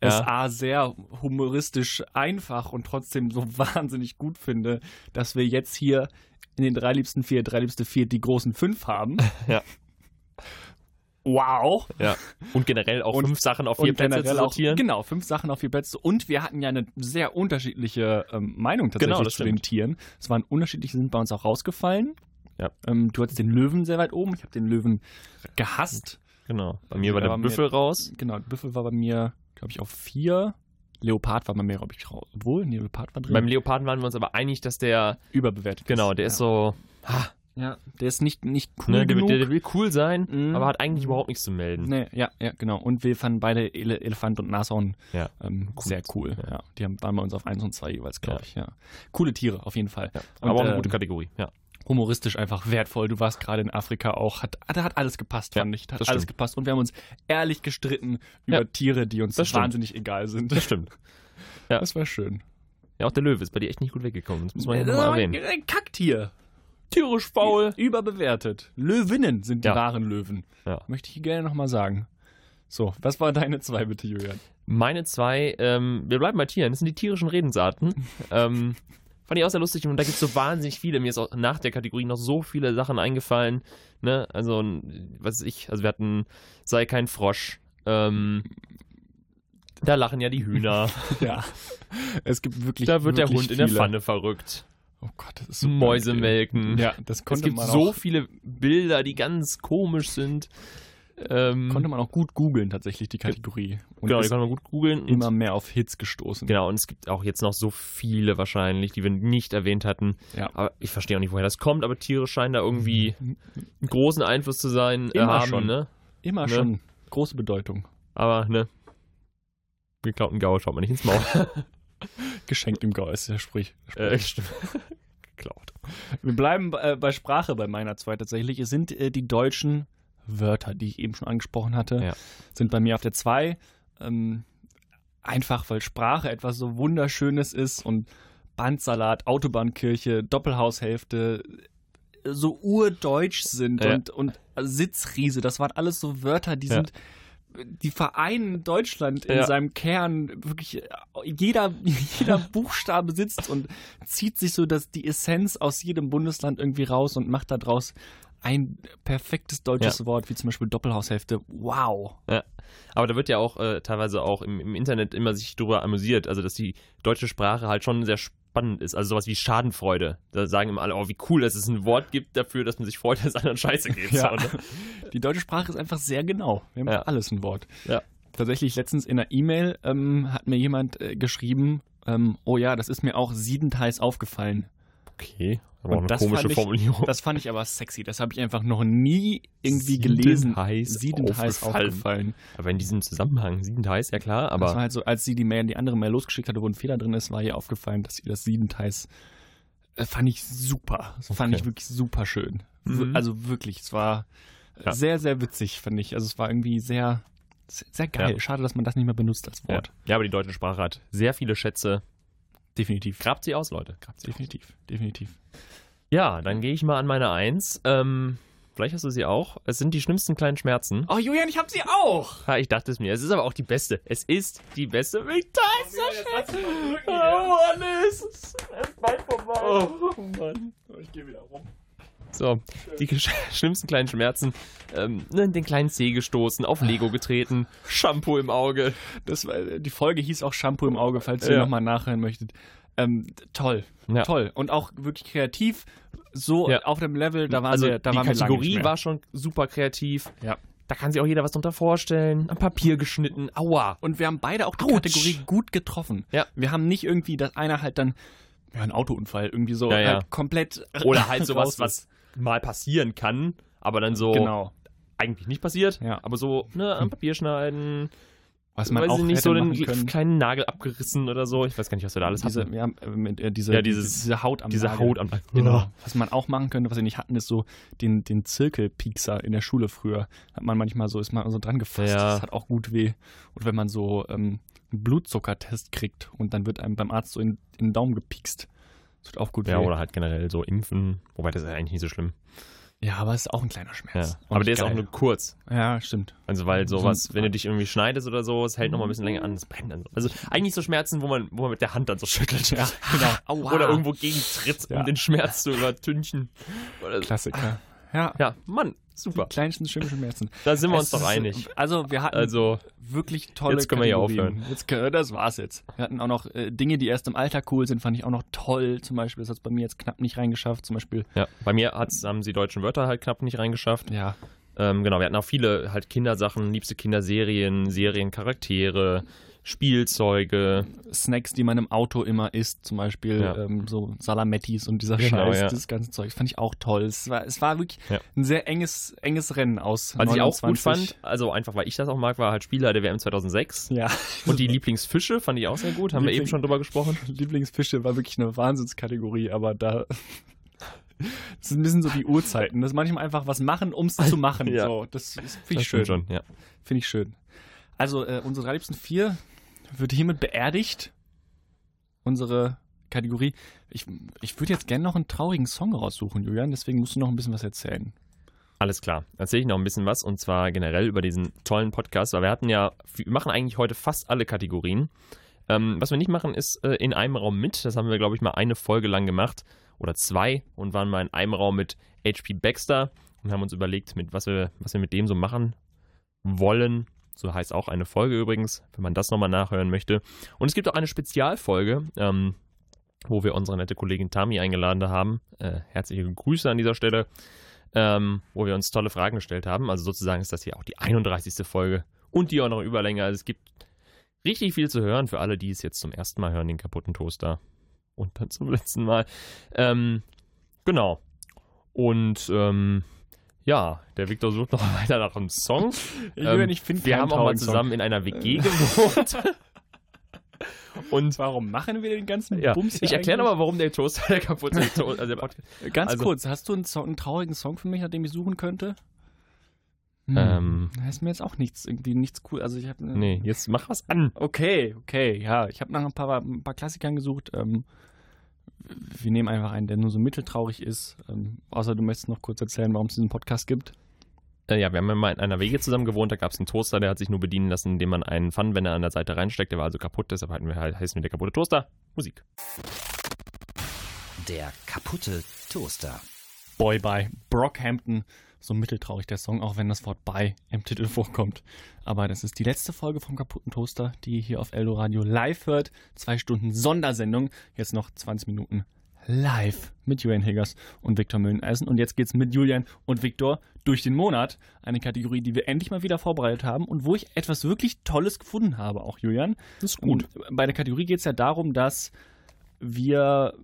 Speaker 2: es
Speaker 3: Ja.
Speaker 2: A sehr humoristisch einfach und trotzdem so *laughs* wahnsinnig gut finde, dass wir jetzt hier in den drei liebsten vier, drei liebste vier die großen fünf haben.
Speaker 3: *laughs* Ja.
Speaker 2: Wow.
Speaker 3: Ja. Und generell auch
Speaker 2: Und-
Speaker 3: fünf Sachen auf vier Plätze zu sortieren.
Speaker 2: Auch, genau, fünf Sachen auf vier Plätze. Und wir hatten ja eine sehr unterschiedliche ähm, Meinung tatsächlich
Speaker 3: Genau, das
Speaker 2: zu den
Speaker 3: stimmt.
Speaker 2: Tieren. Es waren unterschiedliche, sind bei uns auch rausgefallen.
Speaker 3: Ja.
Speaker 2: Ähm, du hattest den Löwen sehr weit oben. Ich habe den Löwen gehasst.
Speaker 3: Genau. Bei mir war
Speaker 2: Da
Speaker 3: der
Speaker 2: waren wir-
Speaker 3: Büffel raus.
Speaker 2: Genau, Büffel war bei mir, glaube ich, auf vier. Leopard war bei mir, glaube ich, raus. Obwohl, nee, Leopard war drin.
Speaker 3: Beim Leoparden waren wir uns aber einig, dass der,
Speaker 2: Überbewertet. Ah,
Speaker 3: genau, der ist so,
Speaker 2: Ja, der ist nicht, nicht cool
Speaker 3: ne, der,
Speaker 2: genug.
Speaker 3: will- der will cool sein,
Speaker 2: Mhm.
Speaker 3: aber hat eigentlich überhaupt nichts zu melden.
Speaker 2: Nee, ja, ja, genau. Und wir fanden beide Ele Elefant und Nashorn
Speaker 3: Ja.
Speaker 2: ähm, sehr cool. Ja. Die haben, waren bei uns auf 1 und 2 jeweils, glaube ich. Ja. Coole Tiere, auf jeden Fall. Und,
Speaker 3: Aber auch eine
Speaker 2: ähm,
Speaker 3: gute Kategorie, ja.
Speaker 2: humoristisch einfach wertvoll. Du warst gerade in Afrika auch. Hat, da hat alles gepasst,
Speaker 3: Ja,
Speaker 2: fand ich. Da Hat
Speaker 3: das
Speaker 2: alles
Speaker 3: stimmt.
Speaker 2: gepasst. Und wir haben uns ehrlich gestritten über
Speaker 3: Ja.
Speaker 2: Tiere, die uns
Speaker 3: Das stimmt.
Speaker 2: wahnsinnig egal sind.
Speaker 3: Das stimmt.
Speaker 2: Das war schön.
Speaker 3: Ja, auch der Löwe ist bei dir echt nicht gut weggekommen. Das muss man ja
Speaker 2: Das
Speaker 3: nochmal
Speaker 2: war ein-
Speaker 3: erwähnen.
Speaker 2: ein äh, Kacktier. Äh,
Speaker 3: Tierisch
Speaker 2: Überbewertet. Löwinnen sind die
Speaker 3: Ja.
Speaker 2: wahren Löwen.
Speaker 3: Ja.
Speaker 2: Möchte ich gerne nochmal sagen. So, was war deine zwei, bitte, Julian?
Speaker 3: Meine zwei, ähm, wir bleiben bei Tieren, das sind die
Speaker 2: *laughs*
Speaker 3: tierischen Redensarten. ähm, fand ich auch sehr lustig und da gibt es so wahnsinnig viele. Mir ist auch nach der Kategorie noch so viele Sachen eingefallen. Ne? Also, was weiß ich, also wir hatten, sei kein Frosch. Ähm, da lachen ja die Hühner.
Speaker 2: *laughs* Ja. Es gibt wirklich.
Speaker 3: da wird der
Speaker 2: wirklich
Speaker 3: Hund in der
Speaker 2: viele.
Speaker 3: Pfanne verrückt.
Speaker 2: Oh Gott, das ist
Speaker 3: Mäuse melken.
Speaker 2: Ja, das
Speaker 3: Es
Speaker 2: konnte
Speaker 3: gibt
Speaker 2: man
Speaker 3: so
Speaker 2: auch,
Speaker 3: viele Bilder, die ganz komisch sind. Ähm,
Speaker 2: konnte man auch gut googeln tatsächlich die Kategorie und
Speaker 3: genau, die
Speaker 2: ist
Speaker 3: kann man gut googeln. Und-
Speaker 2: immer mehr auf Hits gestoßen.
Speaker 3: Genau, und es gibt auch jetzt noch so viele wahrscheinlich, die wir nicht erwähnt hatten.
Speaker 2: Ja. Mhm.
Speaker 3: Aber ich verstehe auch nicht, woher das kommt, aber Tiere scheinen da irgendwie einen großen Einfluss zu sein, äh,
Speaker 2: Immer
Speaker 3: haben,
Speaker 2: schon.
Speaker 3: ne?
Speaker 2: Immer
Speaker 3: Ne?
Speaker 2: schon große Bedeutung
Speaker 3: Aber, ne? Geklauten Gaul schaut man nicht
Speaker 2: *laughs*
Speaker 3: ins Maul.
Speaker 2: geschenkt im Gau ist der Sprich.
Speaker 3: äh, stimmt. *laughs* Geklaut.
Speaker 2: Wir bleiben äh, bei Sprache bei meiner zwei tatsächlich. Es sind äh, die deutschen Wörter, die ich eben schon angesprochen hatte,
Speaker 3: Ja.
Speaker 2: sind bei mir auf der zwei. Ähm, einfach, weil Sprache etwas so Wunderschönes ist und Bandsalat, Autobahnkirche, Doppelhaushälfte äh, so urdeutsch sind
Speaker 3: Ja.
Speaker 2: und, und Sitzriese, das waren alles so Wörter, die
Speaker 3: Ja.
Speaker 2: sind die vereinen Deutschland in
Speaker 3: Ja.
Speaker 2: seinem Kern wirklich äh, jeder, *laughs* jeder Buchstabe sitzt und zieht sich so das, die Essenz aus jedem Bundesland irgendwie raus und macht daraus ein perfektes deutsches Wort, wie zum Beispiel Doppelhaushälfte. Wow.
Speaker 3: Aber da wird ja auch äh, teilweise auch im, im Internet immer sich drüber amüsiert, also dass die deutsche Sprache halt schon sehr spannend ist. Also sowas wie Schadenfreude. Da sagen immer alle, oh, wie cool, dass es ein Wort gibt dafür, dass man sich freut, dass es anderen Scheiße geht.
Speaker 2: Ja.
Speaker 3: So, ne?
Speaker 2: Die deutsche Sprache ist einfach sehr genau. Wir haben
Speaker 3: Ja.
Speaker 2: für alles ein Wort.
Speaker 3: Ja.
Speaker 2: Tatsächlich letztens in einer E-Mail ähm, hat mir jemand äh, geschrieben, ähm, oh ja, das ist mir auch siebenteils aufgefallen.
Speaker 3: Okay.
Speaker 2: aber auch eine komische
Speaker 3: Formulierung.
Speaker 2: Das fand ich aber sexy. Das habe ich einfach noch nie irgendwie gelesen.
Speaker 3: Siedenheiß
Speaker 2: Siebenteils
Speaker 3: aufgefallen.
Speaker 2: aufgefallen.
Speaker 3: Aber in diesem Zusammenhang, sieben Teils, ja klar,
Speaker 2: das war
Speaker 3: aber
Speaker 2: halt so, als sie die Mail, die andere Mail losgeschickt hatte, wo ein Fehler drin ist, war ihr aufgefallen, dass sie das siebenteils äh, fand ich super. Das fand
Speaker 3: Okay.
Speaker 2: ich wirklich super schön. W-
Speaker 3: Mhm.
Speaker 2: Also wirklich, es war äh,
Speaker 3: Ja.
Speaker 2: sehr, sehr witzig, fand ich. Also es war irgendwie sehr, sehr geil.
Speaker 3: Ja.
Speaker 2: Schade, dass man das nicht mehr benutzt als
Speaker 3: ja.
Speaker 2: Wort.
Speaker 3: ja, aber die deutsche Sprache hat sehr viele Schätze.
Speaker 2: Definitiv.
Speaker 3: Grabt sie aus, Leute. Grabt sie aus.
Speaker 2: Definitiv, definitiv.
Speaker 3: Ja, dann gehe ich mal an meine Eins. Ähm, vielleicht hast du sie auch. Es sind die schlimmsten kleinen Schmerzen.
Speaker 2: Oh, Julian, ich hab sie auch!
Speaker 3: Ha, ich dachte es mir. Es ist aber auch die beste. Es ist die beste. Mich ist so schön. Oh, alles. Es ist bald vorbei. Oh, Mann.
Speaker 2: Ich gehe wieder rum.
Speaker 3: So, die *laughs* gesch- schlimmsten kleinen Schmerzen. Ähm, ne, den kleinen Zeh gestoßen, auf Lego getreten, Shampoo im Auge.
Speaker 2: Das war, äh, die Folge hieß auch Shampoo im Auge, falls ihr
Speaker 3: Ja.
Speaker 2: nochmal nachhören möchtet. Ähm, toll,
Speaker 3: Ja.
Speaker 2: toll. Und auch wirklich kreativ, so
Speaker 3: Ja.
Speaker 2: auf dem Level, da waren
Speaker 3: also
Speaker 2: wir, da
Speaker 3: die
Speaker 2: waren wir lange nicht
Speaker 3: Kategorie
Speaker 2: mehr.
Speaker 3: war schon super kreativ.
Speaker 2: Ja.
Speaker 3: Da kann sich auch jeder was drunter vorstellen. Am Papier geschnitten. Aua.
Speaker 2: Und wir haben beide auch die
Speaker 3: Autsch.
Speaker 2: Kategorie gut getroffen.
Speaker 3: Ja.
Speaker 2: Wir haben nicht irgendwie, dass einer halt dann, ja, ein Autounfall, irgendwie so
Speaker 3: Ja, ja.
Speaker 2: Halt komplett.
Speaker 3: Oder
Speaker 2: *laughs*
Speaker 3: halt
Speaker 2: raus
Speaker 3: sowas,
Speaker 2: ist.
Speaker 3: was mal passieren kann, aber dann so
Speaker 2: Genau.
Speaker 3: eigentlich nicht passiert.
Speaker 2: Ja.
Speaker 3: Aber so, ne, am Papier schneiden.
Speaker 2: Was man
Speaker 3: weiß
Speaker 2: auch
Speaker 3: ich nicht,
Speaker 2: hätte
Speaker 3: so den
Speaker 2: machen können.
Speaker 3: kleinen Nagel abgerissen oder so. Ich weiß gar nicht, was wir da alles
Speaker 2: diese,
Speaker 3: hatten.
Speaker 2: ja, äh, mit, äh, diese,
Speaker 3: Ja, dieses-
Speaker 2: diese Haut am
Speaker 3: Diese
Speaker 2: Nagel.
Speaker 3: Haut am
Speaker 2: Genau. Was man auch machen könnte, was wir nicht hatten, ist so den, den Zirkelpiekser in der Schule früher. Hat man manchmal so, ist man so dran gefasst.
Speaker 3: Ja.
Speaker 2: Das hat auch gut weh. Und wenn man so ähm, einen Blutzuckertest kriegt und dann wird einem beim Arzt so in, in den Daumen gepiekst. Das tut auch gut
Speaker 3: Ja,
Speaker 2: weh.
Speaker 3: oder halt generell so impfen. Wobei das ist eigentlich nicht so schlimm.
Speaker 2: Ja, aber es ist auch ein kleiner
Speaker 3: Ja.
Speaker 2: Schmerz.
Speaker 3: Aber der ist auch
Speaker 2: geil.
Speaker 3: nur kurz.
Speaker 2: Ja, stimmt.
Speaker 3: Also weil sowas,
Speaker 2: Sonst-
Speaker 3: wenn du dich irgendwie schneidest oder so, es hält nochmal ein bisschen länger an, es brennt dann so. Also eigentlich so Schmerzen, wo man, wo man mit der Hand dann so schüttelt. *laughs* Ja,
Speaker 2: genau. Aua.
Speaker 3: Oder irgendwo gegentritt,
Speaker 2: Ja.
Speaker 3: um den Schmerz zu übertünchen. Oder so.
Speaker 2: Klassiker. Ja.
Speaker 3: Ja, Mann, super.
Speaker 2: Die kleinsten schlimmsten Schmerzen.
Speaker 3: Da sind wir uns
Speaker 2: Es
Speaker 3: doch
Speaker 2: ist-
Speaker 3: einig.
Speaker 2: Also, wir hatten
Speaker 3: Also,
Speaker 2: wirklich tolle
Speaker 3: Jetzt können wir hier
Speaker 2: Kategorien. Jetzt, können- das war's jetzt. Wir hatten auch noch äh, Dinge, die erst im Alter cool sind, fand ich auch noch toll. Zum Beispiel, das hat's bei mir jetzt knapp nicht reingeschafft. Zum Beispiel,
Speaker 3: ja, bei mir hat's, haben sie deutschen Wörter halt knapp nicht reingeschafft.
Speaker 2: ja,
Speaker 3: Ähm, genau, wir hatten auch viele halt Kindersachen, liebste Kinderserien, Seriencharaktere, Spielzeuge.
Speaker 2: Snacks, die man im Auto immer isst. Zum Beispiel
Speaker 3: Ja.
Speaker 2: ähm, so Salamettis und dieser
Speaker 3: Genau,
Speaker 2: Scheiß,
Speaker 3: ja.
Speaker 2: dieses ganze Zeug. Fand ich auch toll. Es war, es war wirklich
Speaker 3: Ja.
Speaker 2: ein sehr enges, enges Rennen aus
Speaker 3: Was ich auch gut
Speaker 2: 29.
Speaker 3: fand, also einfach weil ich das auch mag, war halt Spieler der WM 2006.
Speaker 2: Ja, *laughs*
Speaker 3: Und die Lieblingsfische fand ich auch sehr gut, haben wir
Speaker 2: Liebling-
Speaker 3: eben schon drüber gesprochen.
Speaker 2: Lieblingsfische war wirklich eine Wahnsinnskategorie, aber da. *laughs* Das ist ein bisschen so wie Uhrzeiten. Das ist manchmal einfach was machen,
Speaker 3: *laughs*
Speaker 2: um es zu machen.
Speaker 3: Ja.
Speaker 2: So, das, das finde ich
Speaker 3: Das
Speaker 2: schön.
Speaker 3: stimmt schon, ja.
Speaker 2: Finde ich schön. Also, äh, unsere drei liebsten vier wird hiermit beerdigt. Unsere Kategorie. Ich, ich würde jetzt gerne noch einen traurigen Song raussuchen, Julian. Deswegen musst du noch ein bisschen was erzählen.
Speaker 3: Alles klar. Erzähle ich noch ein bisschen was und zwar generell über diesen tollen Podcast, weil wir hatten ja, wir machen eigentlich heute fast alle Kategorien. Ähm, was wir nicht machen, ist äh, in einem Raum mit. Das haben wir, glaube ich, mal eine Folge lang gemacht oder zwei und waren mal in einem Raum mit HP Baxter und haben uns überlegt, mit was wir, was wir mit dem so machen wollen. So heißt auch eine Folge übrigens, wenn man das nochmal nachhören möchte. Und es gibt auch eine Spezialfolge. Ähm, wo wir unsere nette Kollegin Tami eingeladen haben. Äh, herzliche Grüße an dieser Stelle, ähm, wo wir uns tolle Fragen gestellt haben. Also sozusagen ist das hier auch die 31. Folge und die auch noch Überlänge. Also es gibt richtig viel zu hören für alle, die es jetzt zum ersten Mal hören, den kaputten Toaster. Und dann zum *laughs* letzten Mal. Ähm, genau. Und ähm, ja, der Victor sucht noch *laughs* weiter nach einem Song.
Speaker 2: Ich,
Speaker 3: Ähm,
Speaker 2: Äh, ich finde
Speaker 3: Wir haben auch mal zusammen in einer WG
Speaker 2: Ähm. *laughs*
Speaker 3: gewohnt. Und
Speaker 2: Warum machen wir den ganzen
Speaker 3: ja,
Speaker 2: Bums hier
Speaker 3: ich erkläre
Speaker 2: eigentlich?
Speaker 3: nochmal, warum der Toaster der kaputte Toaster, also
Speaker 2: *laughs*
Speaker 3: der Podcast.
Speaker 2: Äh, Ganz
Speaker 3: also-
Speaker 2: kurz, hast du einen, Song, einen traurigen Song für mich, nach dem ich suchen könnte? Hm.
Speaker 3: Ähm.
Speaker 2: Da ist mir jetzt auch nichts, irgendwie nichts cool. Also ich habe.
Speaker 3: Nee, jetzt mach was an.
Speaker 2: Okay, okay, ja. Ich habe nach ein paar, ein paar Klassikern gesucht. Ähm, wir nehmen einfach einen, der nur so mitteltraurig ist. Ähm, außer du möchtest noch kurz erzählen, warum es diesen Podcast gibt.
Speaker 3: Äh, ja, wir haben ja mal in einer WG zusammen gewohnt, da gab es einen Toaster, der hat sich nur bedienen lassen, indem man einen Pfannenwender an der Seite reinsteckt, der war also kaputt, deshalb hatten wir halt, heißen wir der kaputte Toaster. Musik.
Speaker 1: Der kaputte Toaster.
Speaker 2: Boy by Brockhampton. So mitteltraurig der Song, auch wenn das Wort by im Titel vorkommt. Aber das ist die letzte Folge vom kaputten Toaster, die ihr hier auf Eldo Radio live hört. Zwei Stunden Sondersendung. Jetzt noch 20 Minuten live mit Julian Higgers und Viktor Mülleneisen. Und jetzt geht's mit Julian und Viktor durch den Monat. Eine Kategorie, die wir endlich mal wieder vorbereitet haben und wo ich etwas wirklich Tolles gefunden habe, auch Julian.
Speaker 3: Das ist
Speaker 2: Und bei der Kategorie geht es ja darum, dass wir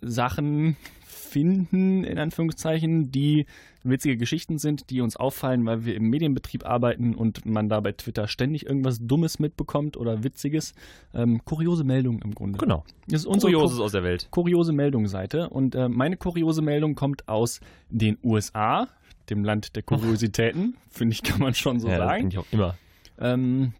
Speaker 2: Sachen finden, in Anführungszeichen, die witzige Geschichten sind, die uns auffallen, weil wir im Medienbetrieb arbeiten und man da bei Twitter ständig irgendwas Dummes mitbekommt oder Witziges. Ähm, kuriose Meldungen im Grunde.
Speaker 3: Genau.
Speaker 2: Das ist unsere
Speaker 3: Kurioses aus der Welt.
Speaker 2: kuriose Meldung-Seite. Und äh, meine kuriose Meldung kommt aus den USA, dem Land der Kuriositäten. Finde ich, *laughs* kann man schon so
Speaker 3: ja, das
Speaker 2: sagen
Speaker 3: finde ich auch immer.
Speaker 2: ähm,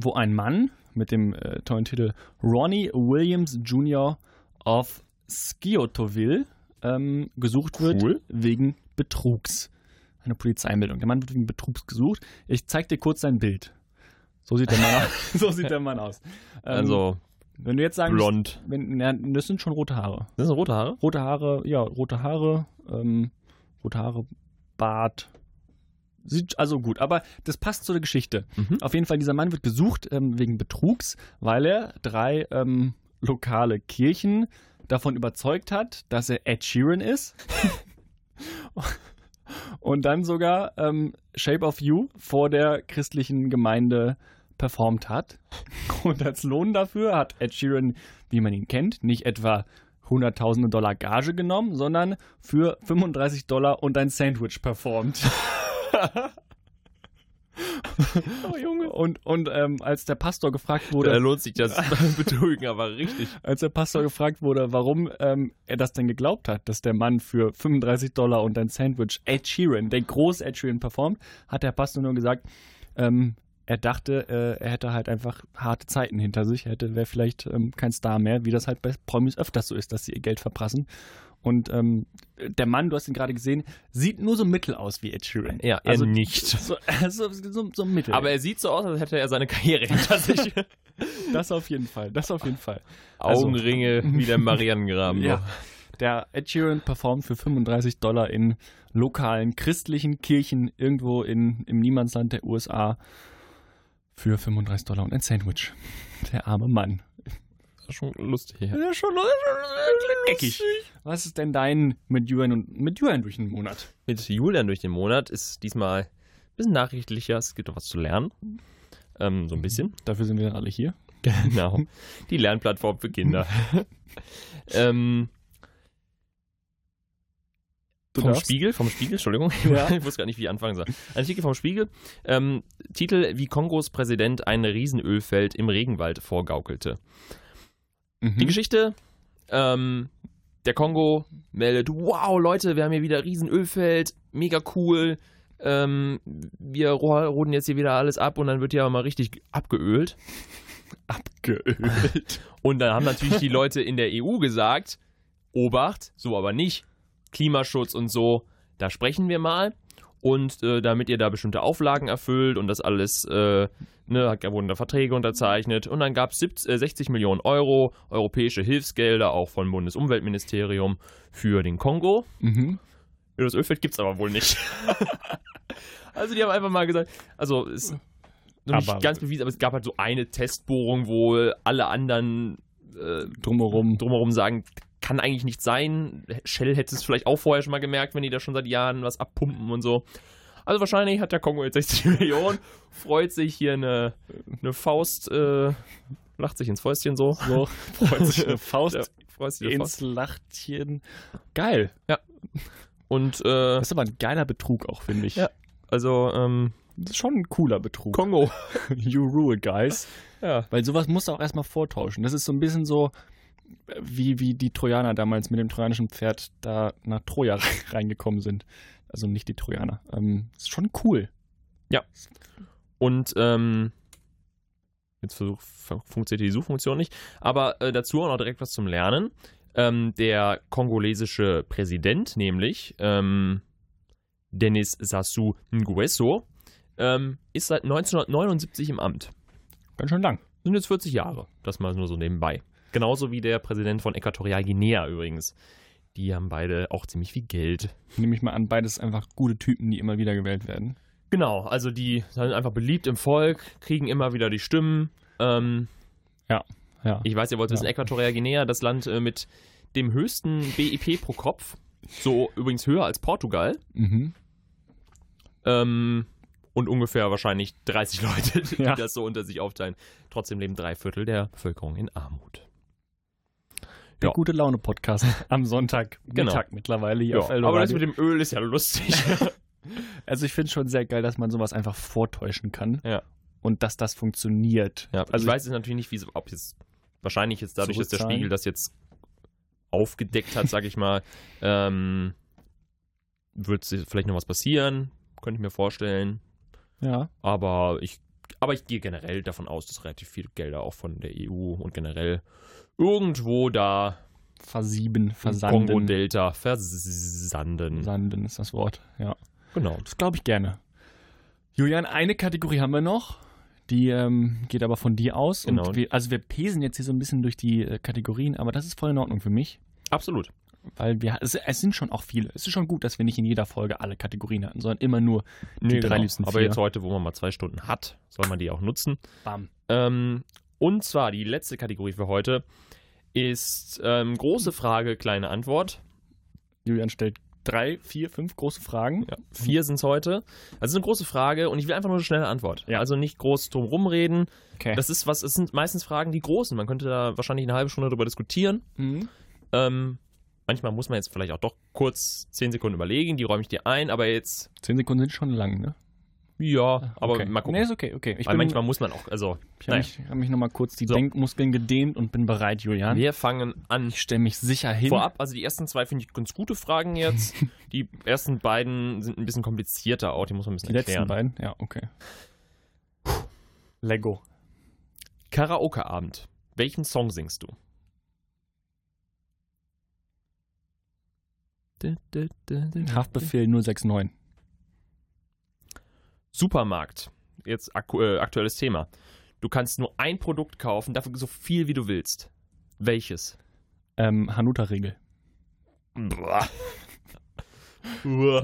Speaker 2: wo ein Mann mit dem äh, tollen Titel Ronnie Williams Jr. of Sciotoville ähm, gesucht wird
Speaker 3: Cool.
Speaker 2: wegen Betrugs. Eine Polizeimeldung. Der Mann wird wegen Betrugs gesucht. Ich zeig dir kurz sein Bild. So sieht der
Speaker 3: *laughs*
Speaker 2: Mann aus. so sieht der Mann aus. Ähm,
Speaker 3: Also
Speaker 2: wenn du jetzt sagen,
Speaker 3: blond.
Speaker 2: Wenn, na, das sind schon rote Haare.
Speaker 3: Das sind rote Haare?
Speaker 2: Rote Haare, ja, rote Haare, ähm, rote Haare, Bart. Sieht also gut, aber das passt zu der Geschichte.
Speaker 3: Mhm.
Speaker 2: Auf jeden Fall, dieser Mann wird gesucht ähm, wegen Betrugs, weil er drei ähm, lokale Kirchen davon überzeugt hat, dass er Ed Sheeran ist. *laughs* Und dann sogar ähm, Shape of You vor der christlichen Gemeinde performt hat. *laughs* Und als Lohn dafür hat Ed Sheeran, wie man ihn kennt, nicht etwa hunderttausende Dollar Gage genommen, sondern für 35 Dollar und ein Sandwich performt. *laughs*
Speaker 3: Oh, Junge. Äh,
Speaker 2: Und, und ähm, als der Pastor gefragt wurde,
Speaker 3: Da lohnt sich *laughs* das Betrügen aber richtig.
Speaker 2: als der Pastor gefragt wurde, warum ähm, er das denn geglaubt hat, dass der Mann für 35 Dollar und ein Sandwich Ed Sheeran, der groß Ed Sheeran performt, hat der Pastor nur gesagt, ähm, er dachte, äh, er hätte halt einfach harte Zeiten hinter sich, er hätte wäre vielleicht ähm, kein Star mehr, wie das halt bei Promis öfters so ist, dass sie ihr Geld verprassen. Und ähm, der Mann, du hast ihn gerade gesehen, sieht nur so mittel aus wie Ed Sheeran.
Speaker 3: Ja, eher
Speaker 2: also
Speaker 3: nicht.
Speaker 2: So, *laughs* so, so, so mittel.
Speaker 3: Aber er sieht so aus, als hätte er seine Karriere hinter *laughs* sich.
Speaker 2: das auf jeden Fall, das auf jeden Fall. Also-
Speaker 3: *laughs* Augenringe wie der Marianengraben.
Speaker 2: Ja. Der Ed Sheeran performt für 35 Dollar in lokalen christlichen Kirchen irgendwo in, im Niemandsland der USA für 35 Dollar und ein Sandwich. Der arme Mann.
Speaker 3: Das ist schon lustig. Ja.
Speaker 2: Ja, schon geckig. Was ist denn dein mit Julian und mit Julian durch den Monat?
Speaker 3: mit Julian durch den Monat ist diesmal ein bisschen nachrichtlicher. Es gibt doch was zu lernen. Ähm, so ein bisschen.
Speaker 2: Dafür sind wir dann alle hier.
Speaker 3: Genau. *laughs* Die Lernplattform
Speaker 2: *laughs*
Speaker 3: für Kinder. ähm,
Speaker 2: Du
Speaker 3: vom
Speaker 2: darfst.
Speaker 3: Spiegel, vom Spiegel, Entschuldigung.
Speaker 2: Ja.
Speaker 3: Ich *laughs* wusste gar nicht, wie ich anfangen soll. Ein Artikel vom Spiegel. Ähm, Titel: Wie Kongos Präsident ein Riesenölfeld im Regenwald vorgaukelte.
Speaker 2: Mhm. Hm?
Speaker 3: Die Geschichte, ähm, der Kongo meldet, wow, Leute, wir haben hier wieder riesen Ölfeld, mega cool. Ähm, wir ro- roden jetzt hier wieder alles ab und dann wird hier aber mal richtig abgeölt.
Speaker 2: Abgeölt.
Speaker 3: Und dann haben natürlich die Leute in der EU gesagt, Obacht, so aber nicht. Klimaschutz und so, da sprechen wir mal. Und äh, damit ihr da bestimmte Auflagen erfüllt und das alles, äh, ne, hat- wurden da Verträge unterzeichnet. Und dann gab es 60 Millionen Euro europäische Hilfsgelder, auch vom Bundesumweltministerium, für den Kongo.
Speaker 2: *laughs* Mhm.
Speaker 3: Ja, das Ölfeld gibt's aber wohl nicht. *laughs* also die haben einfach mal gesagt, also es ist noch nicht
Speaker 2: Aber-
Speaker 3: ganz bewiesen, aber es gab halt so eine Testbohrung, wo alle anderen äh,
Speaker 2: drumherum.
Speaker 3: drumherum sagen, kann eigentlich nicht sein. Shell hätte es vielleicht auch vorher schon mal gemerkt, wenn die da schon seit Jahren was abpumpen und so. Also wahrscheinlich hat der Kongo jetzt 60 *laughs* Millionen, freut sich hier eine, eine Faust, äh, lacht sich ins Fäustchen so. *laughs* so.
Speaker 2: Freut sich eine *laughs* Faust
Speaker 3: Ja, freut sich eine
Speaker 2: ins
Speaker 3: Faust.
Speaker 2: Lachtchen. Geil.
Speaker 3: Und äh,
Speaker 2: Das ist aber ein geiler Betrug auch, finde ich.
Speaker 3: Ja. also ähm,
Speaker 2: Das ist schon ein cooler Betrug.
Speaker 3: Kongo.
Speaker 2: you rule, guys.
Speaker 3: Ja.
Speaker 2: Weil sowas musst du auch erstmal vortäuschen. Das ist so ein bisschen so, äh, wie, wie die Trojaner damals mit dem trojanischen Pferd da nach Troja *laughs* reingekommen sind. Also nicht die Trojaner. Ähm, ist schon cool.
Speaker 3: Und ähm, jetzt versuch, ver- funktioniert die Suchfunktion nicht. Aber äh, dazu auch noch direkt was zum Lernen. Ähm, der kongolesische Präsident, nämlich ähm, Denis Sassou Nguesso, ähm, ist seit 1979 im Amt.
Speaker 2: Ganz schön lang.
Speaker 3: Sind jetzt 40 Jahre, das mal nur so nebenbei. Genauso wie der Präsident von Äquatorial Guinea übrigens. Die haben beide auch ziemlich viel Geld.
Speaker 2: Nehme ich mal an, beides einfach gute Typen, die immer wieder gewählt werden.
Speaker 3: Genau, also die sind einfach beliebt im Volk, kriegen immer wieder die Stimmen. Ähm,
Speaker 2: Ja.
Speaker 3: Ich weiß, ihr wollt wissen,
Speaker 2: Ja.
Speaker 3: Äquatorial Guinea, das Land äh, mit dem höchsten BIP pro Kopf, so übrigens höher als Portugal
Speaker 2: Mhm.
Speaker 3: ähm, und ungefähr wahrscheinlich 30 Leute, *laughs* die
Speaker 2: Ja.
Speaker 3: das so unter sich aufteilen. Trotzdem leben drei Viertel der Bevölkerung in Armut.
Speaker 2: Der
Speaker 3: Ja.
Speaker 2: gute Laune
Speaker 3: *laughs*
Speaker 2: Podcast am Sonntag
Speaker 3: Genau.
Speaker 2: Mittag mittlerweile hier
Speaker 3: Ja,
Speaker 2: auf
Speaker 3: aber das
Speaker 2: Eldoradio.
Speaker 3: mit dem Öl ist ja *laughs* lustig.
Speaker 2: Also ich finde es schon sehr geil, dass man sowas einfach vortäuschen kann.
Speaker 3: Ja.
Speaker 2: Und dass das funktioniert.
Speaker 3: ja, also
Speaker 2: Also-
Speaker 3: ich weiß jetzt natürlich nicht, wie, so- ob jetzt wahrscheinlich jetzt dadurch, dass der
Speaker 2: Zurückzahlen.
Speaker 3: Spiegel das jetzt aufgedeckt hat, sag ich mal, ähm, wird vielleicht noch was passieren, könnte ich mir vorstellen.
Speaker 2: Ja.
Speaker 3: Aber ich, aber ich gehe generell davon aus, dass relativ viel Gelder auch von der EU und generell irgendwo da
Speaker 2: Versieben,
Speaker 3: im
Speaker 2: versanden.
Speaker 3: Kongo-Delta versanden.
Speaker 2: Sanden ist das Wort, ja.
Speaker 3: Genau.
Speaker 2: Das glaube ich gerne. Julian, eine Kategorie haben wir noch. Die ähm, geht aber von dir aus.
Speaker 3: Genau.
Speaker 2: Und wir, also wir pesen jetzt hier so ein bisschen durch die äh, Kategorien, aber das ist voll in Ordnung für mich.
Speaker 3: Absolut.
Speaker 2: Weil wir, es, es sind schon auch viele. Es ist schon gut, dass wir nicht in jeder Folge alle Kategorien hatten, sondern immer nur die drei liebsten
Speaker 3: genau. Aber
Speaker 2: vier.
Speaker 3: jetzt heute, wo man mal zwei Stunden hat, soll man die auch nutzen.
Speaker 2: Bam.
Speaker 3: Ähm, und zwar die letzte Kategorie für heute ist ähm, große Frage, kleine Antwort.
Speaker 2: Julian stellt drei, vier, fünf große Fragen.
Speaker 3: Ja,
Speaker 2: Mhm.
Speaker 3: vier sind es heute. Also es ist eine große Frage und ich will einfach nur eine schnelle Antwort.
Speaker 2: Ja.
Speaker 3: Also nicht groß drum rumreden.
Speaker 2: Okay.
Speaker 3: Das ist was, es sind meistens Fragen, die großen. Man könnte da wahrscheinlich eine halbe Stunde drüber diskutieren.
Speaker 2: Mhm.
Speaker 3: Ähm, manchmal muss man jetzt vielleicht auch doch kurz zehn Sekunden überlegen, die räume ich dir ein, aber jetzt,
Speaker 2: Zehn Sekunden sind schon lang, ne?
Speaker 3: ja, aber
Speaker 2: Ah, okay.
Speaker 3: mal gucken.
Speaker 2: Nee, ist okay, okay. Ich,
Speaker 3: Weil
Speaker 2: bin-
Speaker 3: manchmal muss man auch, also,
Speaker 2: ich habe
Speaker 3: naja.
Speaker 2: mich, hab mich nochmal kurz die
Speaker 3: So.
Speaker 2: Denkmuskeln gedehnt und bin bereit, Julian.
Speaker 3: wir fangen an.
Speaker 2: Ich stelle mich sicher hin.
Speaker 3: Vorab, also die ersten zwei finde ich ganz gute
Speaker 2: *laughs*
Speaker 3: Fragen jetzt. die ersten beiden sind ein bisschen komplizierter auch, die muss man ein bisschen
Speaker 2: Die letzten
Speaker 3: erklären.
Speaker 2: beiden? Ja, okay. Lego.
Speaker 3: Karaoke-Abend. Welchen Song singst du?
Speaker 2: Haftbefehl 069.
Speaker 3: Supermarkt. Jetzt aktu äh, aktuelles Thema. Du kannst nur ein Produkt kaufen, dafür so viel wie du willst. Welches?
Speaker 2: Ähm, Hanuta-Regel.
Speaker 3: Uah.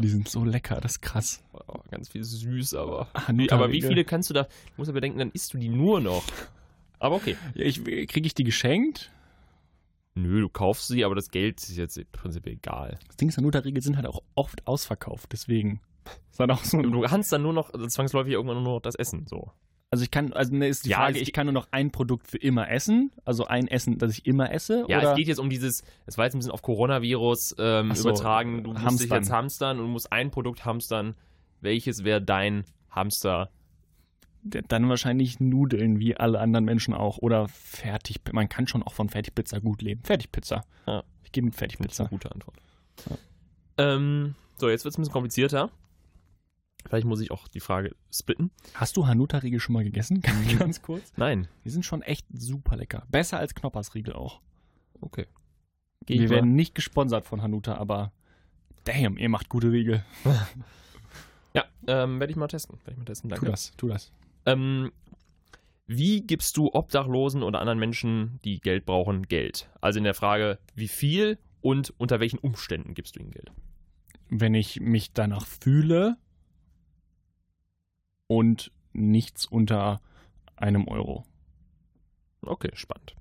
Speaker 2: Die sind so lecker, das ist krass.
Speaker 3: *laughs* Oh, ganz viel süß, aber. Wie,
Speaker 2: Hanuta-Regel.
Speaker 3: aber wie viele kannst du da? Du musst ja bedenken, dann isst du die nur noch. Aber okay.
Speaker 2: Ja, Ich, Kriege ich die geschenkt?
Speaker 3: Nö, du kaufst sie, aber das Geld ist jetzt im Prinzip egal.
Speaker 2: Das Ding ist, Hanuta-Regel sind halt auch oft ausverkauft, deswegen. Ist halt auch so ein,
Speaker 3: Du kannst dann nur noch, also zwangsläufig irgendwann nur noch das essen. So.
Speaker 2: also ich kann, also ne, ist die
Speaker 3: Ja,
Speaker 2: Frage,
Speaker 3: es
Speaker 2: ich
Speaker 3: geht-
Speaker 2: kann nur noch ein Produkt für immer essen, also ein Essen, das ich immer esse,
Speaker 3: Ja,
Speaker 2: oder?
Speaker 3: es geht jetzt um dieses, es war jetzt ein bisschen auf Coronavirus ähm,
Speaker 2: Ach so,
Speaker 3: übertragen, du musst dich
Speaker 2: hamstern.
Speaker 3: jetzt hamstern und musst ein Produkt hamstern. Welches wäre dein Hamster?
Speaker 2: Dann wahrscheinlich Nudeln, wie alle anderen Menschen auch, oder fertig, man kann schon auch von Fertigpizza gut leben. Fertigpizza.
Speaker 3: Ja.
Speaker 2: Ich gehe mit
Speaker 3: Finde ich eine
Speaker 2: Fertigpizza.
Speaker 3: gute Antwort. Ähm, so, jetzt wird es ein bisschen komplizierter. Vielleicht muss ich auch die Frage splitten.
Speaker 2: Hast du Hanuta-Riegel schon mal gegessen? *laughs* Ganz, *laughs* ganz kurz.
Speaker 3: Nein.
Speaker 2: Die sind schon echt super lecker. Besser als Knoppersriegel auch.
Speaker 3: Okay. Geh
Speaker 2: Wir
Speaker 3: ich mal.
Speaker 2: werden nicht gesponsert von Hanuta, aber damn, ihr macht gute Riegel.
Speaker 3: Ja, ähm, werde ich mal testen. Werde ich mal testen,
Speaker 2: Tu
Speaker 3: danke.
Speaker 2: das, tu das.
Speaker 3: Ähm, wie gibst du Obdachlosen oder anderen Menschen, die Geld brauchen, Geld? Also in der Frage, wie viel und unter welchen Umständen gibst du ihnen Geld?
Speaker 2: Wenn ich mich danach fühle und nichts unter einem Euro.
Speaker 3: Okay, spannend.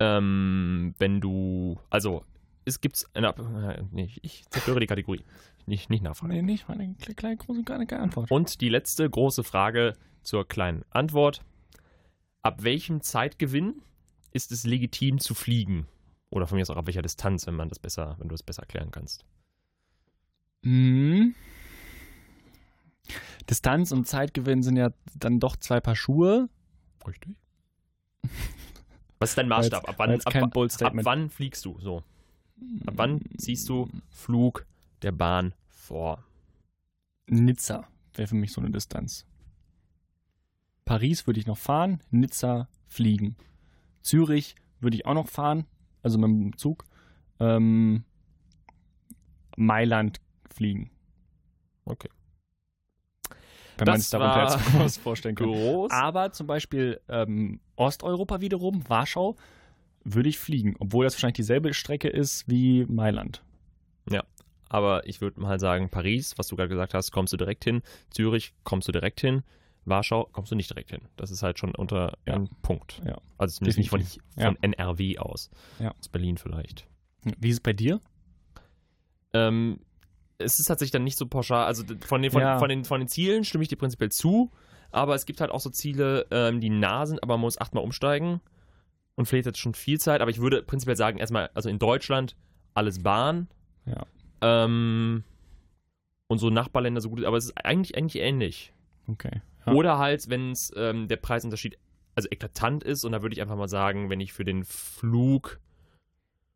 Speaker 3: ähm, wenn du, also es gibt eine, Ab- äh, nee, ich zerstöre die Kategorie, nicht, nicht nachfragen.
Speaker 2: Nee, nicht, meine kle- kleine, große, kleine, kleine Antwort.
Speaker 3: Und die letzte große Frage zur kleinen Antwort. Ab welchem Zeitgewinn ist es legitim zu fliegen? Oder von mir aus auch ab welcher Distanz, wenn man das besser, wenn du das besser erklären kannst.
Speaker 2: Mhm. Distanz und Zeitgewinn sind ja dann doch zwei Paar Schuhe.
Speaker 3: Richtig. *laughs* Was ist dein Maßstab? Ab wann,
Speaker 2: war jetzt
Speaker 3: ab,
Speaker 2: kein Mm. bold
Speaker 3: ab
Speaker 2: statement.
Speaker 3: wann fliegst du? So. Ab wann ziehst du Flug der Bahn vor?
Speaker 2: Nizza wäre für mich so eine Distanz. Paris würde ich noch fahren, Nizza fliegen. Zürich würde ich auch noch fahren, also mit dem Zug. Ähm, Mailand fliegen.
Speaker 3: Okay.
Speaker 2: Wenn
Speaker 3: Das
Speaker 2: man sich darunter
Speaker 3: war *laughs*
Speaker 2: jetzt was vorstellen Ah. kann.
Speaker 3: Groß.
Speaker 2: Aber zum Beispiel ähm, Osteuropa wiederum, Warschau, würde ich fliegen, obwohl das wahrscheinlich dieselbe Strecke ist wie Mailand.
Speaker 3: Aber ich würde mal sagen, Paris, was du gerade gesagt hast, kommst du direkt hin. Zürich kommst du direkt hin. Warschau kommst du nicht direkt hin. Das ist halt schon unter
Speaker 2: Ja.
Speaker 3: einem Punkt.
Speaker 2: Ja.
Speaker 3: Also zumindest nicht von, von
Speaker 2: Ja.
Speaker 3: NRW aus.
Speaker 2: Ja.
Speaker 3: Aus Berlin vielleicht.
Speaker 2: Wie ist es bei dir?
Speaker 3: Ähm, es ist tatsächlich dann nicht so pauschal. Also d- von den, von,
Speaker 2: Ja.
Speaker 3: von den, von den Zielen stimme ich dir prinzipiell zu. Aber es gibt halt auch so Ziele, ähm, die nah sind, aber man muss achtmal umsteigen. Und vielleicht jetzt schon viel Zeit. Aber ich würde prinzipiell sagen, erstmal, also in Deutschland alles Bahn.
Speaker 2: Ja.
Speaker 3: Ähm, und so Nachbarländer so gut. Aber es ist eigentlich, eigentlich ähnlich.
Speaker 2: Okay. Ja.
Speaker 3: Oder halt, wenn es ähm, der Preisunterschied also eklatant ist. Und da würde ich einfach mal sagen, wenn ich für den Flug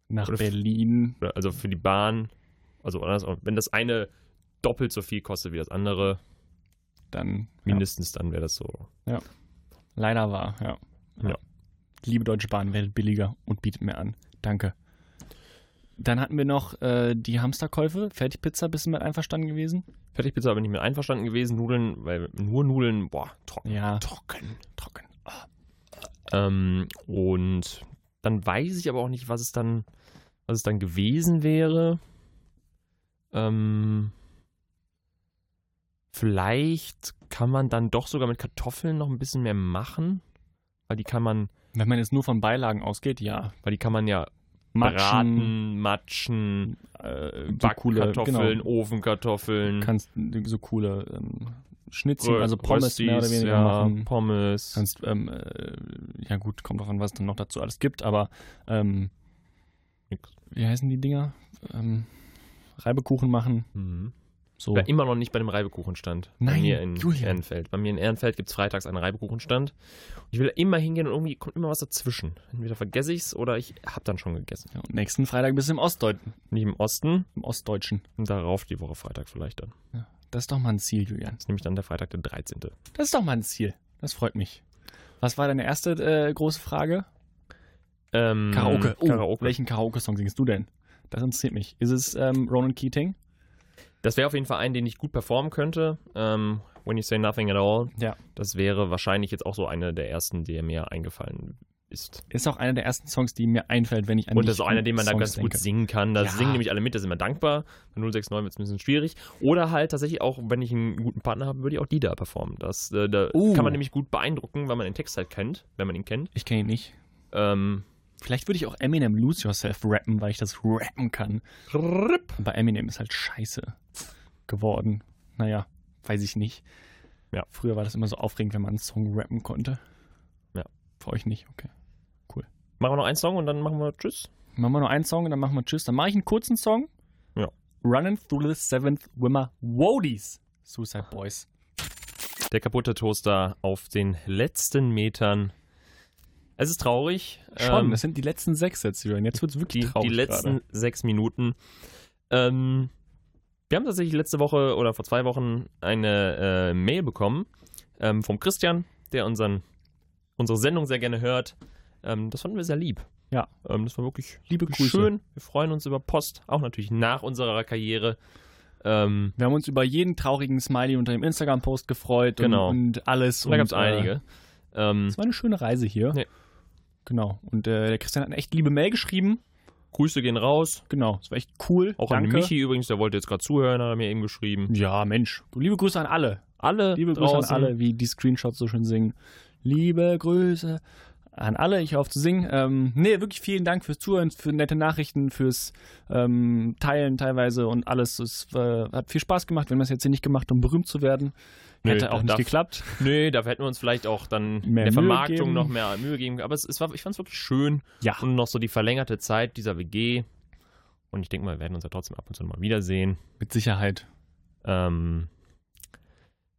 Speaker 2: Nach
Speaker 3: Oder f-
Speaker 2: Berlin.
Speaker 3: oder- also für die Bahn, also anders, wenn das eine doppelt so viel kostet wie das andere,
Speaker 2: dann ja,
Speaker 3: mindestens dann wäre das so.
Speaker 2: leider war, ja.
Speaker 3: Ja.
Speaker 2: Liebe Deutsche Bahn, werdet billiger und bietet mir an. Danke. Dann hatten wir noch äh, die Hamsterkäufe. Fertigpizza, bist du mit einverstanden gewesen?
Speaker 3: Fertigpizza habe ich nicht mehr einverstanden gewesen, Nudeln, weil nur Nudeln, boah, trocken.
Speaker 2: Ja.
Speaker 3: Trocken.
Speaker 2: Trocken.
Speaker 3: Ähm, und dann weiß ich aber auch nicht, was es dann, was es dann gewesen wäre. Ähm, vielleicht kann man dann doch sogar mit Kartoffeln noch ein bisschen mehr machen, weil die kann man,
Speaker 2: Wenn man jetzt nur von Beilagen ausgeht, ja.
Speaker 3: weil die kann man ja
Speaker 2: Matschen,
Speaker 3: braten, matschen,
Speaker 2: äh, so
Speaker 3: Backkartoffeln,
Speaker 2: coole,
Speaker 3: Ofenkartoffeln,
Speaker 2: genau, kannst so coole ähm, Schnitzel,
Speaker 3: Rö-
Speaker 2: also Pommes mehr oder
Speaker 3: Röstis,
Speaker 2: weniger
Speaker 3: ja,
Speaker 2: machen.
Speaker 3: Pommes.
Speaker 2: Kannst, ähm, äh, ja gut, kommt drauf an, was es dann noch dazu alles gibt, aber ähm,
Speaker 3: Nix.
Speaker 2: wie heißen die Dinger? Ähm, Reibekuchen machen,
Speaker 3: Mhm.
Speaker 2: so.
Speaker 3: Wer immer noch nicht bei dem Reibekuchenstand. bei
Speaker 2: Nein,
Speaker 3: mir in
Speaker 2: Julian.
Speaker 3: Ehrenfeld. Bei mir in Ehrenfeld gibt es freitags einen Reibekuchenstand. Und ich will da immer hingehen und irgendwie kommt immer was dazwischen. Entweder vergesse ich's oder ich hab dann schon gegessen.
Speaker 2: Ja, und nächsten Freitag bist du im Ostdeutschen.
Speaker 3: Nicht im Osten,
Speaker 2: Im Ostdeutschen.
Speaker 3: und darauf die Woche Freitag vielleicht dann.
Speaker 2: Das ist doch mal ein Ziel, Julian.
Speaker 3: Das ist nämlich dann der Freitag, der 13.
Speaker 2: Das ist doch mal ein Ziel. Das freut mich. Was war deine erste äh, große Frage?
Speaker 3: Ähm,
Speaker 2: Karaoke. Oh,
Speaker 3: Karaoke.
Speaker 2: Welchen Karaoke-Song singst du denn? Das interessiert mich. Ist es ähm, Ronan Keating?
Speaker 3: Das wäre auf jeden Fall ein, den ich gut performen könnte. Ähm, When You Say Nothing at All.
Speaker 2: Ja.
Speaker 3: Das wäre wahrscheinlich jetzt auch so eine der ersten, die mir eingefallen ist.
Speaker 2: Ist auch einer der ersten Songs, die mir einfällt, wenn ich an
Speaker 3: Und das ist
Speaker 2: die
Speaker 3: auch einer, den man da
Speaker 2: Songs
Speaker 3: ganz gut
Speaker 2: denke.
Speaker 3: singen kann. Da
Speaker 2: Ja.
Speaker 3: singen nämlich alle mit, da sind wir dankbar. Bei 069 wird es ein bisschen schwierig. Oder halt tatsächlich auch, wenn ich einen guten Partner habe, würde ich auch die da performen. Das äh, da
Speaker 2: Oh.
Speaker 3: kann man nämlich gut beeindrucken, weil man den Text halt kennt, wenn man ihn kennt.
Speaker 2: Ich kenne ihn nicht.
Speaker 3: Ähm,
Speaker 2: Vielleicht würde ich auch Eminem Lose Yourself rappen, weil ich das rappen kann.
Speaker 3: rip.
Speaker 2: Aber Eminem ist halt scheiße geworden. Naja, weiß ich nicht.
Speaker 3: Ja.
Speaker 2: Früher war das immer so aufregend, wenn man einen Song rappen konnte.
Speaker 3: Ja.
Speaker 2: Für euch nicht, okay.
Speaker 3: Machen wir noch einen Song und dann machen wir Tschüss.
Speaker 2: Machen wir nur einen Song und dann machen wir Tschüss. Dann mache ich einen kurzen Song.
Speaker 3: Ja.
Speaker 2: Running Through the Seventh Wimmer Woadies. Suicide Boys.
Speaker 3: Der kaputte Toaster auf den letzten Metern. Es ist traurig.
Speaker 2: Schon,
Speaker 3: Ähm,
Speaker 2: das sind die letzten sechs jetzt, Julian. Jetzt wird's wirklich
Speaker 3: die,
Speaker 2: traurig
Speaker 3: die letzten
Speaker 2: gerade.
Speaker 3: sechs Minuten. Ähm, wir haben tatsächlich letzte Woche oder vor zwei Wochen eine äh, Mail bekommen ähm, vom Christian, der unseren, unsere Sendung sehr gerne hört. Ähm, das fanden wir sehr lieb.
Speaker 2: Ja.
Speaker 3: Ähm, das war wirklich
Speaker 2: Liebe Grüße.
Speaker 3: schön. Wir freuen uns über Post, auch natürlich nach unserer Karriere. Ähm,
Speaker 2: Wir haben uns über jeden traurigen Smiley unter dem Instagram-Post gefreut
Speaker 3: Genau.
Speaker 2: und, und alles.
Speaker 3: da gab es
Speaker 2: und, äh,
Speaker 3: einige. Ähm,
Speaker 2: Es war eine schöne Reise hier.
Speaker 3: Ja.
Speaker 2: Genau. Und äh, der Christian hat eine echt liebe Mail geschrieben.
Speaker 3: Grüße gehen raus.
Speaker 2: Genau. Es war echt cool.
Speaker 3: Auch an
Speaker 2: Danke.
Speaker 3: den Michi übrigens, der wollte jetzt gerade zuhören, hat er mir eben geschrieben.
Speaker 2: Ja, Mensch. Liebe Grüße an alle.
Speaker 3: Alle
Speaker 2: Liebe Grüße
Speaker 3: draußen.
Speaker 2: an alle, wie die Screenshots so schön singen. Liebe Grüße an alle. Ich hoffe zu singen. Ähm, nee, wirklich vielen Dank fürs Zuhören, für nette Nachrichten, fürs ähm, Teilen teilweise und alles. Es äh, hat viel Spaß gemacht. Wir haben das jetzt hier nicht gemacht, um berühmt zu werden.
Speaker 3: Nö,
Speaker 2: Hätte auch nicht
Speaker 3: darf-
Speaker 2: geklappt.
Speaker 3: Nö, da hätten wir uns vielleicht auch dann in
Speaker 2: Mehr Mühe
Speaker 3: der Vermarktung
Speaker 2: geben.
Speaker 3: noch mehr Mühe geben. Aber es, es war, ich fand es wirklich schön.
Speaker 2: Ja.
Speaker 3: Und noch so die verlängerte Zeit dieser WG. Und ich denke mal, wir werden uns ja trotzdem ab und zu noch mal wiedersehen.
Speaker 2: Mit Sicherheit.
Speaker 3: Ähm,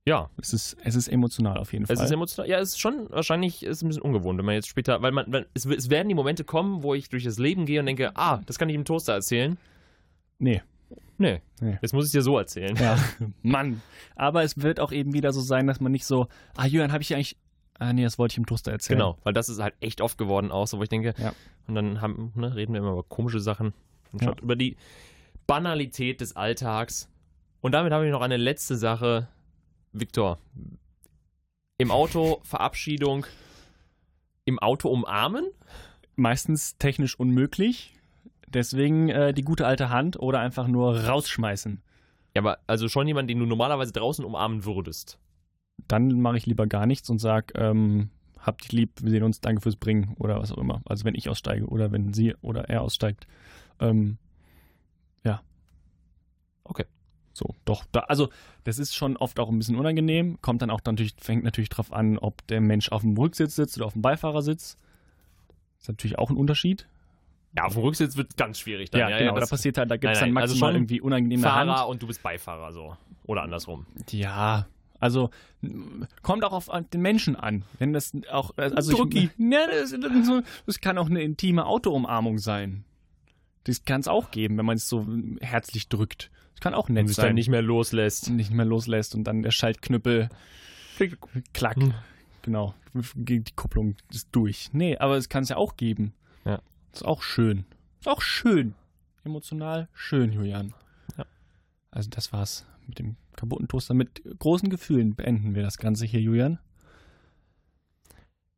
Speaker 3: ja,
Speaker 2: Es ist, es ist emotional auf jeden Fall.
Speaker 3: es ist emotional. Ja, es ist schon wahrscheinlich ist es ein bisschen ungewohnt, wenn man jetzt später, weil man, weil es, es werden die Momente kommen, wo ich durch das Leben gehe und denke, ah, das kann ich im Toaster erzählen.
Speaker 2: nee.
Speaker 3: Nee,
Speaker 2: Nee.
Speaker 3: jetzt muss ich dir so erzählen.
Speaker 2: Ja, *laughs* Mann. Aber es wird auch eben wieder so sein, dass man nicht so, ah, Jürgen, habe ich dir eigentlich. Ah, nee, das wollte ich im Toaster erzählen.
Speaker 3: Genau, weil das ist halt echt oft geworden auch so, wo ich denke,
Speaker 2: Ja.
Speaker 3: und dann haben, ne, reden wir immer über komische Sachen und
Speaker 2: Ja.
Speaker 3: schaut über die Banalität des Alltags. Und damit habe ich noch eine letzte Sache. Viktor, im Auto Verabschiedung, im Auto umarmen?
Speaker 2: Meistens technisch unmöglich. Deswegen äh, die gute alte Hand oder einfach nur rausschmeißen.
Speaker 3: Ja, aber also schon jemand, den du normalerweise draußen umarmen würdest.
Speaker 2: dann mache ich lieber gar nichts und sage, ähm, hab dich lieb, wir sehen uns, danke fürs Bringen oder was auch immer. Also wenn ich aussteige oder wenn sie oder er aussteigt. Ähm, ja.
Speaker 3: Okay.
Speaker 2: So, doch. Da, also das ist schon oft auch ein bisschen unangenehm. Kommt dann auch dann natürlich, fängt natürlich drauf an, ob der Mensch auf dem Rücksitz sitzt oder auf dem Beifahrersitz. Ist natürlich auch ein Unterschied.
Speaker 3: Ja, auf dem Rücksitz wird ganz schwierig dann.
Speaker 2: genau. da
Speaker 3: das
Speaker 2: passiert halt, da gibt es
Speaker 3: Nein,
Speaker 2: dann
Speaker 3: nein, also
Speaker 2: maximal
Speaker 3: schon
Speaker 2: irgendwie unangenehme Hand.
Speaker 3: Fahrer und du bist Beifahrer so. Oder andersrum.
Speaker 2: Ja, also m, kommt auch auf den Menschen an. Wenn das auch also
Speaker 3: Drucki.
Speaker 2: Ich, ja, das, das kann auch eine intime Autoumarmung sein. Das kann es auch geben, wenn man es so herzlich drückt. Das kann auch nett
Speaker 3: Und sich
Speaker 2: sein.
Speaker 3: dann nicht mehr loslässt.
Speaker 2: nicht mehr loslässt und dann der Schaltknüppel klack.
Speaker 3: Hm.
Speaker 2: Genau, geht die Kupplung ist durch. Nee, aber es kann es ja auch geben.
Speaker 3: Ja.
Speaker 2: Ist auch schön. Ist auch schön. Emotional schön, Julian.
Speaker 3: Ja.
Speaker 2: Also das war's mit dem kaputten Toaster. Mit großen Gefühlen beenden wir das Ganze hier, Julian.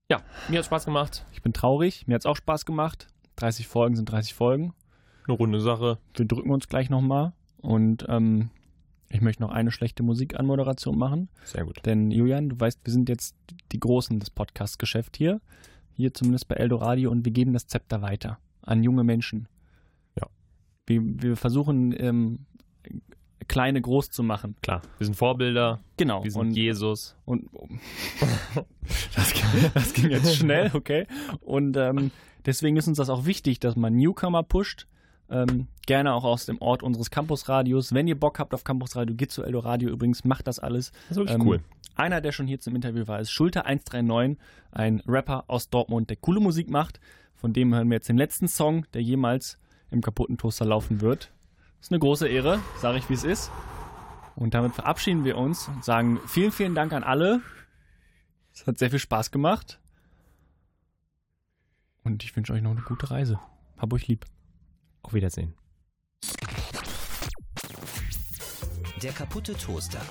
Speaker 3: Ja, mir hat Spaß gemacht.
Speaker 2: Ich bin traurig. Mir hat's auch Spaß gemacht. 30 Folgen sind 30 Folgen.
Speaker 3: Eine runde Sache.
Speaker 2: Wir drücken uns gleich nochmal. Und ähm, ich möchte noch eine schlechte Musikanmoderation machen.
Speaker 3: Sehr gut.
Speaker 2: Denn Julian, du weißt, wir sind jetzt die Großen des Podcast-Geschäft hier. Hier zumindest bei Eldoradio und wir geben das Zepter weiter an junge Menschen.
Speaker 3: Ja.
Speaker 2: Wir, wir versuchen, ähm, kleine groß zu machen.
Speaker 3: Klar, wir sind Vorbilder,
Speaker 2: Genau.
Speaker 3: wir sind
Speaker 2: und,
Speaker 3: Jesus.
Speaker 2: und oh.
Speaker 3: *laughs*
Speaker 2: das, ging, das ging jetzt schnell, okay. Und ähm, deswegen ist uns das auch wichtig, dass man Newcomer pusht. Ähm, gerne auch aus dem Ort unseres Campusradios. Wenn ihr Bock habt auf Campusradio, geht zu Eldoradio übrigens, macht das alles.
Speaker 3: Das ist wirklich
Speaker 2: Ähm, Einer, der schon hier zum Interview war, ist Schulter 139, ein Rapper aus Dortmund, der coole Musik macht. Von dem hören wir jetzt den letzten Song, der jemals im kaputten Toaster laufen wird. Ist eine große Ehre, sage ich, wie es ist. Und damit verabschieden wir uns und sagen vielen, vielen Dank an alle. Es hat sehr viel Spaß gemacht. Und ich wünsche euch noch eine gute Reise. Hab euch lieb.
Speaker 3: Auf Wiedersehen.
Speaker 1: Der kaputte Toaster.